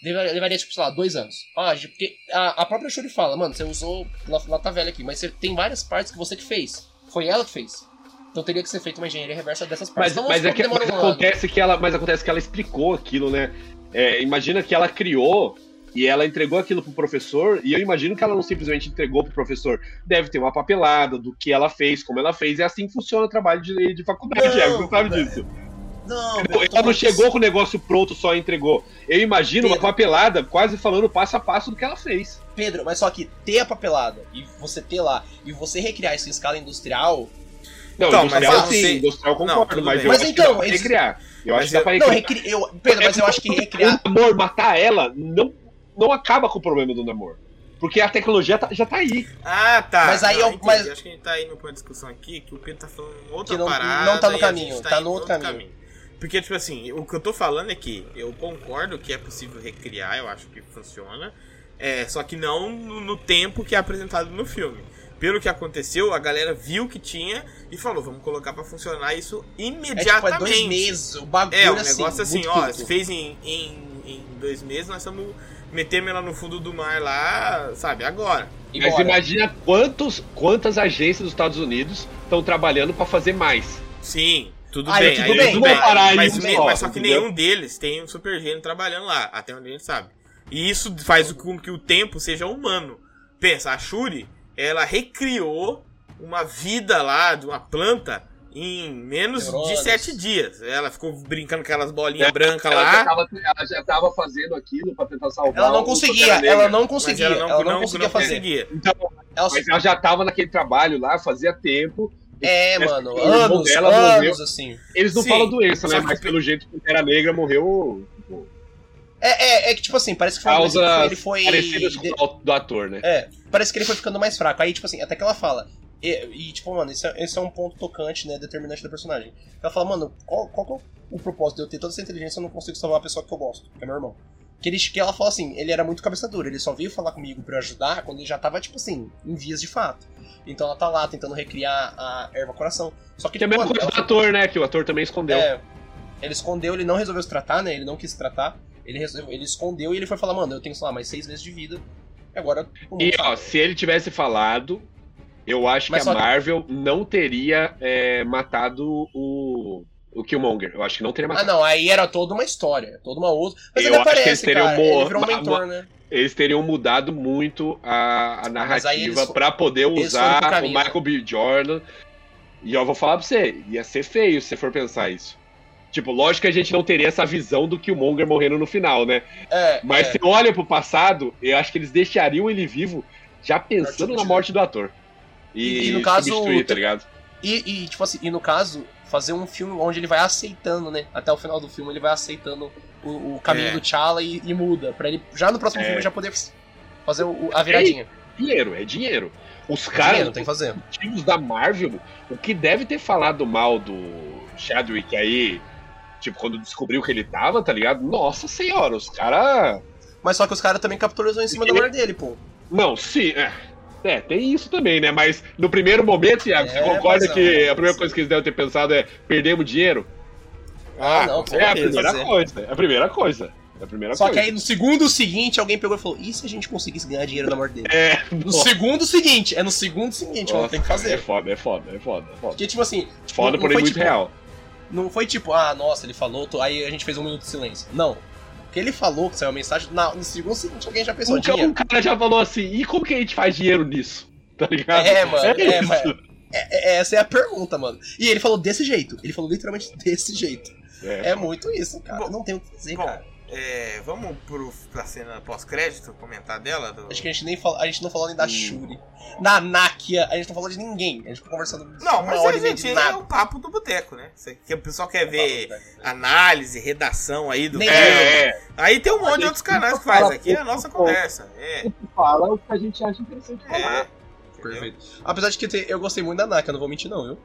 Speaker 2: levaria, levaria, tipo, sei lá, dois anos. Ah, gente, porque a, a própria Shuri fala, mano, você usou la- lata velha aqui, mas você tem várias partes que você que fez. Foi ela que fez. Então teria que ser feita uma engenharia reversa dessas partes.
Speaker 3: Mas,
Speaker 2: Então, vamos
Speaker 3: mas, é
Speaker 2: supor
Speaker 3: que,
Speaker 2: demora
Speaker 3: mas
Speaker 2: um ano.
Speaker 3: acontece que ela, mas acontece que ela explicou aquilo, né? É, imagina que ela criou e ela entregou aquilo pro professor, e eu imagino que ela não simplesmente entregou pro professor. Deve ter uma papelada do que ela fez, como ela fez, é assim que funciona o trabalho de, de faculdade,
Speaker 2: Não,
Speaker 3: é, você sabe disso.
Speaker 2: Não,
Speaker 3: Ela
Speaker 2: eu tô
Speaker 3: não
Speaker 2: falando-
Speaker 3: chegou com o negócio pronto, só entregou. Eu imagino uma
Speaker 2: Pedro.
Speaker 3: papelada quase falando passo a passo do que ela fez.
Speaker 2: Pedro, mas só que ter a papelada e você ter lá e você recriar isso em escala industrial.
Speaker 3: Não,
Speaker 1: Então, mas
Speaker 3: industrial
Speaker 1: eu não
Speaker 3: sim,
Speaker 1: sei-
Speaker 3: industrial eu
Speaker 1: Não,
Speaker 3: concordo,
Speaker 1: tudo
Speaker 3: mas
Speaker 1: bem.
Speaker 3: eu
Speaker 2: Mas
Speaker 3: acho
Speaker 2: então,
Speaker 3: que dá pra
Speaker 2: isso-
Speaker 3: recriar. Eu
Speaker 1: Mas
Speaker 3: acho É que É dá
Speaker 1: eu-
Speaker 3: pra
Speaker 2: Não,
Speaker 3: recriar.
Speaker 2: recri... eu... Pedro, mas eu acho que recriar.
Speaker 3: O amor matar ela não, não acaba com o problema do namoro. Porque a tecnologia tá- já tá aí.
Speaker 1: Ah, tá.
Speaker 2: Mas aí
Speaker 1: Não,
Speaker 2: eu-
Speaker 1: entendi.
Speaker 2: mas-
Speaker 1: Acho que a gente tá indo pra uma discussão aqui que o Pedro tá falando em outra
Speaker 2: Que não-
Speaker 1: parada.
Speaker 2: não tá no
Speaker 1: e a
Speaker 2: caminho,
Speaker 1: gente
Speaker 2: tá
Speaker 1: indo
Speaker 2: no outro
Speaker 1: pra outro Porque, tipo assim, o que eu tô falando é que eu concordo que é possível recriar, eu acho que funciona. É, só que não no, no tempo que é apresentado no filme. Pelo que aconteceu, a galera viu que tinha e falou, vamos colocar pra funcionar isso
Speaker 2: É tipo, é
Speaker 1: imediatamente.
Speaker 2: dois meses, o bagulho
Speaker 1: É, um
Speaker 2: assim,
Speaker 1: negócio assim,
Speaker 2: muito
Speaker 1: ó,
Speaker 2: quinto.
Speaker 1: fez em, em, em dois meses, nós estamos metendo ela no fundo do mar lá, sabe, agora.
Speaker 2: E
Speaker 3: Mas
Speaker 2: bora.
Speaker 3: imagina quantos, quantas agências dos Estados Unidos estão trabalhando pra fazer mais.
Speaker 1: Sim, tudo
Speaker 2: Aí,
Speaker 1: bem,
Speaker 2: tudo
Speaker 1: aí
Speaker 2: bem,
Speaker 1: tudo
Speaker 2: vamos
Speaker 1: bem.
Speaker 3: parar aí
Speaker 1: Mas,
Speaker 3: um
Speaker 1: ne-
Speaker 3: só,
Speaker 1: mas só que
Speaker 3: entendeu?
Speaker 1: nenhum deles tem um super gênio trabalhando lá, até onde a gente sabe. E isso faz com que o tempo seja humano. Pensa, a Shuri, ela recriou uma vida lá de uma planta em menos de
Speaker 2: Neurônios.
Speaker 1: sete dias. Ela ficou brincando com aquelas bolinhas
Speaker 3: É,
Speaker 1: brancas
Speaker 3: Ela, já
Speaker 1: lá.
Speaker 3: tava, ela já tava fazendo aquilo pra tentar salvar.
Speaker 2: Ela não
Speaker 3: o
Speaker 2: conseguia,
Speaker 3: Pantera
Speaker 2: ela
Speaker 3: Negra.
Speaker 2: não
Speaker 1: Mas
Speaker 2: conseguia,
Speaker 1: ela não,
Speaker 2: ela não,
Speaker 1: não-
Speaker 2: conseguia
Speaker 1: não
Speaker 2: fazer.
Speaker 1: conseguia.
Speaker 3: Então,
Speaker 2: Ela-
Speaker 3: mas ela já tava naquele trabalho lá, fazia tempo.
Speaker 2: É,
Speaker 3: Essa-
Speaker 2: mano,
Speaker 3: o irmão
Speaker 2: anos,
Speaker 3: dela
Speaker 2: anos
Speaker 3: morreu.
Speaker 2: assim.
Speaker 3: Eles não
Speaker 1: Sim,
Speaker 3: falam doença,
Speaker 1: só
Speaker 3: né?
Speaker 1: que-
Speaker 3: Mas pelo jeito que Pantera Negra morreu tipo,
Speaker 2: É, é, é que tipo assim, parece que foi uma coisa
Speaker 3: causas
Speaker 2: que foi- ele
Speaker 3: parecidas
Speaker 2: foi. de-
Speaker 3: com o do ator, né?
Speaker 2: É, parece que ele foi ficando mais fraco. Aí, tipo assim, até que ela fala. E, e, tipo, mano, esse é, esse é um ponto tocante, né? Determinante da personagem. Ela fala, mano, qual, qual que é o propósito de eu ter toda essa inteligência se eu não consigo salvar a pessoa que eu gosto, que é meu irmão? Que, ele, que ela fala assim, ele era muito cabeça dura, ele só veio falar comigo pra eu ajudar quando ele já tava, tipo assim, em vias de fato. Então ela tá lá tentando recriar a erva coração. Só que,
Speaker 3: Que é a
Speaker 2: tipo,
Speaker 3: mesma
Speaker 2: mano,
Speaker 3: coisa
Speaker 2: ela
Speaker 3: do ator, né? Que o ator também escondeu.
Speaker 2: é, ele escondeu, ele não resolveu se tratar, né? Ele não quis se tratar. Ele, resolveu- ele escondeu e ele foi falar, mano, eu tenho, sei lá, mais seis meses de vida. E agora. o mundo tá
Speaker 3: E
Speaker 2: sabe.
Speaker 3: ó, se ele tivesse falado, eu acho
Speaker 2: Mas
Speaker 3: que a
Speaker 2: só que-
Speaker 3: Marvel não teria é, matado o, o Killmonger. Eu acho que não teria
Speaker 2: Ah,
Speaker 3: matado.
Speaker 2: não, aí era toda uma história, toda uma outra. Mas
Speaker 3: Eu
Speaker 2: ele
Speaker 3: acho que
Speaker 2: aparece,
Speaker 3: eles teriam
Speaker 2: cara.
Speaker 3: boa-
Speaker 2: ele virou um
Speaker 3: uma-
Speaker 2: mentor, né?
Speaker 3: Eles teriam mudado muito a, a narrativa
Speaker 2: eles fo-
Speaker 3: pra poder
Speaker 2: eles
Speaker 3: usar
Speaker 2: foram pro
Speaker 3: o
Speaker 2: caminho, né?
Speaker 3: Michael B. Jordan. E ó, eu vou falar pra você, ia ser feio se você for pensar isso. Tipo, lógico que a gente não teria essa visão do Killmonger morrendo no final, né?
Speaker 2: É,
Speaker 3: Mas
Speaker 2: é.
Speaker 3: se olha pro passado, eu acho que eles deixariam ele vivo já pensando na morte do ator. E,
Speaker 2: E, no caso,
Speaker 3: substituir,
Speaker 2: o-
Speaker 3: tá ligado?
Speaker 2: E, e, tipo assim, e no caso, fazer um filme onde ele vai aceitando, né? Até o final do filme ele vai aceitando o, o caminho
Speaker 1: É.
Speaker 2: do T'Challa e, e muda. Pra ele já no próximo
Speaker 3: É.
Speaker 2: filme já poder fazer o- o- a viradinha.
Speaker 3: dinheiro, é dinheiro. Os
Speaker 2: Cara,
Speaker 3: caras,
Speaker 2: não tem que fazer.
Speaker 3: os tios da Marvel, o que deve ter falado mal do Chadwick aí, tipo, quando descobriu que ele tava, tá ligado? Nossa senhora, os caras.
Speaker 2: Mas só que os caras também capitalizam em cima da
Speaker 3: Ele-
Speaker 2: mulher dele, pô.
Speaker 3: Não, sim. É. é, tem isso também, né? Mas no primeiro momento, Iago,
Speaker 2: É,
Speaker 3: você concorda
Speaker 2: mas
Speaker 3: que
Speaker 2: não,
Speaker 3: a primeira
Speaker 2: sim.
Speaker 3: coisa que eles devem ter pensado é perdemos dinheiro?
Speaker 2: Ah, não,
Speaker 3: É a
Speaker 2: certeza.
Speaker 3: primeira coisa. É a primeira coisa. É a primeira
Speaker 2: Só que
Speaker 3: coisa.
Speaker 2: aí no segundo seguinte alguém pegou e falou: e se a gente conseguisse ganhar dinheiro da morte dele?
Speaker 3: É,
Speaker 2: No segundo seguinte, é no segundo seguinte, mano,
Speaker 3: Nossa,
Speaker 2: tem que
Speaker 3: é
Speaker 2: fazer.
Speaker 3: foda, é foda, é foda, é foda.
Speaker 2: Porque, tipo assim,
Speaker 3: Foda,
Speaker 2: não
Speaker 3: porém
Speaker 2: foi
Speaker 3: muito
Speaker 2: tipo-
Speaker 3: real.
Speaker 2: não foi tipo, ah, nossa, ele falou, tô- aí a gente fez um minuto de silêncio. Não. O que ele falou, que saiu a mensagem, na- no segundo seguinte alguém já pensou,
Speaker 3: Nunca um
Speaker 2: dinheiro.
Speaker 3: cara já falou assim, e como que a gente faz dinheiro nisso? Tá ligado?
Speaker 2: É, mano, é,
Speaker 3: isso.
Speaker 2: mas- É- é- essa é a pergunta, mano. E ele falou desse jeito. Ele falou literalmente desse jeito.
Speaker 3: É.
Speaker 2: É muito isso, cara.
Speaker 1: Bom,
Speaker 2: não tem o que dizer,
Speaker 1: bom,
Speaker 2: cara.
Speaker 1: É, vamos pro, pra cena pós-crédito, comentar dela? do-
Speaker 2: Acho que a gente nem fala, a gente não falou nem
Speaker 3: Hum.
Speaker 2: da Shuri. Da Nakia, a gente não falou de ninguém. A gente ficou conversando
Speaker 1: Não,
Speaker 2: uma
Speaker 1: mas
Speaker 2: hora
Speaker 1: a
Speaker 2: e meia de
Speaker 1: gente é
Speaker 2: nada. É,
Speaker 1: o papo do boteco, né? Você- Que o pessoal quer ver
Speaker 2: Fala,
Speaker 1: análise, redação aí do
Speaker 2: Nem
Speaker 1: filme.
Speaker 3: É, é.
Speaker 1: Aí tem um monte de outros canais que faz.
Speaker 5: fala
Speaker 1: Aqui é a nossa
Speaker 5: pouco.
Speaker 1: conversa. É,
Speaker 5: Sempre fala o que a gente acha interessante falar.
Speaker 1: é. Entendeu?
Speaker 2: Perfeito. Apesar de que te- eu gostei muito da Nakia, não vou mentir não, viu?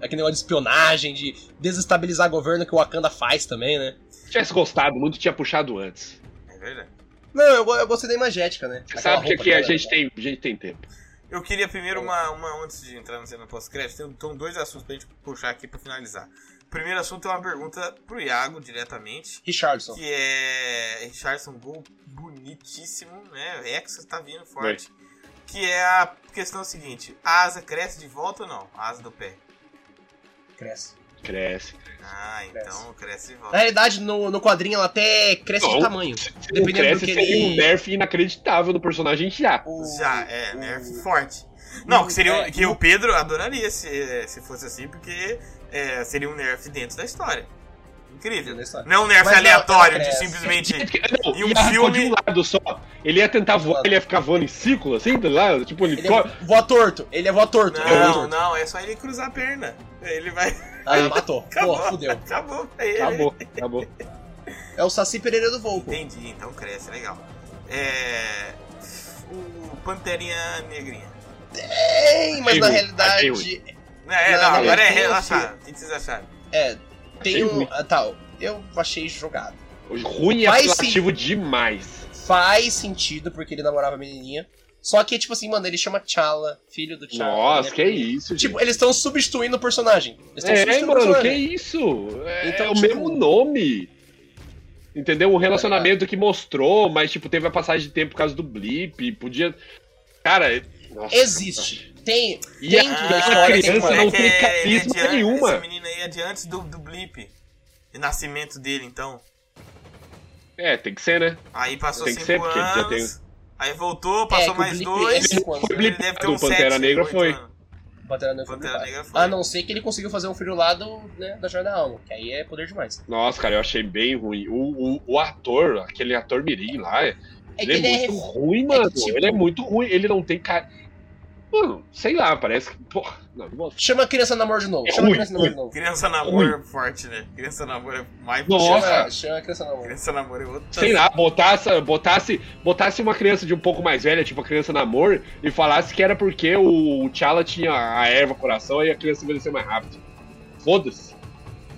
Speaker 2: É que negócio de espionagem, de desestabilizar governo que o Wakanda faz também, né?
Speaker 3: Se tivesse gostado muito, tinha puxado antes.
Speaker 1: É verdade.
Speaker 2: Não, eu, go- eu gostei da imagética, né?
Speaker 3: Você
Speaker 2: Aquela
Speaker 3: sabe que
Speaker 2: roupa
Speaker 3: aqui a
Speaker 2: dela.
Speaker 3: gente tem, a gente tem tempo.
Speaker 1: Eu queria primeiro uma, uma antes de entrar na cena pós-crédito, tem- então dois assuntos pra gente puxar aqui pra finalizar. O primeiro assunto é uma pergunta pro Iago diretamente,
Speaker 2: Richardson.
Speaker 1: que é Richardson gol bonitíssimo, né? Ex tá vindo forte. Que é a questão seguinte, a asa cresce de volta ou não? A asa do pé.
Speaker 2: Cresce.
Speaker 3: Cresce.
Speaker 1: Ah,
Speaker 2: Cresce.
Speaker 1: então cresce de
Speaker 2: Na
Speaker 1: volta.
Speaker 2: realidade, no, no quadrinho ela até cresce de
Speaker 3: Não.
Speaker 2: tamanho.
Speaker 3: Se não
Speaker 2: Dependendo
Speaker 3: cresce,
Speaker 2: do que
Speaker 3: seria um
Speaker 2: ele...
Speaker 3: nerf inacreditável do personagem já.
Speaker 2: O-
Speaker 1: Já, é,
Speaker 2: o-
Speaker 1: nerf forte. Não, que seria
Speaker 2: é,
Speaker 1: que o Pedro adoraria se, se fosse assim, porque é, seria um nerf dentro da história. Incrível.
Speaker 2: né,
Speaker 1: Não um nerf
Speaker 2: Mas não,
Speaker 1: aleatório
Speaker 2: ela
Speaker 1: de
Speaker 2: cresce.
Speaker 1: simplesmente.
Speaker 3: Não,
Speaker 1: E um
Speaker 3: e arrancou
Speaker 1: filme-
Speaker 3: de um lado só. Ele ia tentar voar, ele ia ficar voando em círculo, assim, do lado, tipo um
Speaker 2: Ele
Speaker 3: helicóptero.
Speaker 2: é voa torto, ele é voa torto.
Speaker 1: Não, não, é só ele cruzar a perna. Ele vai.
Speaker 2: Ah, matou.
Speaker 1: Acabou.
Speaker 2: Pô, fudeu.
Speaker 1: Acabou pra ele.
Speaker 3: Acabou, acabou.
Speaker 2: É o Saci Pereira do Volpo.
Speaker 1: Entendi, então cresce, legal. É. O Panterinha Negrinha.
Speaker 2: Tem, um, mas
Speaker 3: Achei
Speaker 2: na
Speaker 3: ruim,
Speaker 2: realidade.
Speaker 3: achei ruim.
Speaker 1: É, não,
Speaker 2: Não,
Speaker 1: agora é
Speaker 2: tem
Speaker 1: relaxado. O que vocês acharam?
Speaker 2: É, tem
Speaker 3: Achei
Speaker 2: um.
Speaker 3: ruim.
Speaker 2: ah, Tal, eu achei jogado.
Speaker 3: Ruim e
Speaker 2: Mas
Speaker 3: apelativo demais.
Speaker 2: Faz sentido porque ele namorava a menininha. Só que, tipo assim, mano, ele chama T'Challa, filho do T'Challa.
Speaker 3: Nossa,
Speaker 2: né?
Speaker 3: que é isso, gente.
Speaker 2: Tipo, eles estão substituindo o personagem. Eles tão
Speaker 3: É,
Speaker 2: substituindo o
Speaker 3: mano, que
Speaker 2: personagem.
Speaker 3: isso? É,
Speaker 2: Então,
Speaker 3: é o
Speaker 2: tipo-
Speaker 3: mesmo nome. Entendeu? O relacionamento que mostrou, mas, tipo, teve a passagem de tempo por causa do blip. Podia. Cara. é, nossa.
Speaker 2: Existe. Tem.
Speaker 3: E
Speaker 2: Tem
Speaker 3: a-
Speaker 2: que
Speaker 3: a
Speaker 2: história, tem
Speaker 3: criança
Speaker 2: moleque,
Speaker 3: não tem
Speaker 1: é- ele é de an-
Speaker 3: carisma
Speaker 1: Esse
Speaker 3: nenhuma.
Speaker 1: menino aí é de antes do, do blip. E nascimento dele, então.
Speaker 3: É, tem que ser, né?
Speaker 1: Aí passou
Speaker 3: Tem que
Speaker 1: 5
Speaker 3: ser, porque ele já
Speaker 1: anos. Aí voltou,
Speaker 2: que
Speaker 1: passou
Speaker 2: É, o
Speaker 1: mais
Speaker 2: Blip-
Speaker 1: 2.
Speaker 2: ele- quando-
Speaker 3: Foi
Speaker 1: Ele
Speaker 3: blip
Speaker 1: deve ter
Speaker 3: do
Speaker 1: um
Speaker 3: Pantera
Speaker 1: 7,
Speaker 3: Negra, foi.
Speaker 2: Pantera Negra foi
Speaker 1: Pantera
Speaker 2: culpado.
Speaker 1: Negra foi.
Speaker 2: A não ser que ele conseguiu fazer um filho lá do, né, da Joia da Alma, que aí é poder demais.
Speaker 3: Nossa, cara, eu achei bem ruim. O, o, o ator, aquele ator mirim lá,
Speaker 2: É que
Speaker 3: ele é
Speaker 2: ele é.
Speaker 3: muito
Speaker 2: ref-
Speaker 3: ruim,
Speaker 2: que,
Speaker 3: mano.
Speaker 2: tipo-
Speaker 3: Ele é muito ruim. Ele não tem cara. Mano, sei lá, parece que. Porra, não, não vou
Speaker 2: Chama a criança namoro de novo.
Speaker 3: É
Speaker 2: Chama a
Speaker 3: ruim,
Speaker 2: criança namoro de novo.
Speaker 1: Criança namoro é forte, né? Criança namoro é mais
Speaker 3: Nossa.
Speaker 2: Chama, chama a criança namoro.
Speaker 1: Criança namoro é outra.
Speaker 3: Sei lá, botasse, botasse, botasse uma criança de um pouco mais velha, tipo a criança namor, e falasse que era porque o T'Challa tinha a erva coração e a criança envelheceu mais rápido. Foda-se.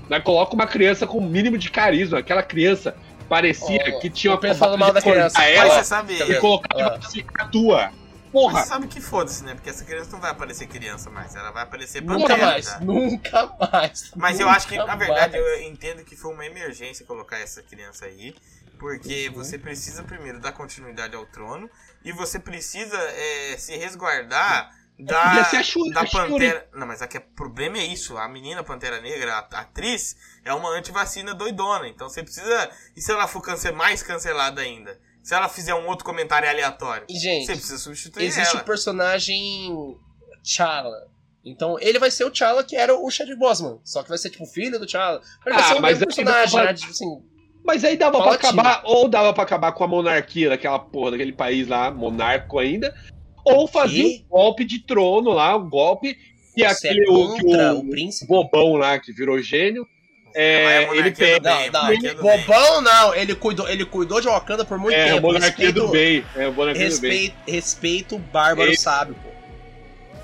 Speaker 3: Mas coloca uma criança com o mínimo de carisma. Aquela criança parecia
Speaker 2: Ó,
Speaker 3: que tinha
Speaker 2: o
Speaker 3: uma
Speaker 2: Pedro falando mal da
Speaker 3: cortar
Speaker 2: criança.
Speaker 1: Mas
Speaker 3: ela
Speaker 1: você sabe.
Speaker 3: e colocar
Speaker 2: Ah.
Speaker 3: tipo assim, atua.
Speaker 1: Mas
Speaker 3: Porra,
Speaker 1: você sabe que foda-se, né? Porque essa criança não vai aparecer criança mais, ela vai aparecer
Speaker 2: Nunca
Speaker 1: pantera.
Speaker 2: mais,
Speaker 1: já.
Speaker 2: nunca mais.
Speaker 1: Mas eu acho que,
Speaker 2: nunca
Speaker 1: na verdade,
Speaker 2: mais.
Speaker 1: eu entendo que foi uma emergência colocar essa criança aí. Porque
Speaker 2: Uhum.
Speaker 1: você precisa primeiro dar continuidade ao trono e você precisa é, se resguardar da,
Speaker 2: É
Speaker 3: podia ser a Shuri,
Speaker 1: da
Speaker 3: a Shuri.
Speaker 1: Pantera. Não, mas aqui, o problema é isso. A menina Pantera Negra, a, a atriz, é uma antivacina doidona. Então você precisa. E se ela for cance- mais cancelada ainda? Se ela fizer um outro comentário aleatório?
Speaker 2: E,
Speaker 1: Você
Speaker 2: gente,
Speaker 1: precisa substituir
Speaker 2: existe
Speaker 1: ela.
Speaker 2: o personagem T'Challa. Então, ele vai ser o T'Challa que era o Chad Bosman. Só que vai ser, tipo, o filho do T'Challa. Mas ele
Speaker 3: Ah,
Speaker 2: vai ser o
Speaker 3: mas
Speaker 2: mesmo
Speaker 3: aí
Speaker 2: personagem,
Speaker 3: vai-
Speaker 2: né? Tipo assim,
Speaker 3: mas aí dava pra
Speaker 2: Ótimo.
Speaker 3: acabar, ou dava pra acabar com a monarquia daquela porra, daquele país lá, monarco ainda, ou fazia
Speaker 2: quê?
Speaker 3: um golpe de trono lá, um golpe que
Speaker 2: você
Speaker 3: aquele
Speaker 2: é
Speaker 3: o- que
Speaker 2: contra
Speaker 3: o-
Speaker 2: o príncipe?
Speaker 3: bobão lá que virou gênio.
Speaker 1: Ela
Speaker 3: É,
Speaker 1: a monarquia
Speaker 3: ele
Speaker 1: do
Speaker 3: pega.
Speaker 1: bem,
Speaker 2: Não,
Speaker 1: a
Speaker 2: não,
Speaker 1: monarquia do bem.
Speaker 2: bobão não. Ele cuidou, ele cuidou de Wakanda por muito
Speaker 3: né? É,
Speaker 2: tempo.
Speaker 3: a monarquia
Speaker 2: Respeito-
Speaker 3: do bem. É, a monarquia do bem.
Speaker 2: Respeito, respeito o bárbaro
Speaker 3: Ele-
Speaker 2: sábio, pô.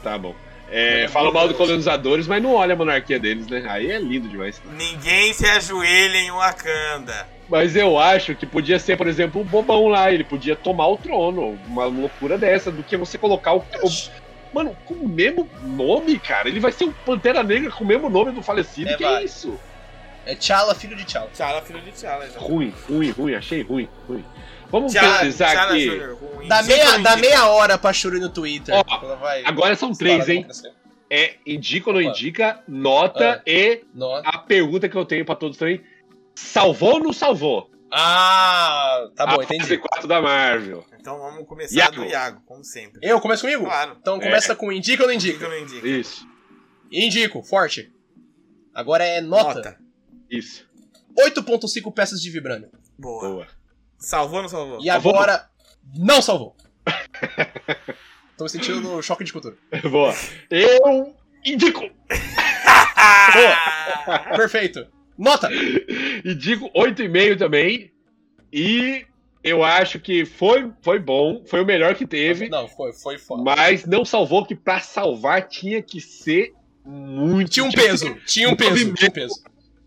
Speaker 3: Tá bom. É, fala mal dos colonizadores, mas não olha a monarquia deles, né? Aí é lindo demais.
Speaker 1: Ninguém se ajoelha em Wakanda.
Speaker 3: Mas eu acho que podia ser, por exemplo, o bobão lá. Ele podia tomar o trono. Uma loucura dessa, do que você colocar o. o- Mano, com o mesmo nome, cara. Ele vai ser o Pantera Negra com o mesmo nome do falecido.
Speaker 2: É,
Speaker 3: que
Speaker 2: vai.
Speaker 3: é isso?
Speaker 2: É T'Challa, filho de T'Challa.
Speaker 1: Tchala, filho de Tchala. já.
Speaker 3: Ruim, ruim, ruim. Achei ruim, ruim. Vamos
Speaker 1: Tchala-
Speaker 3: finalizar
Speaker 1: Tchala
Speaker 3: aqui.
Speaker 1: Júnior, ruim.
Speaker 2: Dá
Speaker 1: Cinco
Speaker 2: meia, dá
Speaker 1: indica.
Speaker 2: meia hora pra Shuri no Twitter.
Speaker 3: é né? Ó,
Speaker 2: Ela vai-
Speaker 3: Agora são três, hein? É indica ou não
Speaker 2: Opa.
Speaker 3: indica, nota
Speaker 2: Ah.
Speaker 3: e
Speaker 2: Nossa.
Speaker 3: a pergunta que eu tenho pra todos também. Salvou ou não salvou?
Speaker 2: Ah, tá bom,
Speaker 3: a
Speaker 2: entendi.
Speaker 3: fase 4 da Marvel.
Speaker 1: Então vamos começar
Speaker 3: Iago.
Speaker 1: do Iago, como sempre.
Speaker 2: Eu começo comigo?
Speaker 1: Claro.
Speaker 2: Então
Speaker 3: É.
Speaker 2: começa com indica ou não
Speaker 1: Indica
Speaker 2: indica?
Speaker 1: ou não indica?
Speaker 3: Isso,
Speaker 2: Indico, forte. Agora é nota.
Speaker 3: isso.
Speaker 2: 8.5 peças de vibrânio.
Speaker 1: Boa.
Speaker 3: Boa.
Speaker 1: Salvou ou não salvou?
Speaker 2: E agora, não salvou. Tô me sentindo no choque de cultura.
Speaker 3: Boa. Eu indico
Speaker 1: Ah!
Speaker 2: Perfeito. Nota!
Speaker 3: e digo 8,5 também. E eu acho que foi, foi bom, foi o melhor que teve,
Speaker 2: Não, foi, foi foda.
Speaker 3: mas não salvou que pra salvar tinha que ser muito
Speaker 2: Tinha um peso, tinha um peso,
Speaker 3: Movimento.
Speaker 2: tinha um peso.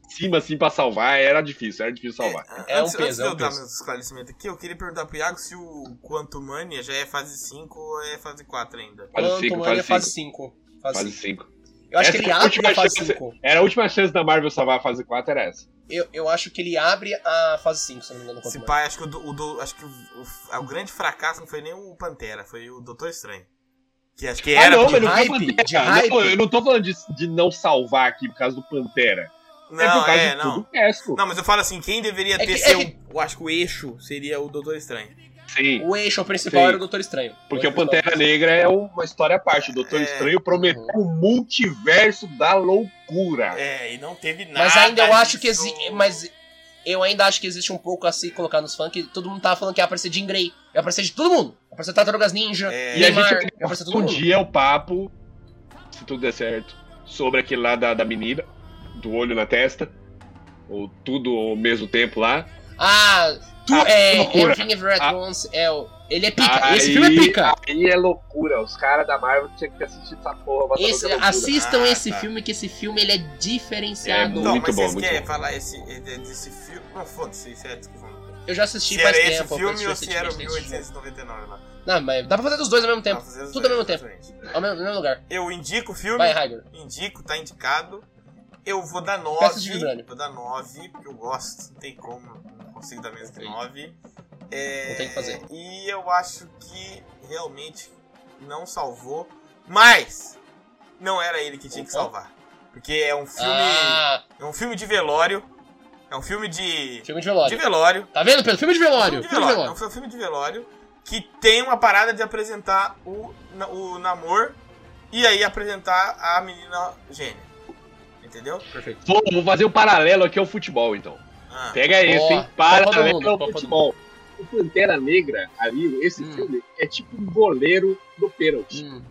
Speaker 3: em cima assim pra salvar, era difícil, era difícil salvar.
Speaker 2: É um
Speaker 1: antes, antes
Speaker 2: peso, é
Speaker 1: de
Speaker 2: um
Speaker 1: eu dar
Speaker 2: peso.
Speaker 1: meu esclarecimento aqui, eu queria perguntar pro Iago se o Quantum Mania já é fase 5 ou é fase 4 ainda.
Speaker 3: Fase
Speaker 2: Quantum
Speaker 3: 5,
Speaker 2: Mania é fase
Speaker 3: fase 5.
Speaker 2: 5.
Speaker 3: Fase
Speaker 2: Fase 5.
Speaker 3: 5.
Speaker 2: Eu acho
Speaker 3: Essa
Speaker 2: que ele
Speaker 3: é a
Speaker 2: abre
Speaker 3: última
Speaker 2: a fase
Speaker 3: chance.
Speaker 2: 5.
Speaker 3: Era a última chance da Marvel salvar a fase 4, era essa.
Speaker 2: Eu, eu acho que ele abre a fase 5, se eu não me engano.
Speaker 1: Esse
Speaker 2: Quantum Mania.
Speaker 1: pai, acho que, o, do- o do- acho que o, o- o grande fracasso não foi nem o Pantera, foi o Doutor Estranho. Que acho que
Speaker 3: Ah,
Speaker 1: era.
Speaker 3: não,
Speaker 1: porque-
Speaker 3: mas não foi
Speaker 2: hype,
Speaker 3: Pantera.
Speaker 2: de
Speaker 3: Não,
Speaker 2: hype.
Speaker 3: eu não tô falando de, de não salvar aqui por causa do Pantera. é
Speaker 1: não,
Speaker 3: por causa
Speaker 1: é,
Speaker 3: de
Speaker 1: não.
Speaker 3: tudo o resto.
Speaker 1: Não, mas eu falo assim, quem deveria
Speaker 2: tipo- É
Speaker 1: ter
Speaker 2: que-
Speaker 1: seu.
Speaker 2: é
Speaker 1: Eu acho que o eixo seria o Doutor Estranho.
Speaker 3: Sim.
Speaker 2: O eixo principal
Speaker 3: Sim.
Speaker 2: era o Doutor Estranho.
Speaker 3: Porque o
Speaker 2: eixo principal-
Speaker 3: Pantera Negra é uma história à parte. O Doutor
Speaker 1: É.
Speaker 3: Estranho prometeu o multiverso da loucura.
Speaker 1: É, e não teve nada.
Speaker 2: Mas ainda eu acho que
Speaker 1: disso.
Speaker 2: existe. Mas eu ainda acho que existe um pouco a se colocar nos funk. Todo mundo tava falando que ia aparecer Jim Grey. Ia aparecer de todo mundo. Ia aparecer Tartarugas Ninja.
Speaker 1: É.
Speaker 3: E a
Speaker 2: Neymar,
Speaker 3: gente
Speaker 2: ia aparecer todo
Speaker 3: um
Speaker 2: mundo.
Speaker 3: dia o papo, se tudo der certo, sobre aquele lá da, da menina, do olho na testa. Ou tudo ao mesmo tempo lá.
Speaker 2: Ah, tu,
Speaker 3: Ah,
Speaker 2: é.
Speaker 3: loucura.
Speaker 2: Everything Everywhere at
Speaker 3: Ah.
Speaker 2: Once é o. Ele é pica.
Speaker 3: Aí-
Speaker 2: Esse filme é pica.
Speaker 3: Aí é loucura. Os caras da Marvel tinham que ter assistido essa porra. mas
Speaker 2: Esse,
Speaker 3: é loucura.
Speaker 2: assistam
Speaker 1: Ah,
Speaker 2: esse
Speaker 1: tá. É
Speaker 2: filme, que esse filme ele é diferenciado.
Speaker 1: Não,
Speaker 3: muito
Speaker 1: Então, mas
Speaker 3: bom,
Speaker 1: vocês
Speaker 3: muito
Speaker 1: querem
Speaker 3: bom.
Speaker 1: falar esse, é, de- desse filme? Não, foda-se, isso é desculpa.
Speaker 2: Eu já assisti
Speaker 1: Se
Speaker 2: faz
Speaker 1: era
Speaker 2: tempo.
Speaker 1: esse
Speaker 2: eu
Speaker 1: filme
Speaker 2: assisti
Speaker 1: ou se era o
Speaker 2: recentemente esse filme.
Speaker 1: 1899 lá.
Speaker 2: Não, mas dá pra fazer os dois ao mesmo tempo.
Speaker 1: Tá, vocês
Speaker 2: Tudo ao mesmo
Speaker 1: dois,
Speaker 2: tempo.
Speaker 1: exatamente.
Speaker 2: Ao mesmo, no mesmo lugar.
Speaker 1: Eu indico o Tá. filme,
Speaker 2: Vai, Raigor.
Speaker 1: indico, tá indicado. Eu vou dar
Speaker 2: Peças de vibrânio.
Speaker 1: 9. Vou dar 9, porque eu gosto, não tem como, não consigo dar menos que
Speaker 2: Perfeito.
Speaker 1: 9. É,
Speaker 2: Não tem o que fazer.
Speaker 1: E eu acho que realmente não salvou, mas não era ele que tinha que
Speaker 2: Opa.
Speaker 1: salvar. Porque é um filme.
Speaker 2: Ah,
Speaker 1: É um filme de velório. É um filme de.
Speaker 2: filme de
Speaker 1: De
Speaker 2: velório.
Speaker 1: velório.
Speaker 2: Tá vendo, Pedro? Filme de
Speaker 1: Filme
Speaker 2: velório.
Speaker 1: de
Speaker 2: Filme de
Speaker 1: velório. É
Speaker 2: velório.
Speaker 1: um filme de velório que tem uma parada de apresentar o, na- o namor e aí apresentar a menina gênia. Entendeu?
Speaker 2: Perfeito.
Speaker 3: Vou, vou fazer um paralelo aqui ao futebol, então.
Speaker 1: Ah,
Speaker 3: Pega esse,
Speaker 2: Ó, Copa
Speaker 3: hein?
Speaker 2: do Mundo,
Speaker 3: Paralelo
Speaker 2: Copa
Speaker 3: ao
Speaker 2: do
Speaker 3: futebol. O Pantera Negra, amigo, esse
Speaker 2: Hum.
Speaker 3: filme é tipo um goleiro do pênalti.
Speaker 2: Hum.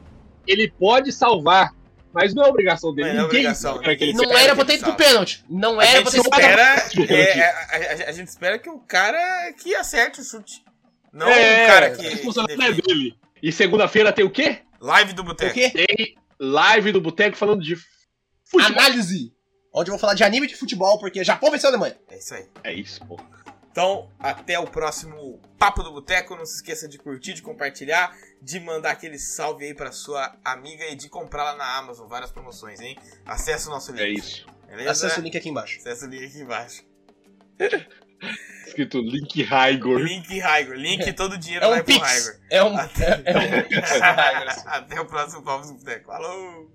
Speaker 3: Ele pode salvar, mas não é obrigação dele.
Speaker 1: Mas não é
Speaker 3: Ninguém
Speaker 1: obrigação,
Speaker 3: espera
Speaker 1: ninguém
Speaker 3: que ele
Speaker 1: Ele
Speaker 2: Não
Speaker 1: pega,
Speaker 2: era
Speaker 1: ele
Speaker 2: pra ter ido pro
Speaker 1: sabe.
Speaker 2: pênalti. Não
Speaker 1: a
Speaker 2: era pra
Speaker 1: gente
Speaker 2: ter ido pro pênalti.
Speaker 1: espera,
Speaker 3: pênalti.
Speaker 1: é, a, a- a gente espera que o cara que acerte o chute. Não
Speaker 3: É,
Speaker 1: o cara
Speaker 3: a
Speaker 1: que. que
Speaker 3: responsabilidade é
Speaker 1: defende.
Speaker 3: dele. E segunda-feira tem o quê?
Speaker 1: Live do
Speaker 2: O
Speaker 1: Boteco.
Speaker 2: quê?
Speaker 3: Tem live do Boteco falando de futebol.
Speaker 2: Análise. Onde eu vou falar de anime de futebol, porque Japão venceu a Alemanha.
Speaker 1: É isso aí.
Speaker 3: É isso, pô.
Speaker 1: Então, até o próximo Papo do Boteco. Não se esqueça de curtir, de compartilhar, de mandar aquele salve aí pra sua amiga e de comprar lá na Amazon. Várias promoções, hein? Acesse o nosso link.
Speaker 3: É isso.
Speaker 1: Beleza?
Speaker 2: Acesse o link aqui embaixo.
Speaker 1: Acesse o link aqui embaixo.
Speaker 3: Escrito Link Raigor.
Speaker 1: Link Raigor. Link todo o dinheiro
Speaker 2: É
Speaker 1: vai
Speaker 2: um
Speaker 1: pro
Speaker 2: pix.
Speaker 1: Raigor.
Speaker 2: É um, é,
Speaker 1: Até-
Speaker 2: é um pix do Raigor.
Speaker 1: até o próximo Papo do Boteco. Falou!